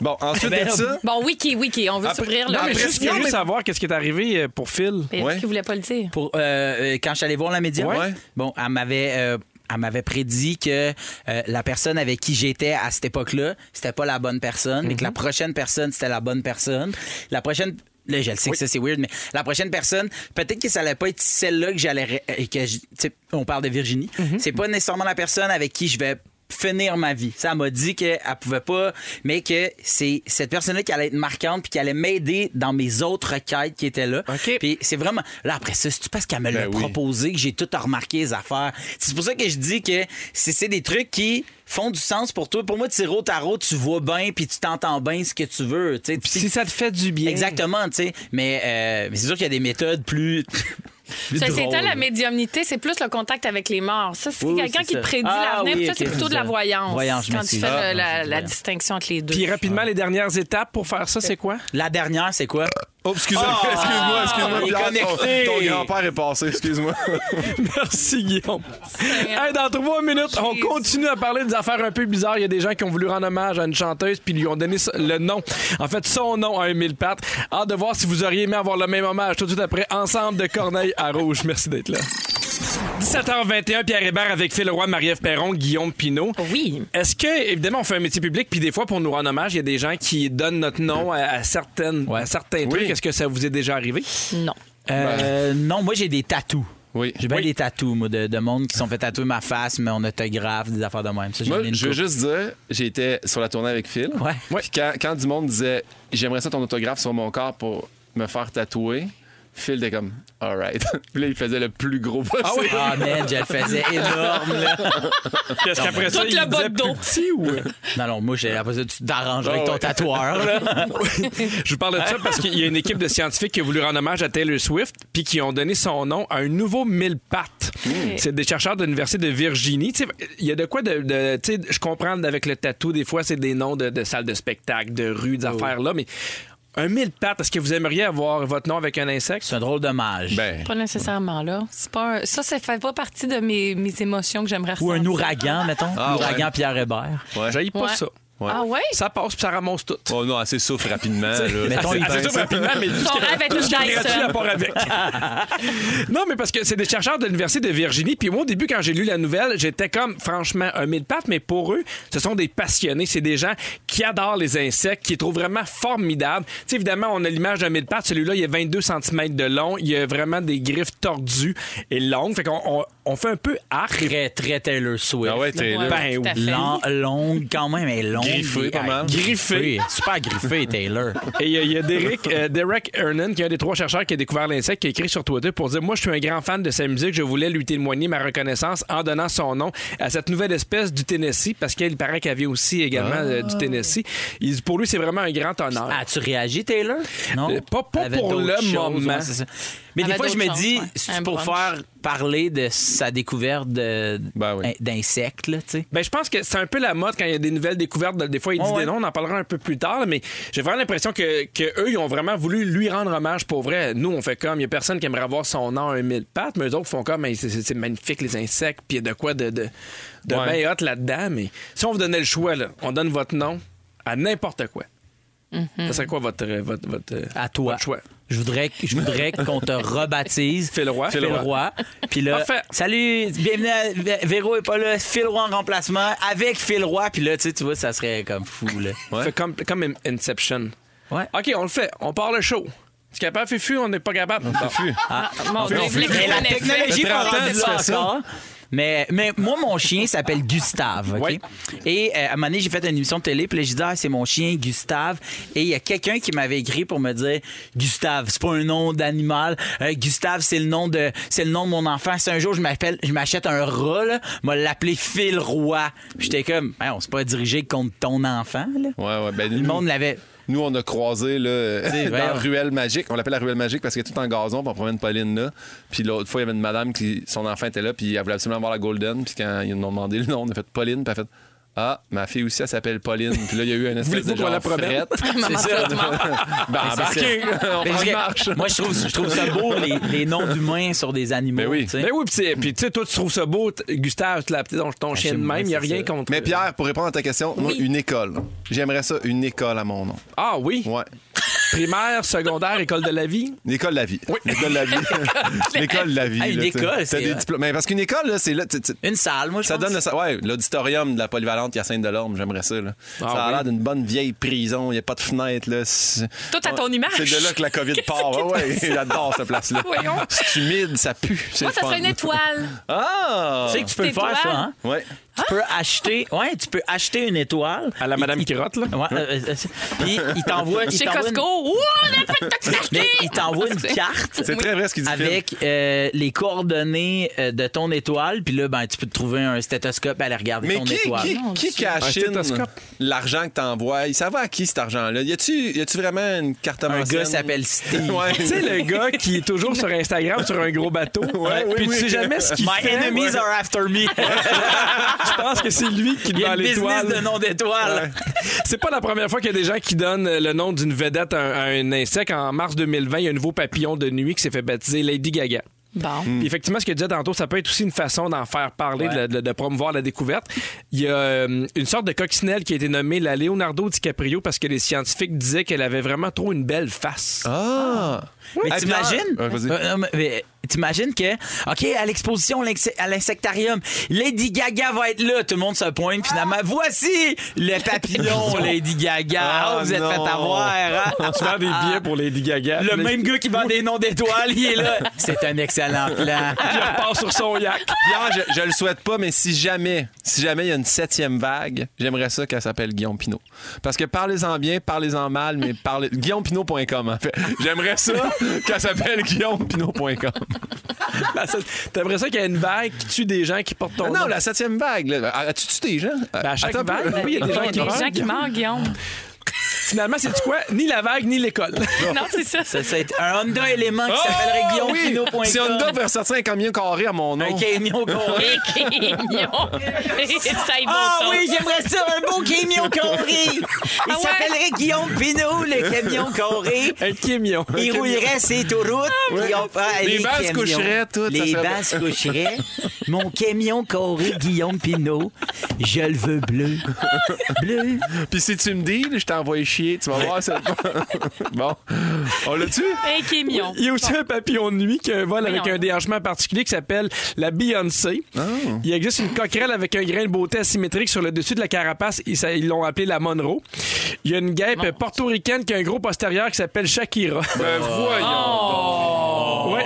Speaker 6: Bon, ensuite
Speaker 3: Ben,
Speaker 6: de ça,
Speaker 4: Bon, wiki, wiki, on veut
Speaker 6: Après-
Speaker 4: s'ouvrir
Speaker 6: Ah, Non,
Speaker 4: là.
Speaker 6: mais
Speaker 2: Mais je suis
Speaker 6: Presque,
Speaker 2: curieux de
Speaker 6: mais-
Speaker 2: savoir qu'est-ce qui est arrivé euh, pour Phil.
Speaker 4: Mais
Speaker 6: Ouais.
Speaker 4: Est-ce qu'il voulait pas le dire?
Speaker 3: Pour, euh, euh, quand je suis allé voir la médium,
Speaker 6: Ouais.
Speaker 3: bon, elle m'avait. euh, elle m'avait prédit que euh, la personne avec qui j'étais à cette époque-là, c'était pas la bonne personne, mais que la prochaine personne, c'était la bonne personne. La prochaine. Là, je le sais que ça, c'est weird, mais la prochaine personne, peut-être que ça allait pas être celle-là que j'allais. ré- euh, que je- tu sais, on parle de Virginie. C'est pas nécessairement la personne avec qui je vais finir ma vie. Ça elle m'a dit qu'elle pouvait pas, mais que c'est cette personne-là qui allait être marquante puis qui allait m'aider dans mes autres quêtes qui étaient là.
Speaker 2: OK.
Speaker 3: Puis c'est vraiment. Là, après ça, c'est parce qu'elle me l'a
Speaker 6: Ben oui.
Speaker 3: proposé que j'ai tout remarqué les affaires. C'est pour ça que je dis que c'est c'est des trucs qui font du sens pour toi. Pour moi, tiro tarot, tu vois bien puis tu t'entends bien ce que tu veux. tu sais. Puis
Speaker 2: Si ça te fait du bien.
Speaker 3: Exactement, tu sais. Mais, euh, mais c'est sûr qu'il y a des méthodes plus. (laughs) plus
Speaker 4: Ça, C'est
Speaker 3: drôles.
Speaker 4: ça, la médiumnité, c'est plus le contact avec les morts. Ça, c'est
Speaker 3: Oui, oui,
Speaker 4: quelqu'un
Speaker 3: c'est
Speaker 4: qui
Speaker 3: ça.
Speaker 4: prédit
Speaker 3: Ah,
Speaker 4: l'avenir.
Speaker 3: oui,
Speaker 4: ça,
Speaker 3: ok,
Speaker 4: c'est plutôt de la
Speaker 3: ça.
Speaker 4: voyance.
Speaker 3: Voyance, je
Speaker 4: quand tu
Speaker 3: m'excuse.
Speaker 4: fais
Speaker 3: Ah,
Speaker 4: le- la,
Speaker 3: je
Speaker 4: la
Speaker 3: voyance.
Speaker 4: distinction entre les deux.
Speaker 2: Puis rapidement, les dernières étapes pour faire ça, c'est quoi?
Speaker 3: La dernière, c'est quoi?
Speaker 6: Oh, excuse-moi, excuse-moi,
Speaker 3: il est
Speaker 6: excuse-moi, Pierre, ton-
Speaker 3: connecté.
Speaker 6: ton, grand-père est passé, excuse-moi.
Speaker 2: Merci, Guillaume. Hey, dans trois minutes, on
Speaker 4: Jésus.
Speaker 2: continue à parler des affaires un peu bizarres. Il y a des gens qui ont voulu rendre hommage à une chanteuse puis lui ont donné ce- le nom. En fait, son nom à Émile Pat. Hâte de voir si vous auriez aimé avoir le même hommage tout de suite après Ensemble de Corneille à Rouge. Merci d'être là. 17h21, Pierre Hébert avec Phil Roy, Marie-Ève Perron, Guillaume Pinault.
Speaker 4: Oui.
Speaker 2: Est-ce que, évidemment, on fait un métier public, puis des fois, pour nous rendre hommage, il y a des gens qui donnent notre nom à, à certaines, à certains trucs. Est-ce que ça vous est déjà arrivé?
Speaker 4: Non.
Speaker 3: Euh, Non, moi, j'ai des tatous.
Speaker 6: Ben. Oui.
Speaker 3: J'ai bien
Speaker 6: Oui.
Speaker 3: des tatous, moi, de, de monde qui sont fait tatouer ma face, mais on autographe, des affaires de même. Ça, j'en
Speaker 6: (laughs) Moi,
Speaker 3: ai une
Speaker 6: je veux
Speaker 3: couple.
Speaker 6: juste dire, j'étais sur la tournée avec Phil.
Speaker 3: Ouais.
Speaker 6: Puis quand, quand du monde disait J'aimerais ça ton autographe sur mon corps pour me faire tatouer, Phil était comme Alright. (laughs) Puis là, il faisait le plus gros possible.
Speaker 2: oui?
Speaker 3: Ah, man, je le
Speaker 6: (laughs)
Speaker 3: faisais énorme, là.
Speaker 2: Qu'est-ce qu'après ça,
Speaker 4: Tout
Speaker 2: il
Speaker 4: le bas
Speaker 2: disait
Speaker 4: de
Speaker 2: plus
Speaker 4: dos.
Speaker 2: petit ou...
Speaker 3: Non, non, moi, j'ai- après ça, tu t'arrangeras avec
Speaker 6: Ah
Speaker 3: ton
Speaker 6: ouais.
Speaker 3: tatoueur,
Speaker 6: (laughs)
Speaker 3: là.
Speaker 2: Je vous parle de ça parce qu'il y a une équipe de scientifiques qui a voulu rendre hommage à Taylor Swift puis qui ont donné son nom à un nouveau mille pattes. C'est des chercheurs de l'Université de Virginie. Tu sais, Il y a de quoi de. de- tu sais, je comprends avec le tatou, des fois, c'est des noms de, de salles de spectacle, de rues, des affaires-là, mais un mille pattes, est-ce que vous aimeriez avoir votre nom avec un insecte?
Speaker 3: C'est un drôle dommage.
Speaker 6: Ben,
Speaker 4: Pas nécessairement là. C'est pas un- Ça, ça fait pas partie de mes, mes émotions que j'aimerais
Speaker 3: Ou un
Speaker 4: ressentir.
Speaker 3: ouragan, mettons.
Speaker 6: Ah,
Speaker 3: ouragan
Speaker 6: ouais.
Speaker 3: Pierre Hébert.
Speaker 6: ouais.
Speaker 2: J'aille pas
Speaker 4: Ouais.
Speaker 2: ça.
Speaker 4: Ah ouais?
Speaker 2: Ça passe puis ça ramasse tout.
Speaker 6: Oh non, assez souffle rapidement. là.
Speaker 3: mettons,
Speaker 6: C'est
Speaker 3: il-
Speaker 6: fin,
Speaker 2: (laughs)
Speaker 3: assez
Speaker 2: C'est
Speaker 6: ça.
Speaker 2: ça rapidement, mais
Speaker 4: Son rêve est hein? une
Speaker 2: Prendrais-tu
Speaker 4: Dyson.
Speaker 2: la part avec? (laughs) non, mais parce que c'est des chercheurs de l'Université de Virginie. Puis moi, au début, quand j'ai lu la nouvelle, j'étais comme, franchement, un mille pattes. Mais pour eux, ce sont des passionnés. C'est des gens qui adorent les insectes, qui les trouvent vraiment formidables. Tu sais, évidemment, on a l'image d'un mille pattes. Celui-là, il a 22 cm de long. Il a vraiment des griffes tordues et longues. Fait qu'on on, on fait un peu arc.
Speaker 3: Très, très Taylor Swift.
Speaker 6: Ah ouais, t'es là.
Speaker 4: Ouais,
Speaker 2: Ben
Speaker 4: tout à fait.
Speaker 3: Lent- longue quand même, mais longue.
Speaker 6: Griffée,
Speaker 3: et-
Speaker 6: pas mal.
Speaker 3: Griffée. Super griffée,
Speaker 6: (laughs)
Speaker 3: Taylor.
Speaker 2: Et il y a- il y a Derek, euh, Derek Ernan, qui est un des trois chercheurs qui a découvert l'insecte, qui a écrit sur Twitter pour dire Moi, je suis un grand fan de sa musique. Je voulais lui témoigner ma reconnaissance en donnant son nom à cette nouvelle espèce du Tennessee, parce qu'il paraît qu'elle vient aussi également euh, du Tennessee. Il dit, pour lui, c'est vraiment un grand honneur.
Speaker 3: As-tu réagi, Taylor? Non.
Speaker 2: Euh, pas- pas
Speaker 3: Avait
Speaker 2: pour
Speaker 3: d'autres
Speaker 2: le moment.
Speaker 3: ouais, c'est ça. Mais des
Speaker 4: Avait
Speaker 3: fois, je me
Speaker 4: d'autres
Speaker 3: dis,
Speaker 4: choses, ouais.
Speaker 3: c'est
Speaker 4: Un
Speaker 3: pour
Speaker 4: brunch.
Speaker 3: faire parler de sa découverte de-
Speaker 6: Ben oui.
Speaker 3: d'insectes, là, tu sais.
Speaker 2: Ben, je pense que c'est un peu la mode quand il y a des nouvelles découvertes. Des fois, il dit
Speaker 3: Ouais, ouais.
Speaker 2: des noms, on en parlera un peu plus tard, là, mais j'ai vraiment l'impression que, que eux, ils ont vraiment voulu lui rendre hommage pour vrai. Nous, on fait comme, il y a personne qui aimerait avoir son nom à un mille pattes, mais eux autres font comme, Hey, c'est- c'est c'est magnifique les insectes, puis il y a de quoi de, de, de
Speaker 6: Ouais.
Speaker 2: bien hot là-dedans. Mais si on vous donnait le choix, là, on donne votre nom à n'importe quoi. Ça serait quoi votre, euh, votre, votre, euh,
Speaker 3: À toi.
Speaker 2: votre choix?
Speaker 3: Je voudrais, que- je voudrais qu'on te rebaptise.
Speaker 2: Phil Roy.
Speaker 3: Phil
Speaker 2: Phil
Speaker 3: Roy. Puis là,
Speaker 2: Parfait.
Speaker 3: salut, bienvenue à Vé- Véro est pas là, Phil Roy en remplacement avec Phil Roy. Puis là, tu sais, tu vois, ça serait comme fou, là.
Speaker 2: Fait comme, comme Inception.
Speaker 3: Ouais.
Speaker 2: OK, on le fait. On part le show. Tu es capable, Fufu? On n'est pas capable. Bon.
Speaker 6: Fufu.
Speaker 3: Ah,
Speaker 4: Mon Dieu, je l'ai
Speaker 3: Mais la
Speaker 4: en effet.
Speaker 3: technologie
Speaker 6: T'as
Speaker 3: pas
Speaker 6: 30 ans,
Speaker 3: rendu
Speaker 6: tu
Speaker 3: là
Speaker 6: fais ça.
Speaker 3: encore. Mais, mais moi, mon chien s'appelle Gustave. OK?
Speaker 2: Ouais.
Speaker 3: Et euh, à un moment donné, j'ai fait une émission de télé, puis là, j'ai dit, ah, c'est mon chien Gustave. Et il y a quelqu'un qui m'avait écrit pour me dire, Gustave, c'est pas un nom d'animal. Euh, Gustave, c'est le nom de c'est le nom de mon enfant. Si un jour je m'appelle, je m'achète un rat, là, m'a l'appelé Phil Roy. Puis J'étais comme, Hey, on s'est pas dirigé contre ton enfant. Là.
Speaker 6: Ouais, ouais. Ben,
Speaker 3: Le monde l'avait.
Speaker 6: Nous, on a croisé là,
Speaker 3: C'est
Speaker 6: euh, (laughs) dans
Speaker 3: vrai.
Speaker 6: la ruelle magique. On l'appelle la ruelle magique parce qu'elle est tout en gazon. Puis on promène Pauline là. Puis l'autre fois, il y avait une madame qui, son enfant était là. Puis elle voulait absolument voir la Golden. Puis quand ils nous ont demandé le nom, on a fait Pauline. Puis elle a fait Ah, ma fille aussi, elle s'appelle Pauline. Puis là, il y a eu un espèce
Speaker 2: Voulez-vous
Speaker 6: de
Speaker 2: qu'on la
Speaker 6: genre
Speaker 2: promène?
Speaker 6: frette. C'est ça. ben, embarquez. (laughs) On
Speaker 3: Mais
Speaker 6: prend
Speaker 3: je-
Speaker 6: une marche.
Speaker 3: Moi, je trouve, je trouve ça beau, les, les noms d'humains sur des animaux.
Speaker 6: Ben oui.
Speaker 3: tu sais.
Speaker 2: Ben oui, pis c'est- pis tu sais, toi, tu trouves ça beau, t- Gustave, tu l'as appelé ton, ton chien de
Speaker 3: Ah, moi,
Speaker 2: même, il a
Speaker 3: c'est
Speaker 2: rien
Speaker 3: ça.
Speaker 2: contre.
Speaker 6: Mais Pierre, pour répondre à ta question, moi, une école. J'aimerais ça, une école à mon nom.
Speaker 2: Ah oui?
Speaker 6: Ouais.
Speaker 2: Primaire, secondaire, école de la vie?
Speaker 6: L'école de la vie. L'école de la vie. L'école de la vie.
Speaker 3: Ah, une
Speaker 6: là, tu sais.
Speaker 3: école,
Speaker 6: T'as
Speaker 3: c'est
Speaker 6: des
Speaker 3: hot.
Speaker 6: diplômes. Mais parce qu'une école, là, c'est là. tu- tu-
Speaker 3: Une salle, moi, je
Speaker 6: Ça
Speaker 3: pense.
Speaker 6: donne le sa- ouais, l'auditorium de la polyvalente Hyacinthe Delorme, j'aimerais ça. là.
Speaker 2: Ah
Speaker 6: ça a
Speaker 2: oui.
Speaker 6: l'air d'une bonne vieille prison, il n'y a pas de fenêtre. Là. C'est-
Speaker 4: Tout à ton image.
Speaker 6: C'est de là que la
Speaker 4: (laughs)
Speaker 6: COVID part. Ouais, ouais, j'adore cette place-là.
Speaker 4: Voyons.
Speaker 6: C'est humide, ça pue. C'est
Speaker 4: Moi,
Speaker 6: le
Speaker 4: ça
Speaker 6: fun.
Speaker 4: serait une étoile.
Speaker 6: Ah!
Speaker 3: Tu sais que tu peux le faire,
Speaker 4: Étoile.
Speaker 3: ça, hein?
Speaker 6: Ouais.
Speaker 3: Tu peux acheter, ouais, tu peux acheter une étoile.
Speaker 2: À la (laughs)
Speaker 3: Il-
Speaker 2: Madame
Speaker 3: il-
Speaker 2: Quirotte, là?
Speaker 3: Ouais, euh, euh, puis il t'envoie. il
Speaker 4: Chez
Speaker 3: t'envoie
Speaker 4: Costco. Ouh, on a fait de
Speaker 3: Une, mais il t'envoie
Speaker 4: (laughs)
Speaker 3: une carte.
Speaker 6: C'est très vrai ce qu'il dit. Phil.
Speaker 3: Avec euh, les coordonnées euh, de ton étoile, puis là, ben, tu peux te trouver un stéthoscope à aller regarder
Speaker 6: Mais
Speaker 3: ton
Speaker 6: qui,
Speaker 3: étoile.
Speaker 6: qui,
Speaker 4: Mon
Speaker 6: qui
Speaker 4: Dieu.
Speaker 6: cachine
Speaker 2: Un stéthoscope.
Speaker 6: l'argent que t'envoies? Ça va à qui cet argent-là? Y a-tu y a-tu vraiment une carte
Speaker 3: Un
Speaker 6: ancienne?
Speaker 3: gars s'appelle Steve. (laughs)
Speaker 6: (laughs) Ouais.
Speaker 2: Tu sais, le gars qui est toujours sur Instagram sur un gros bateau,
Speaker 6: oui,
Speaker 2: puis
Speaker 6: oui.
Speaker 2: tu sais jamais ce qu'il
Speaker 3: My
Speaker 2: fait.
Speaker 3: enemies
Speaker 2: Ouais.
Speaker 3: are after
Speaker 6: (laughs)
Speaker 3: me.
Speaker 2: (laughs) Je pense que c'est lui qui
Speaker 3: Il y
Speaker 2: doit
Speaker 3: a
Speaker 2: à
Speaker 3: le business de
Speaker 2: l'étoile.
Speaker 3: nom d'étoile.
Speaker 2: C'est pas la première fois qu'il y a des gens qui donnent euh, le nom d'une vedette à un, à un insecte. En mars 2020, il y a un nouveau papillon de nuit qui s'est fait baptiser Lady Gaga.
Speaker 6: Hmm.
Speaker 4: Bon.
Speaker 2: Puis effectivement, ce que tu disais tantôt, ça peut être aussi une façon d'en faire parler,
Speaker 3: Ouais.
Speaker 2: de, de- de promouvoir la découverte. Il y a euh, une sorte de coccinelle qui a été nommée la Leonardo DiCaprio parce que les scientifiques disaient qu'elle avait vraiment trop une belle face.
Speaker 6: (laughs) Ah!
Speaker 3: Mais
Speaker 6: Hey, Pierre.
Speaker 3: t'imagines?
Speaker 6: Ouais, vas-y.
Speaker 3: Euh, euh, mais- T'imagines que, OK, à l'exposition, l'inse- à l'insectarium, Lady Gaga va être là. Tout le monde se pointe. Finalement, voici le
Speaker 6: (laughs)
Speaker 3: papillon, Lady Gaga.
Speaker 6: Ah,
Speaker 3: Ah, vous êtes
Speaker 6: non.
Speaker 3: fait avoir.
Speaker 6: (laughs)
Speaker 3: hein?
Speaker 2: Tu vends des billets pour Lady Gaga.
Speaker 3: Le
Speaker 2: Puis
Speaker 3: même gars qui vend des noms d'étoiles, il est là. C'est un excellent plan.
Speaker 2: (laughs) Il repart sur son yak. (laughs)
Speaker 6: Pierre, je, je le souhaite pas, mais si jamais, si jamais il y a une septième vague, j'aimerais ça qu'elle s'appelle Guillaume Pinot. Parce que parlez-en bien, parlez-en mal, mais parlez. GuillaumePinot.com, en fait. J'aimerais ça qu'elle s'appelle GuillaumePinot.com.
Speaker 2: Ben, ça- T'aimerais ça qu'il y ait une vague qui tue des gens qui portent ton
Speaker 6: Ah Non,
Speaker 2: nom.
Speaker 6: la septième vague, là. Ah, As-tu tué des gens?
Speaker 2: Ben, à chaque
Speaker 6: Attends un peu.
Speaker 2: vague, oui, il y a des gens
Speaker 4: Il
Speaker 2: qui
Speaker 4: y a des gens
Speaker 2: meurent.
Speaker 4: qui meurent, Guillaume.
Speaker 2: Finalement, c'est quoi? Ni la vague, ni
Speaker 6: (laughs)
Speaker 2: l'école.
Speaker 4: (laughs) Non, c'est ça.
Speaker 3: Ça, c'est un Honda élément qui s'appellerait
Speaker 6: Ah oui!
Speaker 3: guillaume
Speaker 6: Si Honda veut ressortir un camion carré à mon nom.
Speaker 3: Un camion
Speaker 6: (laughs)
Speaker 3: carré.
Speaker 4: ça y
Speaker 3: Ah oui, j'aimerais ça, un beau camion carré.
Speaker 6: (laughs)
Speaker 3: Il
Speaker 6: Ah
Speaker 4: ouais?
Speaker 3: s'appellerait Guillaume Pinot, le camion carré.
Speaker 2: Un camion.
Speaker 3: Il rouillerait ses autoroutes. puis on- ah,
Speaker 6: Les basses
Speaker 3: camions.
Speaker 6: coucheraient, tout, ça
Speaker 3: Les
Speaker 6: serait-
Speaker 3: basses coucheraient. Mon camion carré Guillaume Pinot, je le veux bleu. Bleu.
Speaker 6: Puis si tu me dis, je t'envoie chier, tu vas voir ça. (laughs) bon. On l'a tué?
Speaker 4: Un camion.
Speaker 2: Il y a aussi un papillon de nuit qui a un vol avec
Speaker 4: Voyons.
Speaker 2: un déhanchement particulier qui s'appelle la Beyoncé. Il existe une coquerelle avec un grain de beauté asymétrique sur le dessus de la carapace. Ils ça- ils l'ont appelée la Monroe. Il y a une guêpe portoricaine qui a un gros postérieur qui s'appelle Shakira.
Speaker 6: Ben voyons.
Speaker 2: (laughs) Ouais.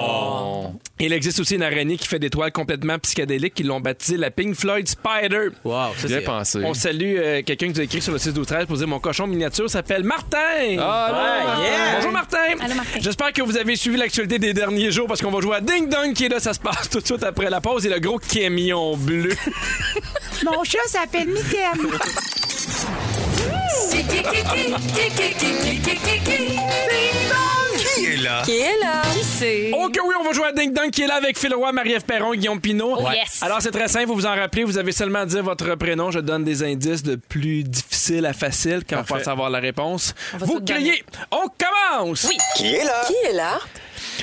Speaker 2: Il existe aussi une araignée qui fait des toiles complètement psychédéliques. Ils l'ont baptisée la Pink Floyd Spider.
Speaker 3: Wow, ça
Speaker 6: Bien pensé.
Speaker 2: On salue euh, quelqu'un qui nous a écrit sur le 6 12 13 pour dire mon cochon miniature s'appelle Martin.
Speaker 6: Ah,
Speaker 3: ouais, yeah.
Speaker 2: Bonjour Martin.
Speaker 4: Allô, Martin.
Speaker 2: J'espère que vous avez suivi l'actualité des derniers jours parce qu'on va jouer à Ding Dong qui est là. Ça se passe tout de suite après la pause et le gros camion bleu.
Speaker 3: Mon chat s'appelle Mitaine.
Speaker 7: Qui est là?
Speaker 4: Qui est là? Qui c'est?
Speaker 2: Ok, oui, on va jouer à Ding Dong qui est là avec Phil Roy, Marie-Ève Perron, Guillaume Pinot.
Speaker 4: Ouais. yes.
Speaker 2: Alors, c'est très simple, vous vous en rappelez, vous avez seulement à dire votre prénom. Je donne des indices de plus difficile à facile quand on pense avoir la réponse.
Speaker 4: va
Speaker 2: Vous
Speaker 4: tout gagner.
Speaker 2: criez, on commence! Oui.
Speaker 8: Qui est là?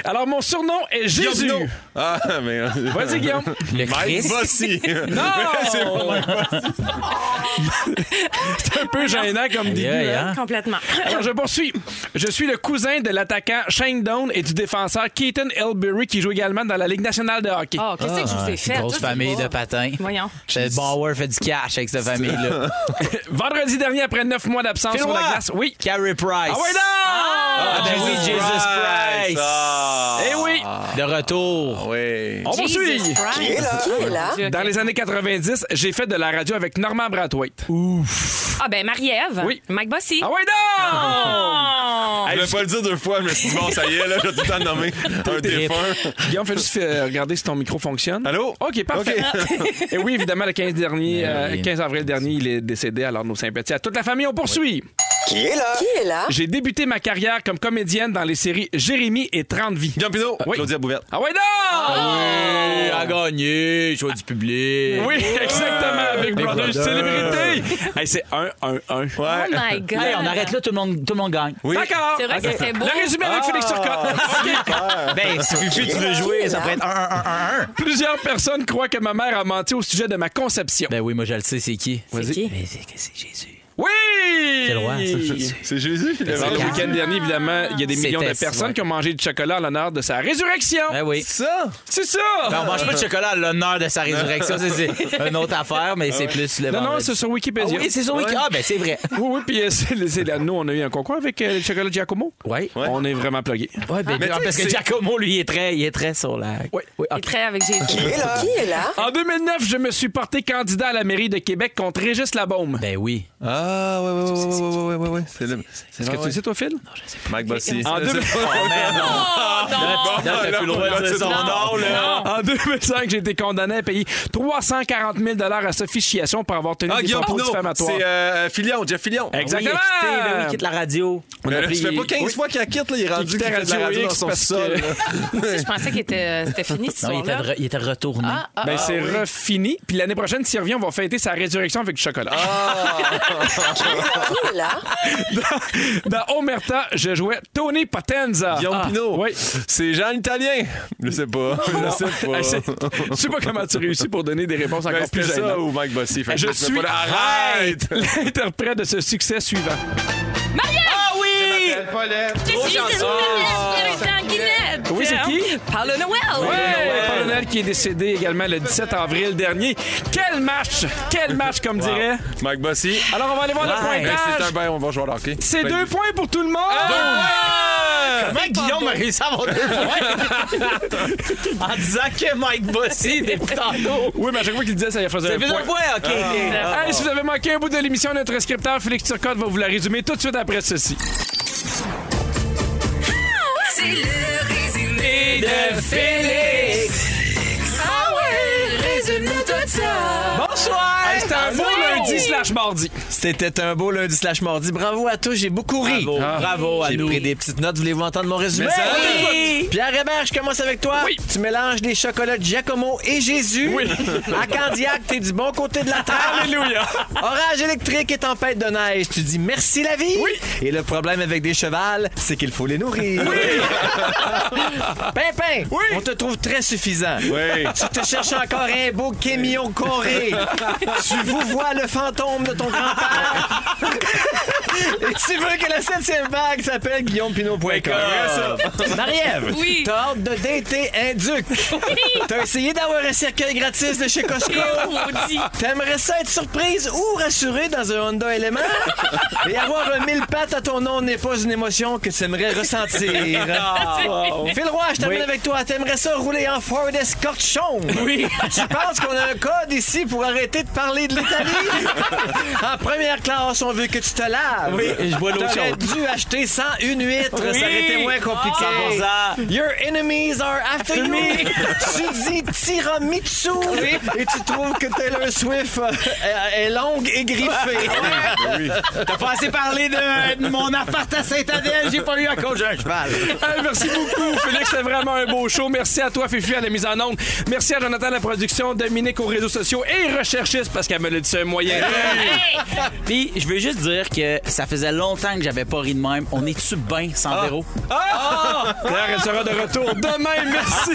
Speaker 2: Alors, mon surnom est Jésus.
Speaker 6: Guillaume Pinot. Ah, mais.
Speaker 2: Vas-y, Guillaume.
Speaker 3: Le Christ.
Speaker 6: Voici.
Speaker 2: Non! (laughs) C'est un peu gênant comme début.
Speaker 3: aïe,
Speaker 2: hein?
Speaker 3: hein?
Speaker 4: Complètement.
Speaker 2: Alors, je poursuis. Je suis le cousin de l'attaquant Shane Doan et du défenseur Keaton Elbury qui joue également dans la Ligue nationale de hockey.
Speaker 4: Ah, qu'est-ce que je vous ai fait?
Speaker 3: Grosse
Speaker 4: Je sais
Speaker 3: famille
Speaker 4: pas.
Speaker 3: de patins.
Speaker 4: Voyons.
Speaker 3: Le Bauer fait du cash avec cette famille-là.
Speaker 2: Vendredi dernier, après neuf mois d'absence sur
Speaker 3: Roy.
Speaker 2: la glace, oui.
Speaker 3: Carey Price.
Speaker 2: Ah ouais, non!
Speaker 3: Ah, ben oui, Ah. Jesus Price.
Speaker 2: Eh oui!
Speaker 3: De retour.
Speaker 6: Oui.
Speaker 2: On poursuit!
Speaker 8: Qui est là?
Speaker 4: Dieu,
Speaker 2: Dans
Speaker 4: ok.
Speaker 2: les années 90, j'ai fait de la radio avec Norman Brathwaite.
Speaker 4: Ah, ben, Marie-Ève.
Speaker 2: Oui.
Speaker 4: Mike Bossy.
Speaker 2: Ah ouais,
Speaker 3: Ah.
Speaker 2: non!
Speaker 4: Oh!
Speaker 6: Je vais pas le dire deux fois, mais c'est bon, ça y est, là, je vais tout le temps nommer un défunt.
Speaker 2: Guillaume, fais juste euh, regarder si ton micro fonctionne.
Speaker 6: Allô?
Speaker 2: OK, parfait. Et oui, évidemment, le 15, dernier, euh,
Speaker 3: Ben oui.
Speaker 2: 15 avril dernier, il est décédé, alors nos sympathies à toute la famille. On poursuit.
Speaker 8: Qui est là?
Speaker 2: J'ai débuté ma carrière comme comédienne dans les séries Jérémy et 30 vies.
Speaker 6: Guillaume Pinot,
Speaker 2: Oui.
Speaker 6: Claudia Bouvette.
Speaker 2: Ah ouais, non!
Speaker 3: Et a gagné, choix du public.
Speaker 2: Ah Oui, exactement, Big Brother,
Speaker 3: Brother.
Speaker 2: célébrité! Hey, c'est 1-1-1.
Speaker 4: Oh my God.
Speaker 3: Hey, on arrête là, tout le monde, tout le monde gagne.
Speaker 6: Oui.
Speaker 2: D'accord!
Speaker 4: C'est vrai que c'est beau.
Speaker 2: Le résumé avec Félix
Speaker 3: Ah!
Speaker 2: Turcotte. OK.
Speaker 3: Ben, si Fufu, tu veux jouer, ça pourrait être 1-1-1-1-1.
Speaker 2: Plusieurs personnes croient que ma mère a menti au sujet de ma conception.
Speaker 3: Ben oui, moi, je le sais, c'est qui? C'est qui? Mais c'est c'est Jésus.
Speaker 2: Oui!
Speaker 3: C'est le roi, c'est Jésus.
Speaker 6: C'est Jésus. il
Speaker 2: Alors,
Speaker 6: avait-
Speaker 2: le week-end dernier, évidemment, il y a des millions de
Speaker 3: C'était-
Speaker 2: personnes
Speaker 3: ouais.
Speaker 2: qui ont mangé du chocolat en l'honneur de sa résurrection.
Speaker 3: Ben oui.
Speaker 6: Ça?
Speaker 2: C'est ça!
Speaker 3: Ben, on mange pas de chocolat à l'honneur de sa résurrection, ça, c'est une autre affaire, mais c'est plus le
Speaker 2: non, non,
Speaker 3: vendredi.
Speaker 2: c'est sur
Speaker 3: Ah
Speaker 2: Wikipédia.
Speaker 3: oui, c'est son week-end. Ah, ben c'est vrai.
Speaker 2: oui, oui, puis euh, c'est- c'est là, nous, on a eu un concours avec euh, le chocolat Giacomo.
Speaker 3: Oui. Ouais,
Speaker 2: On est vraiment plugués.
Speaker 3: ben,
Speaker 6: Mais
Speaker 3: ah,
Speaker 6: tu
Speaker 3: parce
Speaker 6: sais,
Speaker 3: que
Speaker 6: c'est-
Speaker 3: Giacomo, lui, il est très, il est très sur la.
Speaker 2: Ouais.
Speaker 3: Oui,
Speaker 4: Il est
Speaker 3: ok.
Speaker 4: très avec Jésus.
Speaker 8: Qui est là?
Speaker 2: En 2009, je me suis porté candidat à la mairie de Québec contre Régis Labaume.
Speaker 3: Ben oui.
Speaker 6: Ah, ouais, ouais, ouais, ouais, ouais, ouais, ouais, ouais. C'est le. C'est
Speaker 2: Est-ce
Speaker 3: Ah
Speaker 2: que tu le sais, toi, Phil? Non,
Speaker 6: Mike Bossy.
Speaker 2: En deux-
Speaker 3: Oh, Là, t'as plus le droit de dire son nom,
Speaker 6: Ah,
Speaker 3: là.
Speaker 2: En 2005, j'ai été condamné à payer 340 000 à Sophie Chiasson pour avoir tenu
Speaker 6: Ah,
Speaker 2: des
Speaker 6: Guillaume
Speaker 2: propos
Speaker 6: Pinot.
Speaker 2: diffamatoires.
Speaker 6: C'est euh, Filion, Jeff Filion.
Speaker 2: Exactement!
Speaker 3: Oui, quittez, ben oui, quitte la radio.
Speaker 2: On a
Speaker 6: Mais là,
Speaker 2: pris-
Speaker 6: ça fait pas 15
Speaker 2: Oui.
Speaker 6: fois qu'il a quitte, là, il est rendu
Speaker 2: quitte
Speaker 6: qu'il
Speaker 2: la
Speaker 6: fait de la
Speaker 2: Radio
Speaker 6: radio dans
Speaker 2: X
Speaker 6: son
Speaker 2: parce
Speaker 6: sol.
Speaker 2: que-
Speaker 6: là.
Speaker 4: Je pensais qu'il était, c'était fini, cette
Speaker 3: Non, il était,
Speaker 4: histoire-là.
Speaker 3: re- il était retourné.
Speaker 4: Ah, ah,
Speaker 2: Ben, c'est refini. Puis l'année prochaine, s'il revient, on va fêter sa résurrection avec du chocolat.
Speaker 6: Ah!
Speaker 4: (laughs)
Speaker 8: Qui est là?
Speaker 4: hein?
Speaker 2: Dans Omerta, je jouais Tony Potenza.
Speaker 6: Guillaume
Speaker 2: Ah.
Speaker 6: Pinot.
Speaker 2: Oui.
Speaker 6: C'est Jean l'Italien. Je
Speaker 2: (laughs)
Speaker 6: sais pas. Je sais pas.
Speaker 2: Hey, c'est- Je sais pas comment (laughs) tu réussis pour donner des réponses encore
Speaker 6: Ben,
Speaker 2: plus
Speaker 6: C'était ça
Speaker 2: gênantes.
Speaker 6: ou Mike Bossy. Fait que
Speaker 2: Je
Speaker 6: me
Speaker 2: suis
Speaker 6: pas là. Arrête!
Speaker 2: (laughs)
Speaker 6: Ah
Speaker 2: l'interprète de ce succès suivant.
Speaker 4: Marie-Ève!
Speaker 6: Paulette.
Speaker 4: Jésus, c'est une Marie-Ève, Guinette!
Speaker 2: Oh, Oui, c'est qui?
Speaker 4: Paolo Noël!
Speaker 2: Ouais, Paul O'Neill qui est décédé également le 17 avril dernier. Quel match! Quel match, comme dirait.
Speaker 6: Mike Bossy.
Speaker 2: Alors, on va aller voir le
Speaker 6: Ben, c'est un
Speaker 2: pointage.
Speaker 6: ben, on va jouer à hockey.
Speaker 2: C'est deux points pour tout le Ah! monde.
Speaker 3: Comment Guillaume a réussi à avoir deux points? en disant que Mike Bossy, depuis tantôt.
Speaker 2: Oui, mais à chaque fois qu'il disait, ça faisait un
Speaker 3: Depuis
Speaker 2: point. Ah!
Speaker 3: un point, OK.
Speaker 2: Hey, si vous avez manqué un bout de l'émission, notre scripteur Félix Turcotte va vous la résumer tout de suite après ceci.
Speaker 5: C'est le résumé.
Speaker 3: de Félix.
Speaker 5: Ah ouais, résume-nous tout ça.
Speaker 3: Bonsoir!
Speaker 2: Hey, C'était un beau lundi slash mardi.
Speaker 11: C'était un beau lundi slash mardi. Bravo à tous, j'ai beaucoup ri.
Speaker 3: Bravo, bravo à
Speaker 11: J'ai
Speaker 3: nous.
Speaker 11: pris des petites notes, voulez-vous entendre mon résumé?
Speaker 3: Mais ça-
Speaker 11: Oui. Pierre Hébert, je commence avec toi. Tu mélanges des chocolats Giacomo et Jésus. À Candiac, t'es du bon côté de la table.
Speaker 2: Alléluia.
Speaker 11: Orage électrique et tempête de neige, tu dis merci la vie. Et le problème avec des chevals, c'est qu'il faut les nourrir. (laughs) Pimpin, on te trouve très suffisant.
Speaker 6: Oui.
Speaker 11: Tu te cherches encore un beau camion coré. tu vous vois le fantôme de ton grand-père. Et tu veux que la septième vague s'appelle GuillaumePinot.com. Marie-Ève,
Speaker 4: Oui.
Speaker 11: t'as hâte de dater un duc. T'as essayé d'avoir un cercueil gratis de chez Costco. T'aimerais ça être surprise ou rassurée dans un Honda Element? Et avoir un mille pattes à ton nom n'est pas une émotion que tu aimerais ressentir. Phil Roy, je t'amène avec toi. T'aimerais ça rouler en Ford Escort chaume? Oui. Tu penses qu'on a un code ici pour arrêter de parler de (laughs) l'Italie? en première classe, on veut que tu te laves. Oui, je bois l'eau T'aurais dû acheter 101 huîtres. Ça aurait été moins compliqué.
Speaker 3: Ah,
Speaker 11: Your enemies are after you. tu dis tiramisu et tu trouves que Taylor Swift euh, est longue et griffée. Ah
Speaker 3: T'as pas assez parlé de, de mon appart à Saint-Adèle, j'ai pas eu à cause d'un cheval.
Speaker 2: Hey, merci beaucoup, Félix. C'était vraiment un beau show. Merci à toi, Fifi, à la mise en onde. Merci à Jonathan, à la production, Dominique aux réseaux sociaux et recherchiste parce qu'elle me l'a dit, c'est un moyen.
Speaker 3: Puis, je veux juste dire que ça faisait longtemps que j'avais pas ri de même. On est-tu bien sans véro?
Speaker 2: D'ailleurs, elle sera de retour demain. Merci.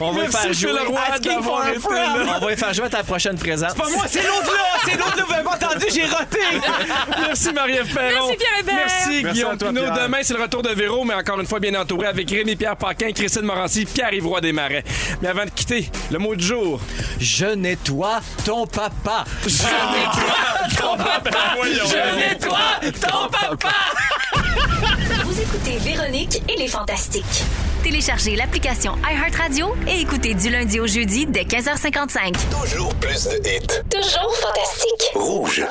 Speaker 11: On va
Speaker 2: Merci,
Speaker 11: faire
Speaker 2: Phil
Speaker 11: jouer
Speaker 2: Roy,
Speaker 11: Asking for
Speaker 2: d'avoir
Speaker 11: a
Speaker 2: été
Speaker 11: friend. On va y faire jouer à ta prochaine présence.
Speaker 3: Pas moi, c'est l'autre là! C'est l'autre là, vous avez pas entendu, j'ai roté!
Speaker 2: Merci, Marie-Ève Perron.
Speaker 4: Merci, Pierre Hébert.
Speaker 2: Merci, Guillaume
Speaker 6: à toi,
Speaker 2: Pinot.
Speaker 6: Pierre.
Speaker 2: Demain, c'est le retour de Véro, mais encore une fois bien entouré avec Rémi-Pierre Paquin, Christine Morancy, Pierre-Yves Roy Desmarais. Mais avant de quitter, le mot du jour.
Speaker 11: Je nettoie ton papa.
Speaker 1: Vous écoutez Véronique et les Fantastiques. Téléchargez l'application iHeartRadio et écoutez du lundi au jeudi dès 15h55.
Speaker 12: Toujours plus de hits.
Speaker 1: Toujours fantastique.
Speaker 12: Rouge.